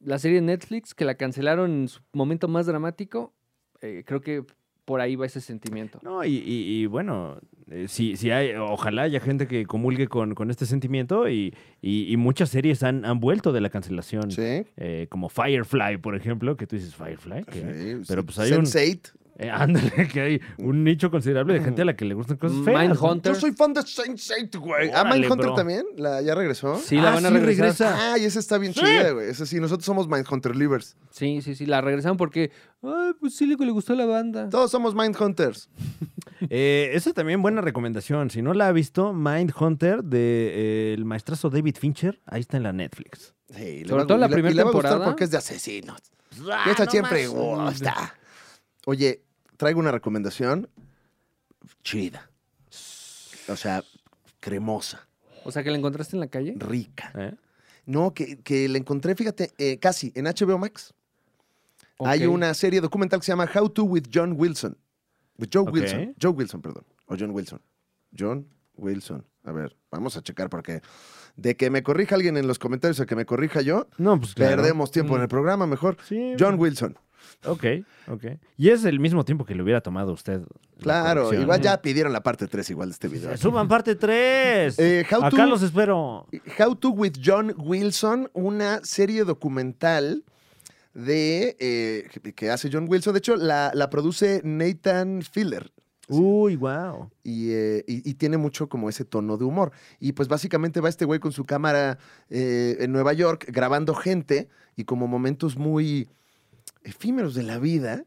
Speaker 3: la serie de Netflix que la cancelaron en su momento más dramático, eh, creo que por ahí va ese sentimiento.
Speaker 2: No, y, y- y bueno, eh, si, si hay, ojalá haya gente que comulgue con, con este sentimiento y, y- y muchas series han, han vuelto de la cancelación.
Speaker 1: Sí.
Speaker 2: Eh, como Firefly, por ejemplo, que tú dices Firefly. que-
Speaker 1: Sí,
Speaker 2: Pero
Speaker 1: sí.
Speaker 2: pues hay un,
Speaker 1: Sense8.
Speaker 2: eh, ándale, que hay un nicho considerable de gente a la que le gustan cosas feas. ¿no?
Speaker 3: Mindhunter.
Speaker 1: Yo soy fan de Sense8, güey. Ah,
Speaker 2: Órale,
Speaker 1: Mindhunter
Speaker 2: bro.
Speaker 1: también. La, ¿Ya regresó?
Speaker 3: Sí, la
Speaker 2: Ah,
Speaker 3: van a
Speaker 2: sí,
Speaker 3: regresar.
Speaker 2: regresa.
Speaker 1: Ah, y esa está bien chida, güey. Esa sí, nosotros somos Mindhunter Livers.
Speaker 3: Sí, sí, sí, la regresaron porque, ay, pues sí, le, le gustó la banda.
Speaker 1: Todos somos Mindhunters.
Speaker 2: Eh, esa también buena recomendación. Si no la ha visto, Mindhunter de, eh, el maestrazo David Fincher, ahí está en la Netflix.
Speaker 1: Sí,
Speaker 3: Sobre todo la primera temporada.
Speaker 1: porque es de asesinos.
Speaker 5: Ah,
Speaker 1: Y esa siempre gusta. Oye, traigo una recomendación chida. O sea, cremosa,
Speaker 3: O sea, que la encontraste en la calle.
Speaker 1: rica.
Speaker 2: ¿eh?
Speaker 1: No, que, que la encontré, fíjate, eh, casi en HBO Max. Hay
Speaker 3: Ok.
Speaker 1: una serie documental que se llama How to with John Wilson. With Joe
Speaker 2: Ok.
Speaker 1: Wilson. Joe Wilson, perdón. O John Wilson. John Wilson. A ver, vamos a checar porque de que me corrija alguien en los comentarios a que me corrija yo,
Speaker 2: No, pues claro.
Speaker 1: perdemos tiempo en el programa mejor.
Speaker 2: Sí,
Speaker 1: John Wilson.
Speaker 2: Ok, ok. Y es el mismo tiempo que le hubiera tomado usted. la
Speaker 1: Claro,
Speaker 2: corrección.
Speaker 1: igual ya pidieron la parte 3 igual de este video.
Speaker 2: Suban parte 3.
Speaker 1: Eh, how
Speaker 2: Acá
Speaker 1: to-
Speaker 2: los espero.
Speaker 1: How to with John Wilson, una serie documental de eh, que- que hace John Wilson. De hecho, la, la produce Nathan Filler.
Speaker 2: Uy, wow.
Speaker 1: Y, eh, y- y tiene mucho como ese tono de humor. Y pues básicamente va este güey con su cámara eh, en Nueva York grabando gente y como momentos muy efímeros de la vida. Y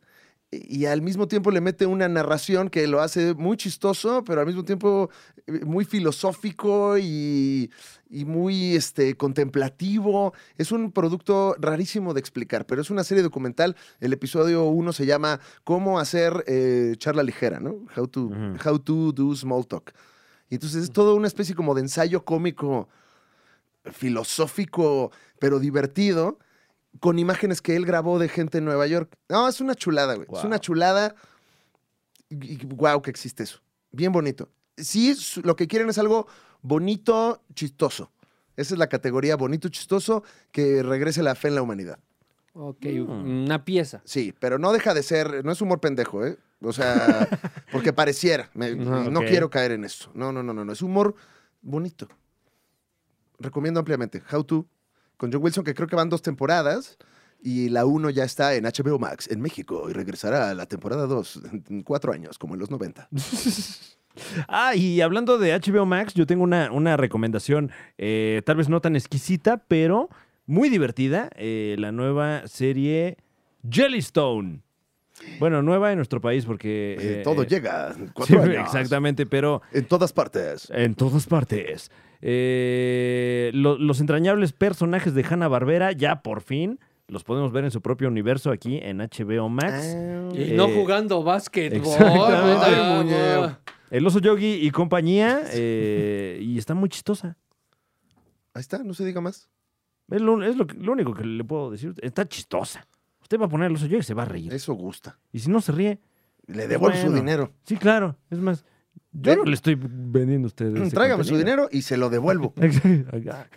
Speaker 1: y al mismo tiempo le mete una narración que lo hace muy chistoso, pero al mismo tiempo eh, muy filosófico y, y muy este, contemplativo. Es un producto rarísimo de explicar, pero es una serie documental. El episodio 1 se llama Cómo hacer eh, charla ligera, ¿no? How to,
Speaker 2: Ujú.
Speaker 1: how to do small talk. Y entonces es toda una especie como de ensayo cómico, filosófico, pero divertido, con imágenes que él grabó de gente en Nueva York. No, es una chulada, güey. Es
Speaker 2: Guau.
Speaker 1: una chulada. Y wow, que existe eso. Bien bonito. Sí, su- lo que quieren es algo bonito, chistoso. Esa es la categoría bonito, chistoso, que regrese la fe en la humanidad.
Speaker 3: Ok,
Speaker 2: Mm.
Speaker 3: una pieza.
Speaker 1: Sí, pero no deja de ser, no es humor pendejo, ¿eh? O sea, porque pareciera. me-
Speaker 2: Ujú,
Speaker 1: No
Speaker 2: Ah, ok.
Speaker 1: quiero caer en eso. No, no, no, no, no. Es humor bonito. recomiendo ampliamente How to con John Wilson, que creo que van dos temporadas. Y la 1 ya está en HBO Max en México y regresará a la temporada 2 en cuatro años, como en los 90.
Speaker 2: Ah, y hablando de HBO Max, yo tengo una, una recomendación, eh, tal vez no tan exquisita, pero muy divertida, eh, la nueva serie Jellystone. Bueno, nueva en nuestro país porque...
Speaker 1: Eh,
Speaker 2: eh,
Speaker 1: todo
Speaker 2: eh,
Speaker 1: llega en
Speaker 2: sí,
Speaker 1: cuatro años.
Speaker 2: Exactamente, pero
Speaker 1: En todas partes.
Speaker 2: en todas partes. Eh, lo- los entrañables personajes de Hanna-Barbera ya por fin los podemos ver en su propio universo aquí en HBO Max.
Speaker 1: Ah.
Speaker 3: Y no
Speaker 2: Eh,
Speaker 3: jugando básquetbol. Ah,
Speaker 2: exactamente.
Speaker 3: Ay,
Speaker 1: Ay, muñeo.
Speaker 3: mamá.
Speaker 2: El oso Yogi y compañía, eh, y está muy chistosa.
Speaker 1: Ahí está, no se diga más.
Speaker 2: Es, lo, es lo que- lo único que le puedo decir. Está chistosa. Usted va a poner el oso Yogi y se va a reír.
Speaker 1: Eso gusta.
Speaker 2: Y si no se ríe,
Speaker 1: Le devuelvo su
Speaker 2: Bueno.
Speaker 1: dinero.
Speaker 2: sí, claro. Es más, yo
Speaker 1: Ve-
Speaker 2: no le estoy vendiendo a usted. ese
Speaker 1: Tráigame su
Speaker 2: contenido.
Speaker 1: dinero y se lo devuelvo.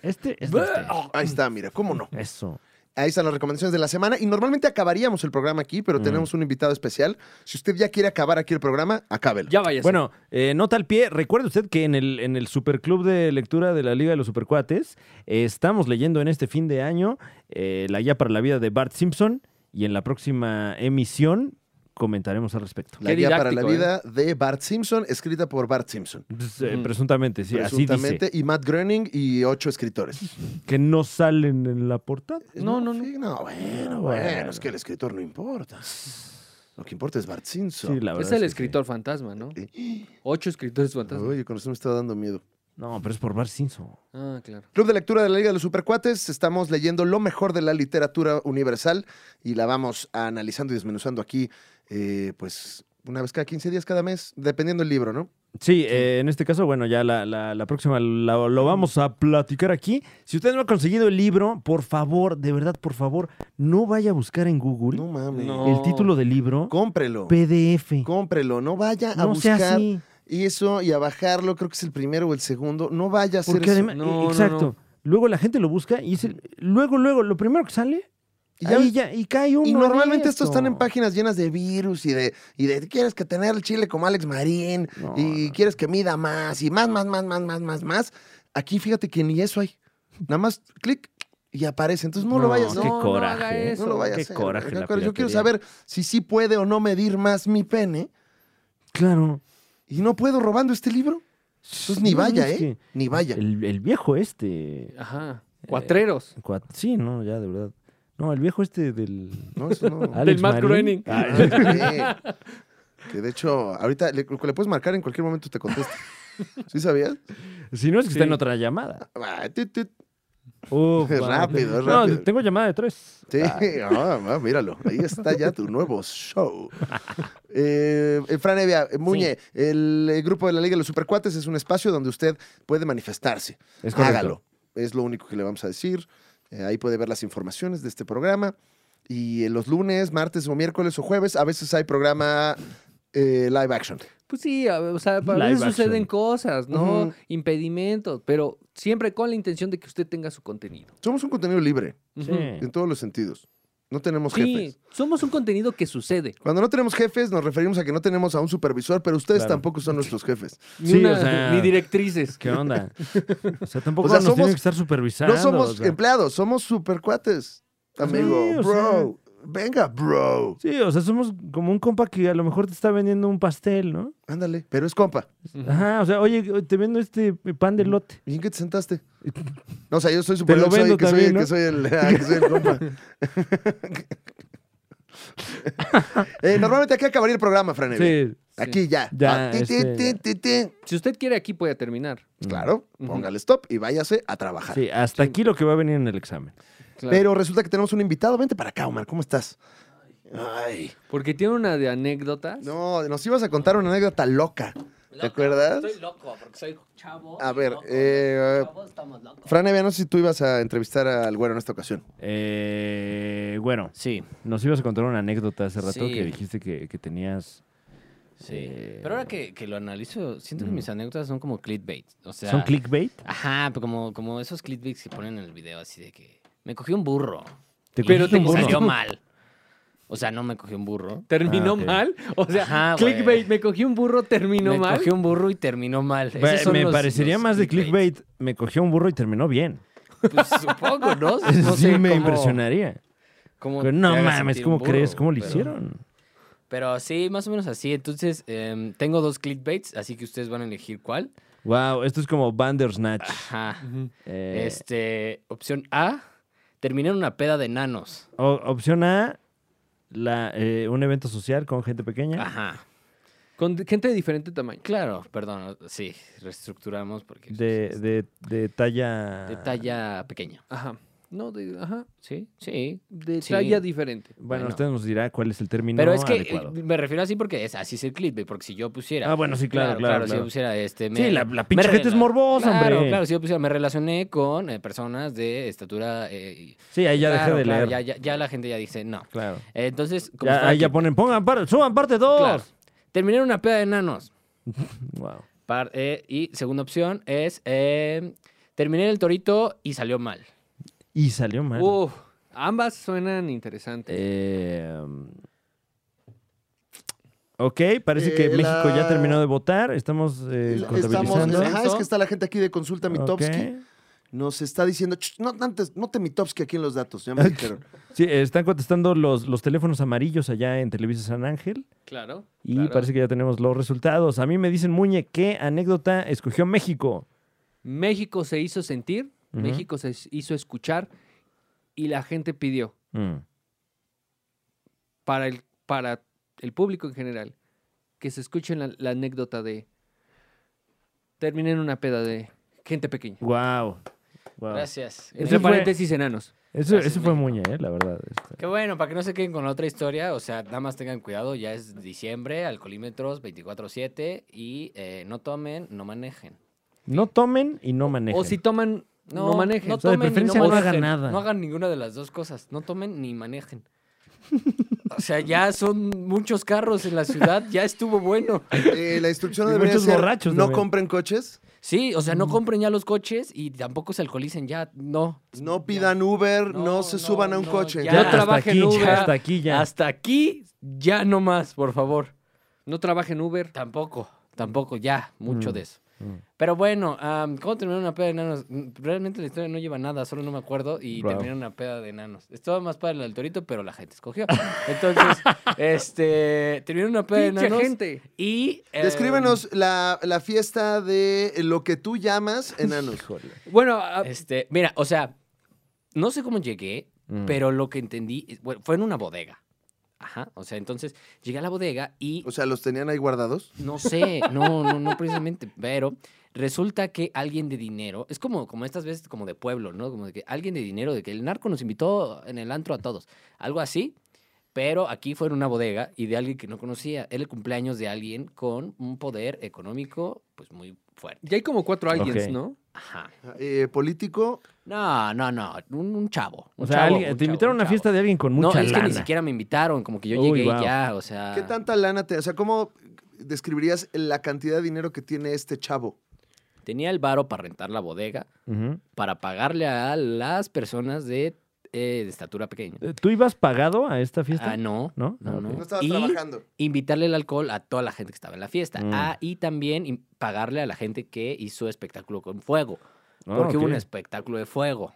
Speaker 2: Este es de usted.
Speaker 1: Ahí está, mira, cómo no.
Speaker 2: Eso.
Speaker 1: Ahí están las recomendaciones de la semana. Y normalmente acabaríamos el programa aquí, pero
Speaker 2: Mm.
Speaker 1: tenemos un invitado especial. Si usted ya quiere acabar aquí el programa, acábelo.
Speaker 3: Ya vaya.
Speaker 2: Bueno, eh, nota al pie. Recuerde usted que en el, en el Superclub de Lectura de la Liga de los Supercuates eh, estamos leyendo en este fin de año eh, La Guía para la Vida de Bart Simpson y en la próxima emisión comentaremos al respecto.
Speaker 1: La
Speaker 3: Qué
Speaker 1: guía para la
Speaker 3: didáctico, ¿eh?
Speaker 1: vida de Bart Simpson, escrita por Bart Simpson.
Speaker 2: Pues, eh, Presuntamente, sí,
Speaker 1: Mm. presuntamente,
Speaker 2: así
Speaker 1: y Matt Groening y ocho escritores.
Speaker 2: dice. Que no salen en la portada.
Speaker 3: No, no, no.
Speaker 1: sí, no, bueno, bueno,
Speaker 2: Bueno.
Speaker 1: es que el escritor no importa. Lo que importa es Bart Simpson.
Speaker 2: Sí, la verdad
Speaker 3: es el
Speaker 2: que sí.
Speaker 3: escritor fantasma, ¿no?
Speaker 1: Sí.
Speaker 3: Ocho escritores fantasmas.
Speaker 1: Oye, con eso me estaba dando miedo.
Speaker 2: No, pero es por Bart Simpson.
Speaker 3: Ah, claro.
Speaker 1: Club de Lectura de la Liga de los Supercuates. Estamos leyendo lo mejor de la literatura universal y la vamos analizando y desmenuzando aquí, eh, pues, una vez cada 15 días, cada mes, dependiendo del libro, ¿no?
Speaker 2: Sí, eh, en este caso, bueno, ya la, la- la próxima la- lo vamos a platicar aquí. Si usted no ha conseguido el libro, por favor, de verdad, por favor, no vaya a buscar en Google
Speaker 1: No mames.
Speaker 3: No.
Speaker 2: el título del libro
Speaker 1: Cómprelo.
Speaker 2: PDF.
Speaker 1: Cómprelo. No vaya a
Speaker 2: no sea
Speaker 1: buscar
Speaker 2: así.
Speaker 1: eso y a bajarlo. Creo que es el primero o el segundo. No vaya a hacer
Speaker 2: Porque
Speaker 1: eso.
Speaker 2: además,
Speaker 3: No, no,
Speaker 2: eh, exacto. Luego la gente lo busca y es el- luego, luego, lo primero que sale,
Speaker 1: Y
Speaker 2: y,
Speaker 1: ya-
Speaker 2: ahí ya, y cae uno.
Speaker 1: Y
Speaker 2: de
Speaker 1: normalmente estos
Speaker 2: esto.
Speaker 1: están en páginas llenas de virus y de, y de quieres que tener el chile como Alex Marín
Speaker 2: No,
Speaker 1: y quieres que mida más y más, más, más, más, más, más, más. Aquí fíjate que ni eso hay. Nada más clic y aparece. Entonces no, lo
Speaker 2: No,
Speaker 1: vayas a
Speaker 2: Qué
Speaker 3: no, no haga
Speaker 2: coraje.
Speaker 3: eso.
Speaker 1: No lo vayas a
Speaker 2: qué
Speaker 1: hacer.
Speaker 2: coraje la
Speaker 1: Yo quiero
Speaker 2: piratería.
Speaker 1: saber si sí puede o no medir más mi pene
Speaker 2: Claro.
Speaker 1: y no puedo robando este libro. Entonces ni
Speaker 2: No,
Speaker 1: vaya,
Speaker 2: es
Speaker 1: ¿eh?
Speaker 2: que
Speaker 1: Ni vaya.
Speaker 2: El, el viejo este.
Speaker 3: Ajá. Eh, Cuatreros.
Speaker 2: cua- Sí, no, ya, de verdad. No, el viejo este del.
Speaker 1: No, eso no.
Speaker 2: Alex
Speaker 3: Matt
Speaker 2: Marín.
Speaker 3: Groening.
Speaker 2: Ah,
Speaker 1: Ah, sí. Que de hecho, ahorita le, le puedes marcar en cualquier momento te contesta. ¿Sí sabías?
Speaker 2: Si no es que
Speaker 3: Sí.
Speaker 2: está en otra llamada.
Speaker 1: Ah, tut, tut.
Speaker 2: Uf,
Speaker 1: Es
Speaker 2: madre.
Speaker 1: rápido, es
Speaker 2: No,
Speaker 1: rápido.
Speaker 2: tengo llamada de tres.
Speaker 1: Sí, ah, ah, míralo. Ahí está ya tu nuevo show. Eh, eh, Fran Evia, eh, Muñe, el, eh, grupo de la Liga de los Supercuates es un espacio donde usted puede manifestarse.
Speaker 2: Es correcto.
Speaker 1: Hágalo. Es lo único que le vamos a decir. Eh, ahí puede ver las informaciones de este programa. Y eh, los lunes, martes o miércoles o jueves, a veces hay programa eh, live action.
Speaker 3: Pues sí, a- o sea, a
Speaker 2: Live
Speaker 3: veces
Speaker 2: action.
Speaker 3: suceden cosas, ¿no?
Speaker 1: Ujú.
Speaker 3: Impedimentos, pero siempre con la intención de que usted tenga su contenido.
Speaker 1: Somos un contenido libre
Speaker 3: Ujú.
Speaker 1: en todos los sentidos. No tenemos jefes.
Speaker 3: Sí, somos un contenido que sucede.
Speaker 1: Cuando no tenemos jefes, nos referimos a que no tenemos a un supervisor, pero ustedes
Speaker 2: Claro.
Speaker 1: tampoco son nuestros jefes.
Speaker 3: Ni,
Speaker 2: Sí, o
Speaker 3: una-
Speaker 2: sea-
Speaker 3: ni directrices.
Speaker 2: ¿Qué onda? O sea, tampoco
Speaker 1: O sea,
Speaker 2: nos
Speaker 1: somos-
Speaker 2: tienen que estar supervisando.
Speaker 1: no somos
Speaker 2: o sea.
Speaker 1: empleados, somos supercuates. Amigo,
Speaker 2: Sí, o
Speaker 1: bro. Venga, bro.
Speaker 2: Sí, o sea, somos como un compa que a lo mejor te está vendiendo un pastel, ¿no?
Speaker 1: Ándale, pero es compa.
Speaker 2: Ajá, o sea, oye, te vendo este pan
Speaker 1: Mm.
Speaker 2: de lote.
Speaker 1: ¿Y en qué te sentaste? No, o sea, yo soy
Speaker 2: Te lo
Speaker 1: supervisor, soy,
Speaker 2: vendo
Speaker 1: que, soy-
Speaker 2: también, ¿no?
Speaker 1: que soy el, ah, que soy el compa. Eh, normalmente aquí acabaría el programa, Fran. Evia.
Speaker 2: Sí.
Speaker 1: Aquí ya.
Speaker 2: Ya,
Speaker 1: Ah, ti, ti,
Speaker 2: este,
Speaker 1: ti,
Speaker 2: ya.
Speaker 1: ti, ti.
Speaker 3: Si usted quiere, aquí puede terminar.
Speaker 1: Claro, póngale stop y váyase a trabajar.
Speaker 2: Sí, hasta aquí lo que va a venir en el examen.
Speaker 3: Claro.
Speaker 1: Pero resulta que tenemos un invitado. Vente para acá, Omar. ¿Cómo estás? Ay.
Speaker 3: Porque tiene una de anécdotas.
Speaker 1: No, nos ibas a contar una anécdota loca. ¿Te acuerdas?
Speaker 4: loco porque soy chavo.
Speaker 1: A ver, eh,
Speaker 4: estamos locos.
Speaker 1: Fran Evia, no sé si tú ibas a entrevistar al güero en esta ocasión.
Speaker 2: Eh, bueno,
Speaker 4: Sí,
Speaker 2: nos ibas a contar una anécdota hace rato
Speaker 4: Sí.
Speaker 2: que dijiste que, que tenías.
Speaker 4: sí.
Speaker 2: Eh,
Speaker 4: Pero ahora que, que lo analizo, siento que mis anécdotas son como clickbait. O sea,
Speaker 2: ¿Son clickbait?
Speaker 4: Ajá, pero como, como esos clickbaits que ponen en el video así de que me cogió un burro.
Speaker 2: ¿Te
Speaker 4: Pero
Speaker 2: cogiste
Speaker 4: te
Speaker 2: un burro?
Speaker 4: salió mal. O sea, no me cogió un burro.
Speaker 3: Terminó
Speaker 2: Ah, ok.
Speaker 3: mal. O sea,
Speaker 4: Ajá, güey.
Speaker 3: clickbait, me cogí un burro, terminó
Speaker 4: me
Speaker 3: mal.
Speaker 4: cogió un burro y terminó mal. Esos
Speaker 2: Ve,
Speaker 4: son
Speaker 2: me
Speaker 4: los-
Speaker 2: parecería
Speaker 4: los
Speaker 2: más de clickbait. Me cogió un burro y terminó bien.
Speaker 4: Pues supongo, ¿no?
Speaker 2: Eso
Speaker 4: No
Speaker 2: sí
Speaker 4: sé
Speaker 2: me
Speaker 4: cómo-
Speaker 2: impresionaría.
Speaker 4: cómo
Speaker 2: Pero no
Speaker 4: te haga
Speaker 2: mames,
Speaker 4: sentir
Speaker 2: ¿cómo
Speaker 4: un burro,
Speaker 2: crees? ¿Cómo lo
Speaker 4: pero-
Speaker 2: hicieron?
Speaker 4: Pero sí, más o menos así. Entonces, em, tengo dos clickbaits, así que ustedes van a elegir cuál.
Speaker 2: Wow, esto es como Bandersnatch.
Speaker 4: Ajá.
Speaker 2: Eh,
Speaker 4: Este, opción A, terminé en una peda de nanos.
Speaker 2: o- opción A, la, eh, un evento social con gente pequeña.
Speaker 4: Ajá.
Speaker 3: Con gente de diferente tamaño.
Speaker 4: Claro, perdón, sí, reestructuramos porque
Speaker 2: De,
Speaker 4: pues,
Speaker 2: de, de talla.
Speaker 4: de talla pequeña.
Speaker 3: Ajá. No, de, ajá.
Speaker 4: Sí, sí.
Speaker 3: De
Speaker 4: Sí.
Speaker 3: talla diferente.
Speaker 2: Bueno,
Speaker 4: bueno.
Speaker 2: usted nos dirá cuál es el término
Speaker 4: Pero es que
Speaker 2: adecuado.
Speaker 4: eh, me refiero así porque es, así es el clickbait, porque si yo pusiera...
Speaker 2: Ah, bueno, sí, claro, claro,
Speaker 4: Si
Speaker 2: claro.
Speaker 4: yo pusiera este...
Speaker 2: Sí, la- la pinche gente es
Speaker 4: rela-
Speaker 2: morbosa,
Speaker 4: claro,
Speaker 2: hombre.
Speaker 4: Claro, si yo pusiera, me relacioné con eh, personas de estatura... eh, y-
Speaker 2: sí, ahí ya
Speaker 4: Claro,
Speaker 2: dejé de
Speaker 4: claro,
Speaker 2: leer.
Speaker 4: ya, ya- ya la gente ya dice no.
Speaker 2: Claro.
Speaker 4: Entonces, como
Speaker 2: Ya,
Speaker 4: estaba
Speaker 2: ahí ya
Speaker 4: aquí-
Speaker 2: ponen, pongan, parte, suban parte 2.
Speaker 4: claro. Terminé en una peda de enanos.
Speaker 2: Wow.
Speaker 4: Par- eh, y segunda opción es eh, terminé en el torito y salió mal.
Speaker 2: Y salió mal.
Speaker 3: Uf, ambas suenan interesantes.
Speaker 2: Eh, um, ok, parece
Speaker 1: Eh,
Speaker 2: que México ya
Speaker 1: la-
Speaker 2: terminó de votar. Estamos eh,
Speaker 1: Estamos,
Speaker 2: contabilizando.
Speaker 1: ajá, es que está la gente aquí de Consulta Mitowski.
Speaker 2: Ok.
Speaker 1: Nos está diciendo, "Ch, no, antes, no te Mitowski aquí en los datos, ya me dijeron.
Speaker 2: Sí, eh, están contestando los, los teléfonos amarillos allá en Televisa San Ángel.
Speaker 3: Claro.
Speaker 2: Y parece que ya tenemos los resultados. A mí me dicen, Muñe, ¿qué anécdota escogió México?
Speaker 3: México se hizo sentir,
Speaker 2: Ujú.
Speaker 3: México se hizo escuchar y la gente pidió
Speaker 2: Mm.
Speaker 3: para el, para el público en general que se escuche la, la anécdota de terminé en una peda de gente pequeña.
Speaker 2: Wow. Wow.
Speaker 4: Gracias.
Speaker 2: Eso
Speaker 3: Entre
Speaker 2: fue-
Speaker 3: paréntesis, enanos.
Speaker 2: Eso,
Speaker 4: Gracias,
Speaker 2: eso fue
Speaker 4: México.
Speaker 2: Muñe, eh, la verdad. Este,
Speaker 4: Qué bueno, para que no se queden con la otra historia, o sea, nada más tengan cuidado, ya es diciembre, alcoholímetros 24/7 y eh, no tomen, no manejen.
Speaker 2: No tomen y no manejen.
Speaker 3: O si toman, no, manejen.
Speaker 4: No
Speaker 2: sea, de
Speaker 4: tomen y
Speaker 2: preferencia
Speaker 4: no,
Speaker 2: no hagan
Speaker 4: manejen.
Speaker 2: nada.
Speaker 4: No hagan ninguna de las dos cosas. No tomen ni manejen. O sea, ya ah, son muchos carros en la ciudad. Ya estuvo bueno.
Speaker 1: Eh, la instrucción
Speaker 2: Y
Speaker 1: debería
Speaker 2: muchos
Speaker 1: ser,
Speaker 2: borrachos
Speaker 1: no
Speaker 2: también.
Speaker 1: compren coches,
Speaker 4: Sí, o sea,
Speaker 2: Mm.
Speaker 4: no compren ya los coches y tampoco se alcoholicen ya. No.
Speaker 1: no pidan Uber, no,
Speaker 4: No,
Speaker 1: se
Speaker 4: no,
Speaker 1: suban a un
Speaker 4: no,
Speaker 1: coche.
Speaker 4: ya.
Speaker 2: Ya
Speaker 4: Ah,
Speaker 2: hasta
Speaker 3: trabajen
Speaker 2: aquí,
Speaker 3: Uber.
Speaker 2: ya hasta aquí ya.
Speaker 4: Hasta aquí, ya no más, por favor.
Speaker 3: No trabajen Uber.
Speaker 4: Tampoco, tampoco, ya. Mucho
Speaker 2: Mm,
Speaker 4: de eso.
Speaker 2: mm.
Speaker 4: Pero bueno, am, ¿cómo terminar una peda de enanos? Mm, Realmente la historia no lleva nada, solo no me acuerdo y
Speaker 2: Wow.
Speaker 4: terminé en una peda de enanos. Estaba más para el torito, pero la gente escogió. Entonces, este, terminé en una peda de
Speaker 3: Pinche
Speaker 4: enanos.
Speaker 3: gente.
Speaker 4: Y. eh,
Speaker 1: Descríbenos la, la fiesta de lo que tú llamas enanos.
Speaker 3: Bueno, ah, a-
Speaker 4: Este, mira, o sea, no sé cómo llegué,
Speaker 2: Mm.
Speaker 4: pero lo que entendí es- bueno, fue en una bodega. Ajá. O sea, entonces llegué a la bodega y
Speaker 1: O sea, ¿los tenían ahí guardados?
Speaker 4: no sé, no, no, no precisamente, pero resulta que alguien de dinero, es como, como estas veces como de pueblo, ¿no? Como de que alguien de dinero, de que el narco nos invitó en el antro a todos, algo así, pero aquí fue en una bodega y de alguien que no conocía, era el cumpleaños de alguien con un poder económico, pues muy fuerte.
Speaker 3: ya hay como cuatro aliens,
Speaker 2: Ok.
Speaker 3: ¿no?
Speaker 4: Ajá.
Speaker 1: Eh, político,
Speaker 4: No, no, no, un, un chavo.
Speaker 2: O sea, alguien- te invitaron a una fiesta de alguien con mucha
Speaker 4: No, es
Speaker 2: lana.
Speaker 4: que ni siquiera me invitaron, como que yo
Speaker 2: Uy,
Speaker 4: llegué y
Speaker 2: wow.
Speaker 4: ya, o sea.
Speaker 1: ¿qué tanta lana te... O sea, ¿cómo describirías la cantidad de dinero que tiene este chavo?
Speaker 4: Tenía el varo para rentar la bodega.
Speaker 2: Ujú.
Speaker 4: para pagarle a las personas de, eh, de estatura pequeña.
Speaker 2: Eh, ¿Tú ibas pagado a esta fiesta?
Speaker 4: Ah, no.
Speaker 2: ¿No?
Speaker 4: No,
Speaker 2: Ah,
Speaker 4: no.
Speaker 2: ok.
Speaker 1: No estabas
Speaker 4: Y-
Speaker 1: trabajando.
Speaker 4: Invitarle el alcohol a toda la gente que estaba en la fiesta.
Speaker 2: Mm.
Speaker 4: Ah, y también in- pagarle a la gente que hizo espectáculo con fuego.
Speaker 2: Ah,
Speaker 4: porque hubo
Speaker 2: ok.
Speaker 4: un espectáculo de fuego.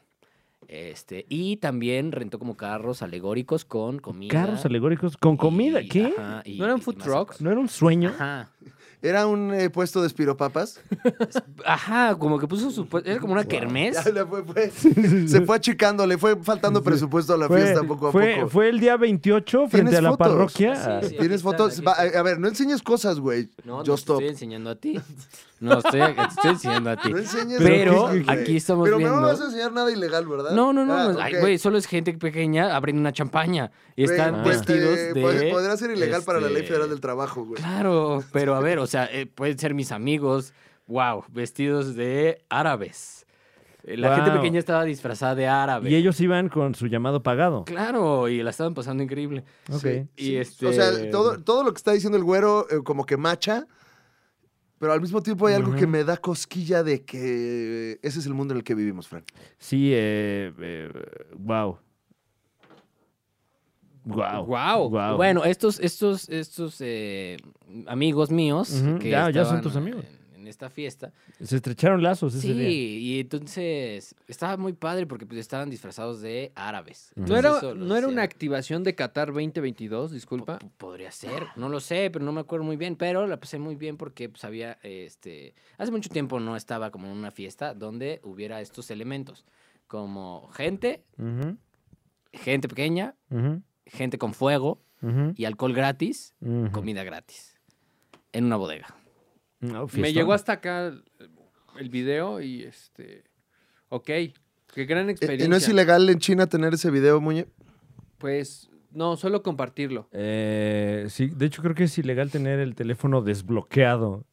Speaker 4: Este, y también rentó como carros alegóricos con comida.
Speaker 2: Carros alegóricos con comida.
Speaker 4: y-
Speaker 2: ¿Qué?
Speaker 4: ajá, y-
Speaker 3: ¿No eran
Speaker 4: y
Speaker 3: food
Speaker 4: más
Speaker 3: trucks?
Speaker 2: ¿No era un sueño?
Speaker 4: Ajá.
Speaker 1: ¿Era un eh, puesto de espiropapas?
Speaker 4: Ajá, como que puso su... Era como una kermés.
Speaker 1: Ya le fue- fue- se fue achicando, le fue faltando presupuesto a la fiesta poco a
Speaker 2: fue-
Speaker 1: poco.
Speaker 2: fue el día 28 frente
Speaker 1: ¿Tienes
Speaker 2: a la
Speaker 1: fotos?
Speaker 2: parroquia. ah,
Speaker 4: Sí, sí. Aquí
Speaker 1: ¿Tienes
Speaker 4: están,
Speaker 1: fotos?
Speaker 4: aquí
Speaker 1: Va,
Speaker 4: están.
Speaker 1: a, a ver, no enseñes cosas, güey.
Speaker 4: No, no,
Speaker 1: Yo
Speaker 4: te
Speaker 1: stop.
Speaker 4: estoy enseñando a ti. No, estoy, te estoy enseñando a ti.
Speaker 1: No enseñes
Speaker 4: Pero
Speaker 1: cosas, güey.
Speaker 4: aquí estamos
Speaker 1: Pero
Speaker 4: viendo.
Speaker 1: no me vas a enseñar nada ilegal, ¿verdad?
Speaker 4: No, no, no.
Speaker 1: Ah,
Speaker 4: no. Ay,
Speaker 1: ok.
Speaker 4: güey, solo es gente pequeña abriendo una champaña. Y
Speaker 1: Güey,
Speaker 4: están
Speaker 1: pues,
Speaker 4: vestidos
Speaker 1: eh,
Speaker 4: de...
Speaker 1: pod- Podrá ser ilegal para la ley
Speaker 4: este,
Speaker 1: federal del trabajo, güey.
Speaker 4: Claro, pero a ver, o sea, eh, pueden ser mis amigos. Wow, vestidos de árabes. Eh, La gente
Speaker 2: Guau.
Speaker 4: pequeña estaba disfrazada de árabe.
Speaker 2: Y ellos iban con su llamado pagado.
Speaker 4: Claro, y la estaban pasando increíble.
Speaker 2: Ok.
Speaker 1: Sí,
Speaker 4: Y
Speaker 1: sí.
Speaker 4: este...
Speaker 1: O sea, todo, todo lo que está diciendo el güero eh, como que macha, pero al mismo tiempo hay algo que me da cosquilla de que ese es el mundo en el que Eh, vivimos, Fran.
Speaker 2: Sí, eh, eh, wow. Wow.
Speaker 3: Guau.
Speaker 4: Bueno, estos, estos, estos eh, amigos míos.
Speaker 2: Ujú,
Speaker 4: que
Speaker 2: ya- ya son
Speaker 4: estaban
Speaker 2: tus amigos.
Speaker 4: En, en esta fiesta.
Speaker 2: se estrecharon lazos ese
Speaker 4: Sí,
Speaker 2: día.
Speaker 4: y entonces estaba muy padre porque pues, estaban disfrazados de árabes.
Speaker 3: ¿No era,
Speaker 4: Entonces, eso los
Speaker 3: ¿No era una
Speaker 4: hacía-
Speaker 3: activación de Qatar 2022? Disculpa.
Speaker 4: po- Podría ser, no lo sé, pero no me acuerdo muy bien. Pero la pasé muy bien porque pues, había, este, hace mucho tiempo no estaba como en una fiesta donde hubiera estos elementos, como gente,
Speaker 2: Ujú,
Speaker 4: gente pequeña,
Speaker 2: ujú,
Speaker 4: gente con fuego
Speaker 2: ujú,
Speaker 4: y alcohol gratis,
Speaker 2: ujú.
Speaker 4: comida gratis, en una bodega.
Speaker 2: No,
Speaker 3: Me
Speaker 2: fiestón.
Speaker 3: llegó hasta acá el- el video y este. Ok. Qué gran
Speaker 1: Eh,
Speaker 3: experiencia.
Speaker 1: eh, ¿No es ilegal en China tener ese video, Muñe?
Speaker 3: Pues, no, solo compartirlo.
Speaker 2: Eh, sí, de hecho creo que es ilegal tener el teléfono desbloqueado.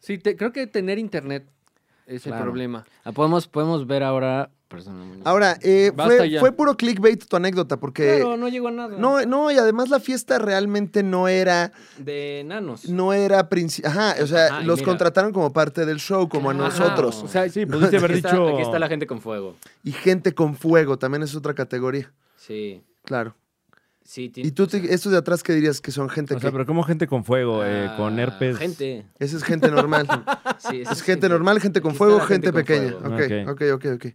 Speaker 3: Sí, te- creo que tener internet es
Speaker 4: Claro.
Speaker 3: el problema.
Speaker 4: Ah, Podemos, podemos ver ahora. personalmente.
Speaker 1: Ahora, eh,
Speaker 3: Basta
Speaker 1: fue,
Speaker 3: ya.
Speaker 1: fue puro clickbait tu anécdota, porque...
Speaker 4: Claro, no llegó a nada.
Speaker 1: No, no, y además la fiesta realmente no era,
Speaker 4: De enanos.
Speaker 1: no era princi- Ajá, o sea,
Speaker 4: Ajá, y
Speaker 1: los
Speaker 4: mira.
Speaker 1: contrataron como parte del show, como
Speaker 4: Claro.
Speaker 1: a nosotros.
Speaker 4: Ajá,
Speaker 2: O sea, sí, pudiste haber
Speaker 4: aquí,
Speaker 2: dicho.
Speaker 4: está, aquí está la gente con fuego.
Speaker 1: Y gente con fuego, también es otra categoría.
Speaker 4: Sí.
Speaker 1: Claro.
Speaker 4: Sí, tiene-
Speaker 1: Y tú,
Speaker 4: o sea,
Speaker 1: te- estos de atrás, ¿qué dirías? Que son gente
Speaker 2: O sea,
Speaker 1: que...
Speaker 2: pero como gente con fuego, eh, con
Speaker 4: ah,
Speaker 2: herpes.
Speaker 4: Gente.
Speaker 1: Esa es gente normal.
Speaker 4: Sí, esa
Speaker 1: es gente normal, gente con
Speaker 4: Aquí está
Speaker 1: fuego,
Speaker 4: la
Speaker 1: gente,
Speaker 4: gente con
Speaker 1: pequeña.
Speaker 4: fuego.
Speaker 1: Ok, ok, ok, ok.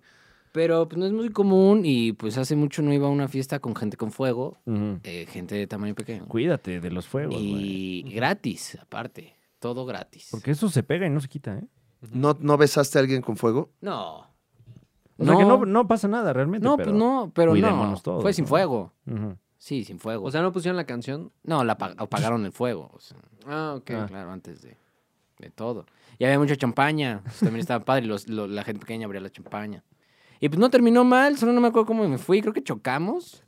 Speaker 4: Pero pues, no es muy común y pues hace mucho no iba a una fiesta con gente con fuego,
Speaker 2: Ujú.
Speaker 4: eh, gente de tamaño pequeño.
Speaker 2: Cuídate de los fuegos, güey.
Speaker 4: Y gratis, aparte. Todo gratis.
Speaker 2: Porque eso se pega y no se quita, ¿eh?
Speaker 1: ¿No, ¿No besaste a alguien con fuego?
Speaker 4: No.
Speaker 2: O sea que no, no pasa nada realmente.
Speaker 4: no,
Speaker 2: pero-
Speaker 4: pues no, pero no.
Speaker 2: cuidémonos todos,
Speaker 4: Fue sin
Speaker 2: ¿no?
Speaker 4: fuego.
Speaker 2: Ujú.
Speaker 4: Sí, sin fuego.
Speaker 3: O sea, no pusieron la canción.
Speaker 4: no, la apa- apagaron el fuego. o sea,
Speaker 3: Ah, ok.
Speaker 2: Ah.
Speaker 4: Claro, antes de, de todo. Y había mucha champaña. pues, también estaba padre. los- lo- la gente pequeña abría la champaña. Y pues no terminó mal, solo no me acuerdo cómo me fui. Creo que chocamos.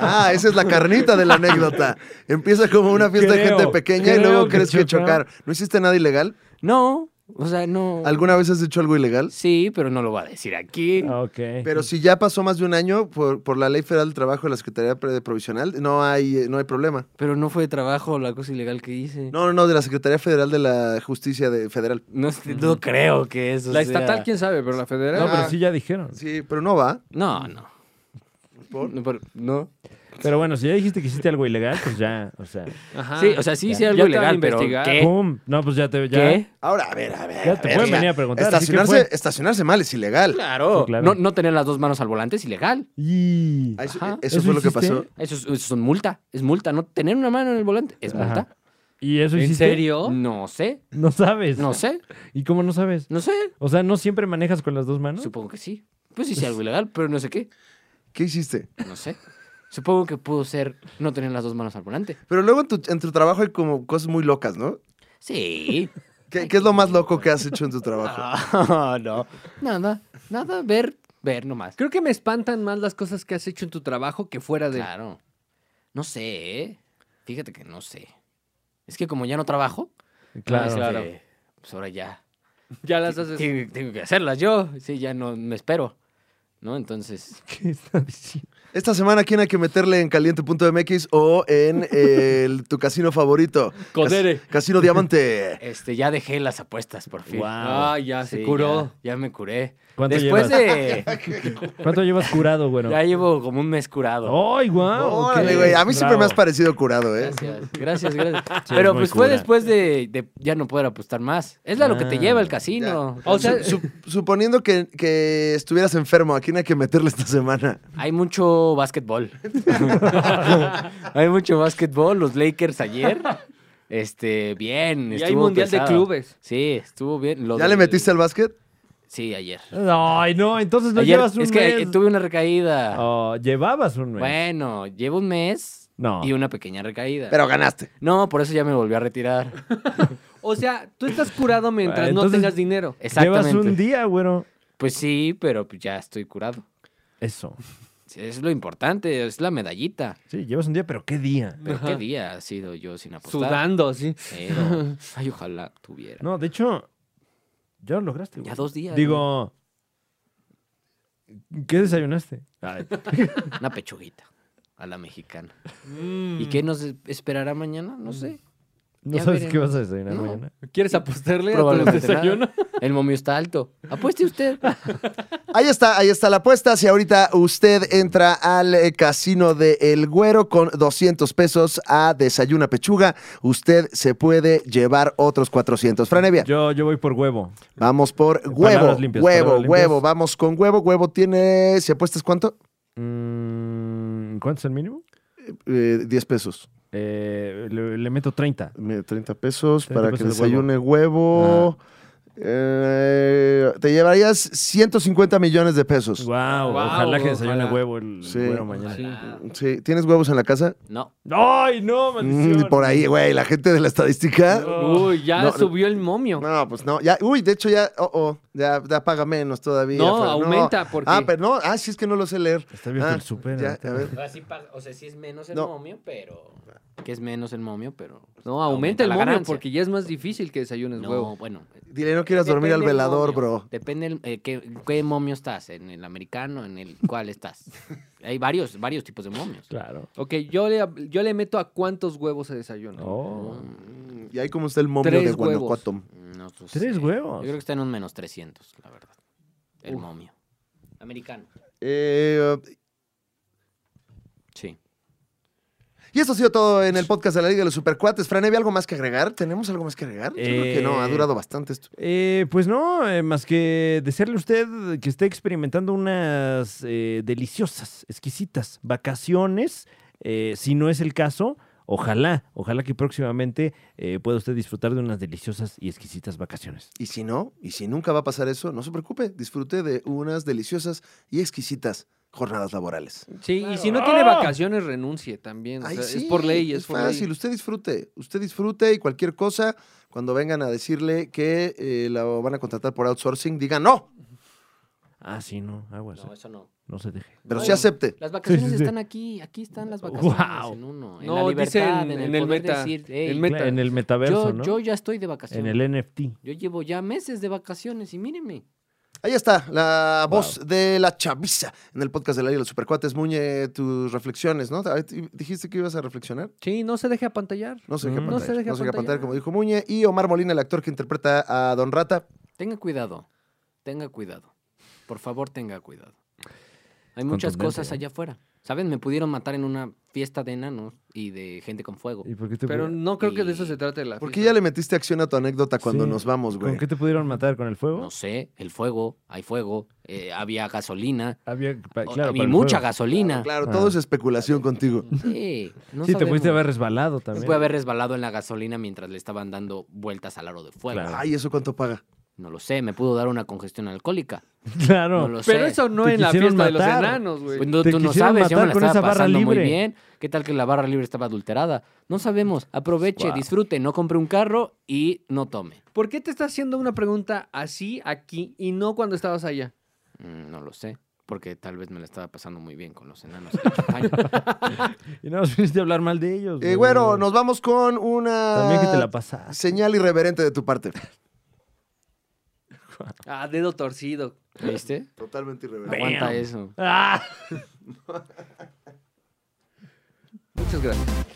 Speaker 1: Ah, esa es la carnita de la anécdota. Empieza como una fiesta de
Speaker 2: Creo,
Speaker 1: gente pequeña y
Speaker 2: creo
Speaker 1: luego
Speaker 2: que
Speaker 1: crees que
Speaker 2: chocaron.
Speaker 1: chocar. ¿No hiciste nada ilegal?
Speaker 4: No, o sea, no.
Speaker 1: ¿Alguna vez has hecho algo ilegal?
Speaker 4: Sí, pero no lo voy a decir aquí.
Speaker 2: Ah, ok.
Speaker 1: Pero si ya pasó más de un año por, por la Ley Federal del Trabajo de la Secretaría Pre- Provisional, no hay, eh, no hay problema.
Speaker 4: Pero no fue de trabajo la cosa ilegal que hice. No,
Speaker 1: No, no, no, de la Secretaría Federal de la Justicia de- Federal.
Speaker 4: sé, no creo que eso
Speaker 3: La
Speaker 4: sea-
Speaker 3: estatal, quién sabe, pero la federal.
Speaker 2: No, pero
Speaker 1: Ah.
Speaker 2: sí ya dijeron.
Speaker 1: Sí, pero no va.
Speaker 4: No, no.
Speaker 1: Ah, ¿Por?
Speaker 4: No, pero- no.
Speaker 2: Pero bueno, si ya dijiste que hiciste algo ilegal, pues ya, o sea.
Speaker 3: Ajá.
Speaker 4: Sí, o sea, sí
Speaker 2: Ah, Ya.
Speaker 4: hice
Speaker 3: Ya
Speaker 4: algo
Speaker 3: te van a
Speaker 4: ilegal, pero
Speaker 3: investigar.
Speaker 4: ¿qué?
Speaker 2: ¡Pum! No, pues ya te. Ya,
Speaker 4: ¿Qué?
Speaker 1: Ahora, a ver, a ver.
Speaker 2: Ya
Speaker 1: a
Speaker 2: te
Speaker 1: ver,
Speaker 2: pueden
Speaker 1: o sea,
Speaker 2: venir a preguntar, así que
Speaker 1: Eh, Estacionarse,
Speaker 2: fue.
Speaker 1: estacionarse mal es ilegal.
Speaker 4: Claro.
Speaker 2: Sí, claro.
Speaker 4: No, no tener las dos manos al volante es ilegal.
Speaker 2: Y...
Speaker 1: Ah, Eso,
Speaker 4: Ajá.
Speaker 1: eso
Speaker 2: ¿Eso
Speaker 1: fue lo que
Speaker 2: hiciste?
Speaker 1: pasó.
Speaker 4: Eso es, eso es un multa. Es multa. No tener una mano en el volante es
Speaker 2: Ajá.
Speaker 4: multa.
Speaker 2: ¿Y eso
Speaker 3: ¿En
Speaker 2: hiciste?
Speaker 3: serio?
Speaker 4: No sé.
Speaker 2: No sabes.
Speaker 4: No sé.
Speaker 2: ¿Y cómo no sabes?
Speaker 4: No sé.
Speaker 2: O sea, ¿no siempre manejas con las dos manos?
Speaker 4: Supongo que sí. Pues hice algo ilegal, pero no sé qué.
Speaker 1: ¿Qué hiciste?
Speaker 4: No sé. Supongo que pudo ser no tener las dos manos al volante.
Speaker 1: Pero luego en tu, en tu trabajo hay como cosas muy locas, ¿no?
Speaker 4: Sí.
Speaker 1: ¿Qué, qué es lo más loco que has hecho en tu trabajo?
Speaker 4: No, no. Nada. Nada. Ver. Ver nomás.
Speaker 3: Creo que me espantan más las cosas que has hecho en tu trabajo que fuera de.
Speaker 4: Claro. No sé. ¿eh? Fíjate que no sé. Es que como ya no trabajo,
Speaker 2: Ah, Claro.
Speaker 4: es que,
Speaker 3: Claro.
Speaker 4: pues ahora ya.
Speaker 3: Ya las haces.
Speaker 4: Tengo, tengo que hacerlas yo. Sí, ya no me espero. ¿No? Entonces.
Speaker 2: ¿Qué está diciendo?
Speaker 1: Esta semana, ¿quién hay que meterle en caliente.mx o en eh, el- tu casino favorito? Cas-
Speaker 3: Codere.
Speaker 1: casino Diamante.
Speaker 4: Este, ya dejé las apuestas por fin.
Speaker 2: Guau.
Speaker 3: Ah, ya
Speaker 4: Sí,
Speaker 3: se curó.
Speaker 4: Ya, ya me curé.
Speaker 2: ¿Cuánto
Speaker 4: Después
Speaker 2: llevas?
Speaker 4: de.
Speaker 2: ¿Cuánto llevas curado, güero?
Speaker 4: Ya llevo como un mes curado.
Speaker 2: ¡Ay, guau!
Speaker 1: Órale,
Speaker 2: Ah, ok,
Speaker 1: güey. A mí siempre me
Speaker 2: bravo.
Speaker 1: has parecido curado, ¿eh?
Speaker 4: Gracias, gracias, gracias.
Speaker 2: Sí, es
Speaker 4: Pero
Speaker 2: muy
Speaker 4: pues fue
Speaker 2: cura.
Speaker 4: después de, de ya no poder apostar más. Es la lo que te
Speaker 2: Ah,
Speaker 4: lleva el casino.
Speaker 3: O sea,
Speaker 1: Su- suponiendo que, que estuvieras enfermo, ¿a quién hay que meterle esta semana?
Speaker 4: Hay mucho básquetbol. Hay mucho básquetbol. Los Lakers ayer. Este, bien.
Speaker 3: Y hay
Speaker 4: estuvo
Speaker 3: mundial de
Speaker 4: pesado.
Speaker 3: clubes.
Speaker 4: Sí, estuvo bien. Lo
Speaker 1: ¿Ya le
Speaker 4: del-
Speaker 1: metiste al básquet?
Speaker 4: Sí, ayer.
Speaker 2: Ay, no, entonces no
Speaker 4: Ayer-
Speaker 2: llevas un
Speaker 4: es que eh,
Speaker 2: mes.
Speaker 4: tuve una recaída.
Speaker 2: Oh, llevabas un mes.
Speaker 4: Bueno, llevo un mes
Speaker 2: No.
Speaker 4: y una pequeña recaída.
Speaker 1: Pero ganaste.
Speaker 4: No, por eso ya me volví a retirar.
Speaker 3: O sea, tú estás curado mientras no
Speaker 2: Entonces-
Speaker 3: tengas dinero.
Speaker 2: Llevas
Speaker 4: Exactamente.
Speaker 2: un día, güero.
Speaker 4: Pues sí, pero pues ya estoy curado.
Speaker 2: Eso.
Speaker 4: Es lo importante, es la medallita.
Speaker 2: Sí, llevas un día, pero ¿qué día?
Speaker 4: Pero
Speaker 3: Ajá.
Speaker 4: qué día ha sido yo sin apostar.
Speaker 3: Sudando, sí.
Speaker 4: Pero, ay, ojalá tuviera.
Speaker 2: No, de hecho, ya lo lograste, güey.
Speaker 4: Ya dos días,
Speaker 2: Digo, ¿qué desayunaste? Ay,
Speaker 4: Una
Speaker 2: Mm.
Speaker 4: pechuguita a la mexicana. ¿Y qué nos esperará mañana? No sé.
Speaker 2: No
Speaker 4: Ya
Speaker 2: sabes
Speaker 4: veremos.
Speaker 2: qué vas a desayunar
Speaker 4: No.
Speaker 2: mañana.
Speaker 3: ¿Quieres apostarle a tu
Speaker 4: Probablemente nada.
Speaker 3: desayuno?
Speaker 4: El momio está alto. Apueste usted.
Speaker 1: Ahí está, ahí está la apuesta. Si ahorita usted entra al eh, casino de El Güero con 200 pesos a Desayuna Pechuga, usted se puede llevar otros 400. Franevia,
Speaker 2: Yo, yo voy por huevo.
Speaker 1: vamos por
Speaker 2: Palabras
Speaker 1: huevo,
Speaker 2: limpias,
Speaker 1: huevo,
Speaker 2: palabras limpias.
Speaker 1: huevo. Vamos con huevo. Huevo tiene, si apuestas, ¿cuánto?
Speaker 2: Mm, ¿Cuánto es el mínimo?
Speaker 1: Eh, 10 pesos.
Speaker 2: Eh, le, le meto 30.
Speaker 1: Me- 30 pesos
Speaker 2: 30
Speaker 1: para que
Speaker 2: pesos Ah. de
Speaker 1: desayune huevo. Eh, te llevarías 150 millones de pesos.
Speaker 2: Wow,
Speaker 3: Guau,
Speaker 2: ojalá que desayune
Speaker 3: ojalá.
Speaker 2: huevo el
Speaker 1: Sí.
Speaker 2: güero mañana.
Speaker 1: Sí, ¿Tienes huevos en la casa?
Speaker 4: No.
Speaker 2: ¡Ay, no, maldición!
Speaker 1: Mm, por ahí, güey, la gente de la estadística.
Speaker 3: Uy, ya
Speaker 1: No,
Speaker 3: subió el momio.
Speaker 1: No, pues no. Ya, uy, de hecho ya, oh, oh, ya, ya paga menos todavía.
Speaker 3: No,
Speaker 1: Fran,
Speaker 3: aumenta, porque-
Speaker 1: Ah, pero no, ah, sí es que no lo sé leer.
Speaker 2: Está abierto
Speaker 1: Ah,
Speaker 2: el súper.
Speaker 1: ya,
Speaker 2: ahorita.
Speaker 1: a ver.
Speaker 4: o sea, sí es menos
Speaker 1: el
Speaker 4: el
Speaker 1: No.
Speaker 4: momio, pero... Que es menos el momio, pero...
Speaker 3: No, aumenta, el
Speaker 4: la
Speaker 3: momio
Speaker 4: ganancia.
Speaker 3: porque ya es más difícil que desayunes
Speaker 4: No,
Speaker 3: huevo.
Speaker 4: bueno.
Speaker 1: Dile, no quieras dormir al
Speaker 4: Depende el
Speaker 1: velador,
Speaker 4: momio.
Speaker 1: bro.
Speaker 4: Depende el- eh, qué, qué momio estás, en el americano, en el cuál estás. Hay varios, varios tipos de momios.
Speaker 2: Claro.
Speaker 3: Ok, yo le, yo le meto a cuántos huevos se desayuna.
Speaker 2: Oh,
Speaker 4: Mm.
Speaker 1: Y ahí como está el momio
Speaker 3: Tres
Speaker 1: de
Speaker 3: huevos.
Speaker 1: Guanajuato.
Speaker 4: No lo sé.
Speaker 2: Tres huevos.
Speaker 4: Yo creo que está en un menos 300, la verdad. El
Speaker 3: Uf.
Speaker 4: momio. Americano.
Speaker 1: Eh,
Speaker 4: Sí.
Speaker 1: y eso ha sido todo en el podcast de la Liga de los Supercuates. Fran, ¿había algo más que agregar? ¿Tenemos algo más que agregar? Yo creo que no,
Speaker 2: Eh,
Speaker 1: ha durado bastante esto.
Speaker 2: Eh, pues no, eh, más que desearle a usted que esté experimentando unas eh, deliciosas, exquisitas vacaciones. Eh, si no es el caso, ojalá, ojalá que próximamente eh, pueda usted disfrutar de unas deliciosas y exquisitas vacaciones.
Speaker 1: Y si no, y si nunca va a pasar eso, no se preocupe. Disfrute de unas deliciosas y exquisitas jornadas laborales.
Speaker 3: Sí, y si no tiene vacaciones, renuncie también. o
Speaker 1: Ay,
Speaker 3: sea, es
Speaker 1: sí,
Speaker 3: por ley, es, por
Speaker 1: fácil.
Speaker 3: ley.
Speaker 1: Usted disfrute, usted disfrute y cualquier cosa, cuando vengan a decirle que eh, la van a contratar por outsourcing, diga no,
Speaker 2: Ah, sí, no, aguas. eh.
Speaker 4: No, eso no.
Speaker 2: No se deje.
Speaker 1: pero
Speaker 4: No,
Speaker 1: sí
Speaker 4: y-
Speaker 1: acepte.
Speaker 4: Las vacaciones
Speaker 2: sí, sí.
Speaker 4: están aquí, aquí están las vacaciones
Speaker 2: Guau.
Speaker 4: en uno, en
Speaker 3: No,
Speaker 4: la
Speaker 3: dice
Speaker 4: libertad,
Speaker 3: en-
Speaker 4: en,
Speaker 3: en
Speaker 4: el
Speaker 3: el
Speaker 4: poder
Speaker 3: meta,
Speaker 4: decir,
Speaker 3: en
Speaker 4: "Ey,
Speaker 3: meta,
Speaker 2: Cla- En el
Speaker 4: yo,
Speaker 2: metaverso, ¿no?
Speaker 4: yo ya estoy de
Speaker 2: en
Speaker 4: vacaciones.
Speaker 2: el NFT.
Speaker 4: Yo llevo ya meses de vacaciones y míreme.
Speaker 1: Ahí está, la
Speaker 2: Wow.
Speaker 1: voz de la chaviza en el podcast del área de los supercuates. Muñe, tus reflexiones, ¿no? Ahorita Dijiste que ibas a reflexionar.
Speaker 3: Sí, no se deje apantallar.
Speaker 1: No sé qué
Speaker 2: Mm.
Speaker 1: apantallar.
Speaker 3: No se deje
Speaker 1: qué apantallar,
Speaker 3: apantallar.
Speaker 1: como dijo Muñe. Y Omar Molina, el actor que interpreta a Don Rata.
Speaker 4: Tenga cuidado, tenga cuidado. Por favor, tenga cuidado. Hay muchas
Speaker 2: Contundente,
Speaker 4: cosas
Speaker 2: ¿eh?
Speaker 4: allá afuera. ¿Saben? Me pudieron matar en una fiesta de enanos y de gente con fuego.
Speaker 2: ¿Y por qué te
Speaker 3: Pero
Speaker 2: pudi-
Speaker 3: no creo que de eso
Speaker 4: Y-
Speaker 3: se trate la
Speaker 1: ¿Por qué
Speaker 3: fiesta.
Speaker 1: ya le metiste acción a tu anécdota cuando
Speaker 2: Sí.
Speaker 1: nos vamos, güey?
Speaker 2: ¿Con qué te pudieron matar? ¿Con el fuego?
Speaker 4: No sé, el fuego, hay fuego, eh, había gasolina,
Speaker 2: Había, pa-
Speaker 4: o-
Speaker 2: claro,
Speaker 4: y
Speaker 2: para el
Speaker 4: mucha
Speaker 2: fuego.
Speaker 4: gasolina.
Speaker 1: Claro,
Speaker 2: Ah.
Speaker 1: todo es especulación contigo.
Speaker 4: Sí, no
Speaker 2: Sí, te
Speaker 4: sabemos.
Speaker 2: pudiste haber resbalado
Speaker 4: Me
Speaker 2: también.
Speaker 4: puede haber resbalado en la gasolina mientras le estaban dando vueltas al aro de fuego.
Speaker 2: Claro.
Speaker 1: Ay, ¿eso cuánto paga?
Speaker 4: No lo sé, me pudo dar una congestión alcohólica.
Speaker 2: Claro.
Speaker 4: No, lo sé.
Speaker 3: Pero eso no
Speaker 2: Te
Speaker 3: en la fiesta
Speaker 2: quisieron
Speaker 3: de los
Speaker 2: matar.
Speaker 3: enanos, güey.
Speaker 4: Pues no,
Speaker 2: Te
Speaker 4: tú no
Speaker 2: quisieron
Speaker 4: sabes, yo me
Speaker 2: matar
Speaker 4: la
Speaker 2: con
Speaker 4: estaba
Speaker 2: esa barra
Speaker 4: pasando muy
Speaker 2: libre.
Speaker 4: bien. ¿Qué tal que la barra libre estaba adulterada? No sabemos. Aproveche,
Speaker 2: Guau.
Speaker 4: disfrute, no compre un carro y no tome.
Speaker 3: ¿Por qué te está haciendo una pregunta así aquí y no cuando estabas allá?
Speaker 4: Mm, no lo sé, porque tal vez me la estaba pasando muy bien con los enanos. de Champaña.
Speaker 2: Y no nos viniste a hablar mal pues, de ellos.
Speaker 1: Eh,
Speaker 2: güey.
Speaker 1: güero, nos vamos con una
Speaker 2: También que te la pasaste.
Speaker 1: señal irreverente de tu parte.
Speaker 3: Ah, dedo torcido.
Speaker 4: ¿Viste?
Speaker 1: Totalmente irreverente.
Speaker 4: Aguanta eso.
Speaker 2: ¡Ah!
Speaker 3: Muchas gracias.